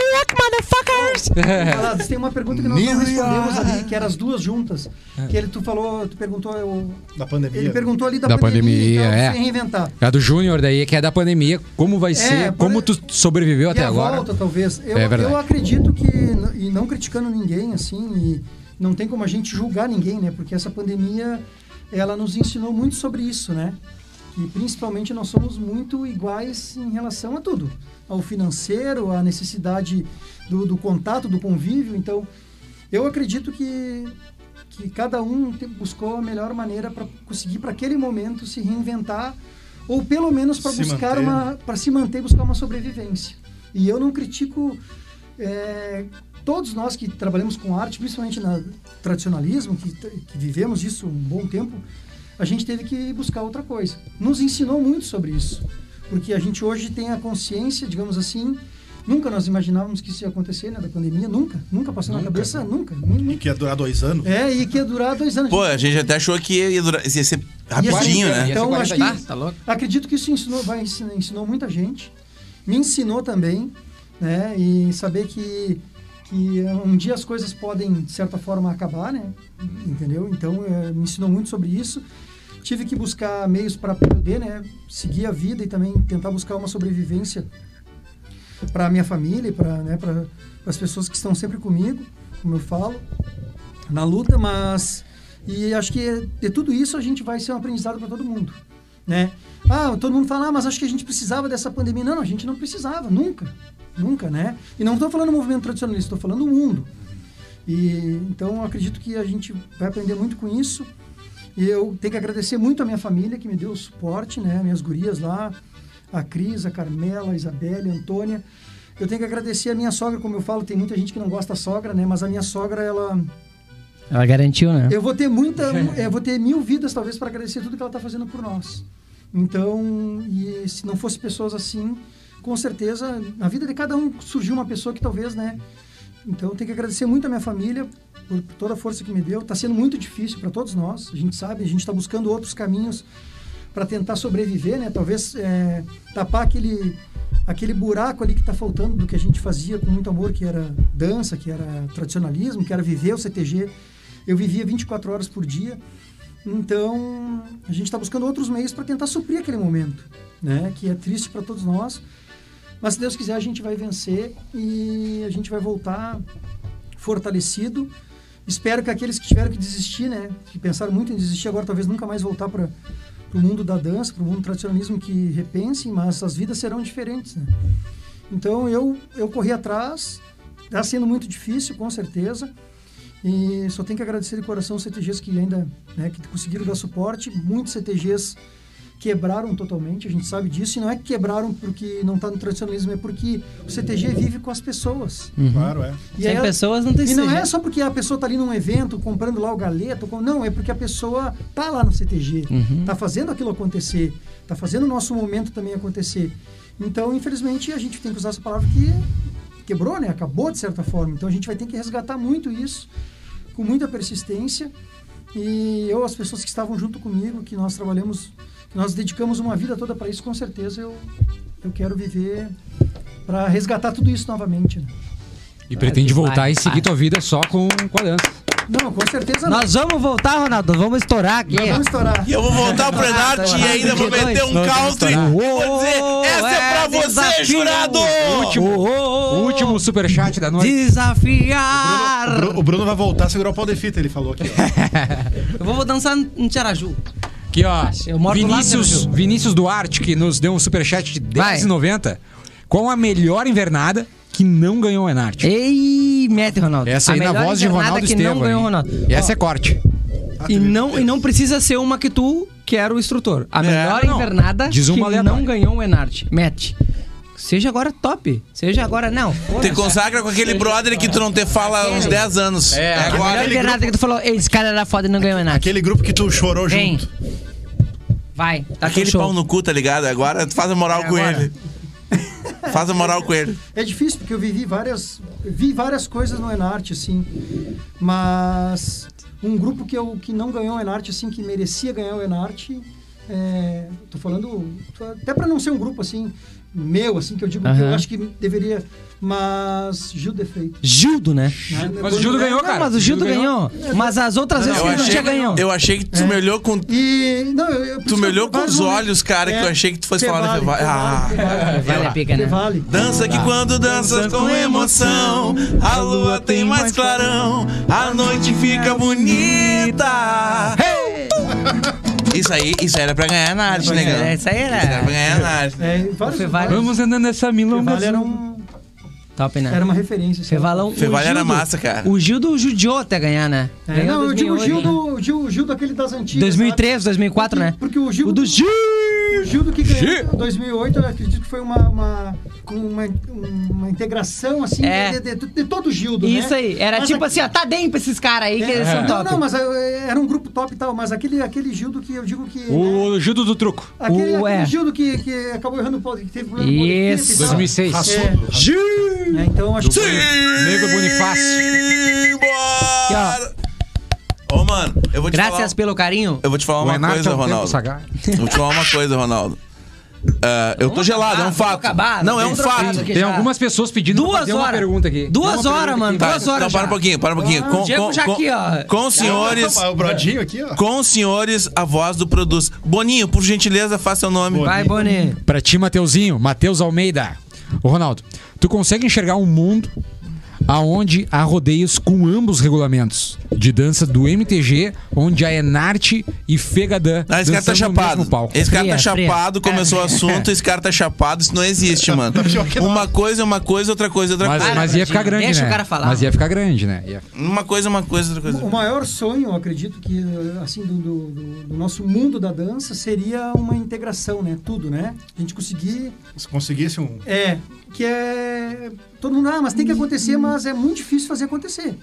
Falados, tem uma pergunta que nós não respondemos ali, que eram as duas juntas. Que ele, tu falou, tu perguntou. eu-
Da pandemia. né?
ele perguntou ali da,
Da
e tal,
pandemia, é.
sem reinventar.
É a do Júnior daí, que é da pandemia. Como
É,
vai ser?
por-
Como tu sobreviveu
E
até
a
agora?
volta, talvez. Eu,
É verdade.
eu acredito que, n- e não criticando ninguém, assim, e não tem como a gente julgar ninguém, né? Porque essa pandemia, ela nos ensinou muito sobre isso, né? E principalmente nós somos muito iguais em relação a tudo. Ao financeiro, à necessidade do, do contato, do convívio. Então, eu acredito que, que cada um te- buscou a melhor maneira para conseguir, para aquele momento, se reinventar ou pelo menos para
Se
buscar
manter, né?
uma para se manter e buscar uma sobrevivência e eu não critico é, todos nós que trabalhamos com arte principalmente na tradicionalismo que, t- que vivemos isso um bom tempo a gente teve que buscar outra coisa nos ensinou muito sobre isso porque a gente hoje tem a consciência digamos assim nunca nós imaginávamos que isso ia acontecer né da pandemia nunca nunca passou na cabeça nunca, nu-
E
nunca.
que ia durar dois anos.
é e que ia durar dois anos
Pô, a gente até achou que ia, durar, ia ser
Ia ser-
rapidinho, né?
Então,
Ia
acho
ser
que,
40,
acredito que isso ensinou, vai, ensinar- ensinou muita gente. Me ensinou também, né? E saber que, que eh, um dia as coisas podem, de certa forma, acabar, né? Entendeu? Então, eh, me ensinou muito sobre isso. Tive que buscar meios para poder, né? Seguir a vida e também tentar buscar uma sobrevivência para minha família e para né, pra- as pessoas que estão sempre comigo, como eu falo, na luta, mas. E acho que de tudo isso a gente vai ser um aprendizado para todo mundo, né? Ah, todo mundo fala, ah, mas acho que a gente precisava dessa pandemia. Não, a gente não precisava, nunca. Nunca, né? E não estou falando do movimento tradicionalista, estou falando do mundo. E, então, eu acredito que a gente vai aprender muito com isso. E eu tenho que agradecer muito a minha família, que me deu o suporte, né? Minhas gurias lá, a Cris, a Carmela, a Isabelle, a Antônia. Eu tenho que agradecer a minha sogra, como eu falo, tem muita gente que não gosta da sogra, né? Mas a minha sogra, ela...
Ela garantiu,
É.
né?
Eu vou ter muita... eu vou ter mil vidas, talvez, para agradecer tudo que ela está fazendo por nós. Então, e se não fosse pessoas assim, com certeza, na vida de cada um surgiu uma pessoa que talvez, né? Então, eu tenho que agradecer muito a minha família por, por toda a força que me deu. Está sendo muito difícil para todos nós, a gente sabe, a gente está buscando outros caminhos para tentar sobreviver, né? Talvez é, tapar aquele aquele buraco ali que está faltando do que a gente fazia com muito amor, que era dança, que era tradicionalismo, que era viver o CTG. Eu vivia 24 horas por dia. Então, a gente está buscando outros meios para tentar suprir aquele momento, né? Que é triste para todos nós. Mas se Deus quiser, a gente vai vencer e a gente vai voltar fortalecido. Espero que aqueles que tiveram que desistir, né? Que pensaram muito em desistir, agora talvez nunca mais voltar para o mundo da dança, para o mundo do tradicionalismo, que repensem, mas as vidas serão diferentes, né? Então, eu, eu corri atrás. Está sendo muito difícil, com certeza. E só tenho que agradecer de coração os CTGs que ainda né, que conseguiram dar suporte. Muitos CTGs quebraram totalmente, a gente sabe disso. E não é que quebraram porque não está no tradicionalismo, é porque o CTG vive com as pessoas.
Claro, é.
E
Sem
aí,
pessoas não tem
e não
CG.
é só porque a pessoa tá ali num evento comprando lá o galeto, com- não, é porque a pessoa tá lá no CTG,
Uhum.
tá fazendo aquilo acontecer, tá fazendo o nosso momento também acontecer. Então, infelizmente, a gente tem que usar essa palavra que quebrou, né? Acabou de certa forma. Então a gente vai ter que resgatar muito isso com muita persistência. E eu, as pessoas que estavam junto comigo, que nós trabalhamos, que nós dedicamos uma vida toda para isso, com certeza eu eu quero viver para resgatar tudo isso novamente. Né?
E pretende voltar
vai,
e seguir
vai.
tua vida só com, com a dança.
Não, com certeza não.
Nós vamos voltar, Ronaldo. Vamos estourar aqui.
Vamos estourar.
E eu vou voltar pro Enarte e ainda vou meter um country.
tá,
Vou dizer, essa é pra você, jurado!
O último superchat da noite.
O
Desafiar!
Bruno, o Bruno vai voltar a segurar o pau de fita, ele falou aqui. ó.
Eu vou dançar em Tiaraju.
Aqui, ó.
Eu moro do lado, né,
Vinícius,
Brasil?
Vinícius Duarte, que nos deu um superchat de
Vai.
10,90. Qual a melhor invernada que não ganhou o Enarte?
Ei, mete, Ronaldo.
Tipo, Essa aí
A
na
melhor
voz de
invernada
Ronaldo
que
Estevam.
não ganhou,
hein?
Ronaldo.
E essa é corte.
Ah,
E não, e não precisa ser uma que tu, que era o instrutor. A melhor
É. não.
invernada
Diz uma
que
aleatória.
não ganhou o Enart. Mete. Seja agora top. Seja agora, não.
Te consagra com aquele brother que tu não te fala há uns 10 anos. É,
A melhor
agora.
invernada que tu falou, ei, esse cara era foda e não ganhou o Enart.
Aquele grupo que tu chorou
Vem.
junto.
Vai, tá
Aquele
com show.
pau no cu, tá ligado? Agora tu faz a moral com ele. Faz a moral com ele.
É difícil porque eu vivi várias, vi várias coisas no Enarte assim, mas um grupo que eu que não ganhou o Enarte assim que merecia ganhar o Enarte, é, tô falando tô- até para não ser um grupo assim meu assim que eu digo que eu
Aham.
acho que deveria, mas Gil defeito.
Gildo, né?
Mas o Gildo ganhou, cara.
Não, mas o Gildo ganhou. Mas as outras vezes
Eu
ele não
achei,
tinha ganhou.
eu achei que tu me olhou com.
E não, eu, eu- por
Tu
isso
me
que eu-
olhou com
vários
os
momentos-
olhos, cara,
É.
que eu achei que tu fosse falar
Fevale,
da Fevale. Ah.
Fevale,
Vale a pica, né?
Fevale.
Dança que quando danças com emoção, a lua tem mais clarão, a noite fica bonita. Isso aí, isso aí era pra ganhar na arte, negão.
É, isso aí
Isso era
era.
pra ganhar na arte.
É, e vários-
Fevale.
vários-
Vamos andando nessa milonga.
Fevale era, um,
Top, né?
era uma referência. assim.
Fevalão.
Fevale
o
era
Gildo-
massa, cara.
O Gildo judiou até ganhar, né?
É,
Ganhou
não, eu digo o
2008,
Gil,
né?
do, o Gil, o Gil daqueles das antigas.
2003, 2004, né?
Porque o Gil.
O do Gil!
o Gil do que ganhou em 2008, eu acredito que foi uma, uma, uma, uma integração, assim,
É.
de, de- de- de todo o Gildo, né?
Isso aí. Era
Mas
tipo
a- É.
assim, ó, tá bem pra esses caras aí que eles são
Não,
top.
não, mas eh, era um grupo top e tal, mas aquele, aquele Gildo que eu digo que. né,
O Judo do Truco.
Aquele,
o-
aquele
é.
Gildo que, que acabou errando o pau, que teve problema com o
Isso.
Paulo Felipe
2006.
e tal. É, né, então acho que.
Nego Bonifácio.
Bora! Ô, mano, eu vou te
Graças
falar.
pelo carinho.
Eu vou te falar
O
uma
Enarte é
coisa,
um tempo
Ronaldo.
sagrado.
Vou te falar uma coisa, Ronaldo. Ah, eu tô
Vamos
gelado,
acabar,
é um
vamos
fato.
acabar,
não, é um
vamos trocar isso
fato.
aqui
Tem
já.
algumas pessoas pedindo pra
Duas
fazer uma
horas.
pergunta aqui.
Duas horas, mano.
Tá,
Duas horas.
então para um
já.
pouquinho, para um pouquinho. Com,
Diego
com,
já
com,
aqui, ó.
com os senhores,
O Brodinho aqui, ó.
com os senhores, a voz do produz. Boninho, por gentileza, faça o nome.
Boninho.
Vai, Boni.
Pra ti, Mateuzinho, Mateus Almeida. Ô, Ronaldo, tu consegue enxergar um mundo aonde há rodeios com ambos os regulamentos de dança do MTG, onde há Enarte e Fegadã
Ah, esse cara tá
dançando no
chapado.
mesmo palco.
Esse cara tá
Fria, É. fria.
chapado, começou o assunto, esse cara tá chapado, isso não existe, mano.
Tá
pior que nós.
Uma coisa é uma coisa, outra coisa é outra
Mas,
coisa.
mas ia ficar grande,
Deixa
né?
o cara falar,
Mas ia
mano.
ficar grande, né? Ia-
Uma coisa é uma coisa, outra coisa. é
O
outra coisa.
maior sonho, eu acredito que, assim, do, do- do- do nosso mundo da dança seria uma integração, né? Tudo, né? A gente conseguir.
Se conseguisse um.
É, que é. Todo mundo, ah, mas tem que acontecer,
Uhum.
mas é muito difícil fazer acontecer.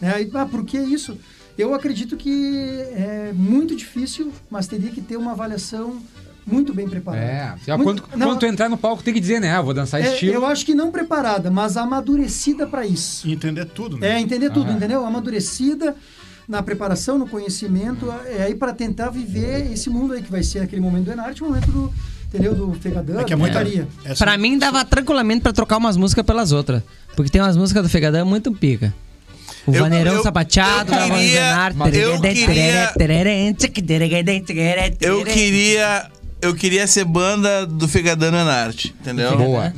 Né? Aí, ah, por que isso? Eu acredito que é muito difícil, mas teria que ter uma avaliação muito bem preparada.
É. Sei lá,
Muito-
quando,
não,
quando tu entrar no palco, tem que dizer, né? Ah, vou dançar
é,
estilo.
Eu acho que não preparada, mas amadurecida para isso.
Entender tudo,
É,
né?
entender tudo,
Ah.
entendeu? Amadurecida na preparação, no conhecimento, é aí para tentar viver esse mundo aí que vai ser aquele momento do Enarte, o momento do, entendeu? Do Fegadã,
É que é
da
muita.
putaria.
É
Pra mim dava tranquilamente pra trocar umas músicas pelas outras. Porque tem umas músicas do Fegadão é muito pica. O
Eu-
Vaneirão
eu-
Sapateado,
eu
da Van
queria-
Zenar,
mas eu
tererê,
queria-
tererê, tchic, tererê, tererê,
Eu
tererê.
queria. Eu queria ser banda do Fegadano Anarte, entendeu?
Boa.
né?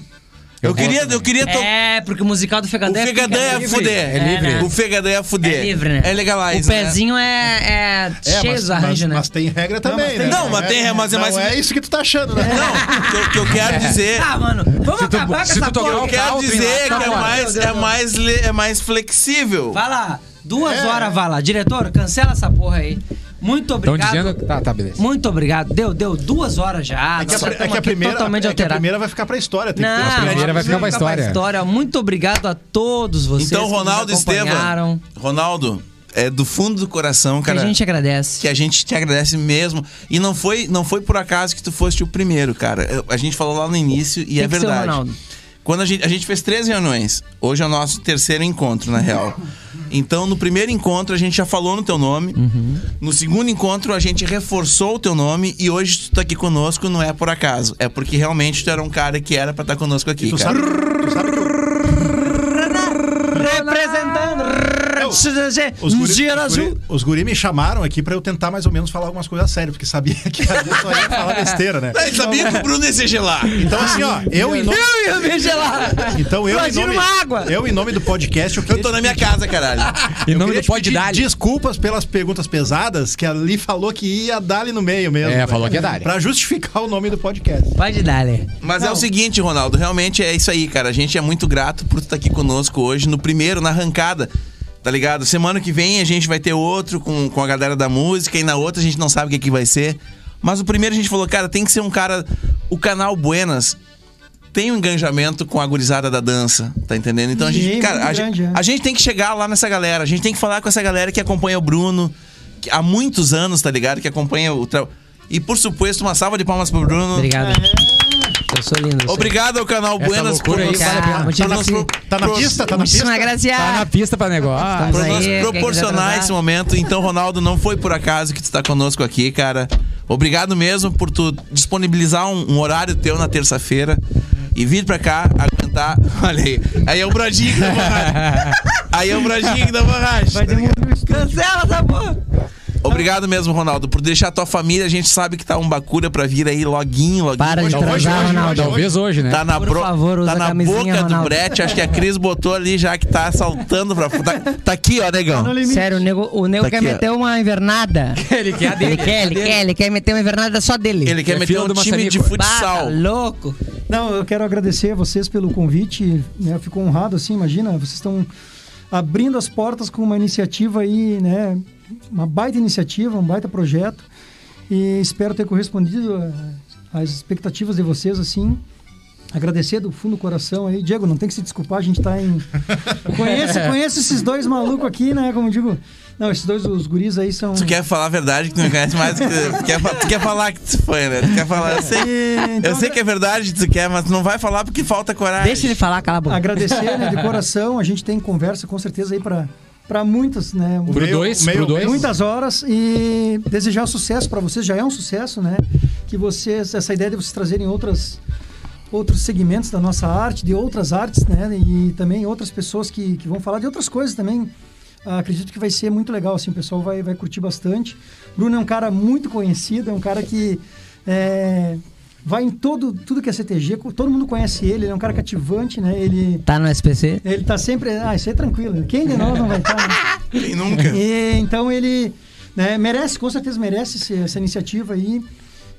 Eu,
Eu
queria,
gosto
eu queria to-
É, porque o musical do
O
Fegadão
Fegadão
pica,
é,
né?
fuder.
é livre.
O Fegadão é fuder.
É livre, né?
É legalize,
O pezinho é, é
É,
cheio
mas,
do arranjo,
mas-
né?
mas tem regra também,
tem-
né?
Não, mas tem- mas é mais-
Não é isso que tu tá achando, né?
né? Não, que eu- que eu quero dizer.
Ah, mano, vamos
Se tu-
acabar com
se tu
essa
tocar
porra.
Eu quero
Alto e
dizer
então.
lá,
que é
Tá
fora.
mais, é, mais, le- é mais flexível.
Vai lá, duas
É.
horas, vai lá. Diretor, cancela essa porra aí. Muito
Estão
obrigado.
dizendo. que- Tá, tá, beleza.
Muito obrigado. Deu, deu duas horas já.
É que a,
Nós
pri- é
estamos
que a
aqui
primeira,
totalmente
é que a
alterado.
primeira vai ficar pra história. Tem que ter
Não,
umas
primeira
primeiras-
vai ficar pra história.
Muito obrigado a todos vocês.
Então,
que nos
Ronaldo
acompanharam,
Estevam. Ronaldo, é do fundo do coração,
Que
cara.
a gente agradece.
que é- a gente te agradece mesmo. E não foi, não foi por acaso que tu foste o primeiro, cara. Eu- A gente falou lá no início e
Tem
é
que ser o
verdade.
Ronaldo.
Quando a gente, a gente fez três reuniões. Hoje é o nosso terceiro encontro, na real. Então, no primeiro encontro, a gente já falou no teu nome.
Uhum.
No segundo encontro, a gente reforçou o teu nome. E hoje tu tá aqui conosco, não é por acaso. É porque realmente tu era um cara que era pra estar conosco aqui,
Tu
cara.
sabe, tu sabe que o-
Representando.
É os guri,
Giro
os,
Azul.
guri, os guri me chamaram aqui pra eu tentar mais ou menos falar algumas coisas sérias, porque sabia que a gente só ia falar besteira, né?
Eu sabia que o Bruno ia ser gelar.
Então, assim, ó, eu em nome.
Eu ia ver gelada.
Então, eu em
Imagina
nome,
uma água.
eu em nome do podcast, eu
Eu
queria
tô na minha casa, caralho.
Em nome
Queria
do
te
Pode
pedir
Dar.
Desculpas pelas perguntas pesadas, que ali falou que ia dar ali no meio mesmo.
É, falou que ia dar-lhe.
Pra justificar o nome do podcast.
Pode dar, né?
Mas é o seguinte, Ronaldo, realmente é isso aí, cara. A gente é muito grato por tu estar aqui conosco hoje, no primeiro, na arrancada. Tá ligado? Semana que vem a gente vai ter outro com, com a galera da música e na outra a gente não sabe o que, que vai ser. Mas o primeiro a gente falou, cara, tem que ser um cara. O canal Buenas tem um engajamento com a gurizada da dança, tá entendendo? Então a gente,
Sim,
cara,
muito
a,
grande,
gente,
é.
a gente tem que chegar lá nessa galera, a gente tem que falar com essa galera que acompanha o Bruno que há muitos anos, tá ligado? Que acompanha o. Tra... E por suposto, uma salva de palmas pro Bruno.
Obrigado. Eu sou lindo. eu sou
Obrigado ao canal
Essa
Buenas por
loucura aí
nos,
vale a pena.
por
Muitíssimo
nos
sim.
pro-
Tá na
pros-
pista? Tá
lindo.
na
Muitíssima
pista?
gracia.
Tá na pista pra negócio. Ah,
por nos
Aí, quem quiser
proporcionar
transar.
esse momento. Então, Ronaldo, não foi por acaso que tu tá conosco aqui, cara. Obrigado mesmo por tu disponibilizar um, um horário teu na terça-feira e vir pra cá aguentar. Olha aí. Aí é o Brodinho que dá borracha. Aí é o Brodinho que dá borracha.
Cancela essa porra.
Obrigado mesmo, Ronaldo, por deixar a tua família. A gente sabe que tá um bacura pra vir aí loguinho, loguinho.
Para de
Hoje, hoje,
transar,
hoje,
Ronaldo.
Talvez hoje, né?
Tá na,
É. Por
bro-
favor, usa
tá na
a camisinha,
boca do
Ronaldo.
brete, acho que a Cris botou ali já que tá saltando pra. Tá, tá aqui, ó, negão.
No limite.
Sério, o nego, o nego
Tá
quer
aqui, ó.
meter uma invernada.
Ele quer a dele,
Ele quer, ele quer, ele quer meter uma invernada só dele.
Ele quer
É
meter
fila
um
do
time de
Maçarico.
futsal.
Bah, tá louco.
Não, eu quero agradecer a vocês pelo convite. Né? Eu fico honrado, assim, imagina, vocês estão abrindo as portas com uma iniciativa aí, né? Uma baita iniciativa, um baita projeto. E espero ter correspondido a- às expectativas de vocês, assim. Agradecer do fundo do coração aí. Diego, não tem que se desculpar, a gente tá em. Conheço, conheço esses dois malucos aqui, né? Como eu digo. Não, esses dois, os guris aí são.
Tu quer falar a verdade que tu me conhece mais que. Tu quer, fa- tu quer falar que tu foi, né? Tu quer falar. Eu sei, eu sei que é verdade que tu quer, mas tu não vai falar porque falta coragem.
Deixa ele falar, cala a boca.
agradecer né, de coração. A gente tem conversa com certeza aí para para muitas, né?
Pro
Meio-
dois,
meio-
pro dois.
Muitas horas e desejar é sucesso para vocês já é um sucesso, né? que vocês, essa ideia de vocês trazerem outras outros segmentos da nossa arte, de outras artes, né? E também outras pessoas que, que vão falar de outras coisas também. Ah, acredito que vai ser muito legal, assim, o pessoal vai, vai curtir bastante. Bruno é um cara muito conhecido, é um cara que é, vai em todo, tudo que é CTG, todo mundo conhece ele, ele é um cara cativante, né? Ele,
Tá no SPC?
ele tá sempre... Ah, isso aí é tranquilo, quem de nós não vai estar, né?
Quem nunca?
E, então ele né, merece, com certeza merece esse- essa iniciativa aí.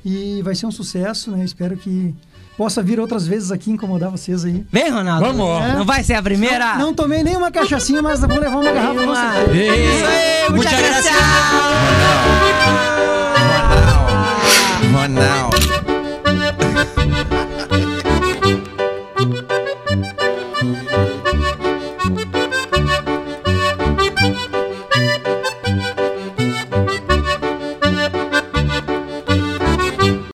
E vai ser um sucesso, né? Espero que possa vir outras vezes aqui incomodar vocês aí.
Vem, Ronaldo.
Vamos.
Não vai ser a primeira?
Não tomei nenhuma cachaçinha, mas vou levar uma garrafa pra você.
Isso aí,
Muita graça.
Ronaldo. Ronaldo.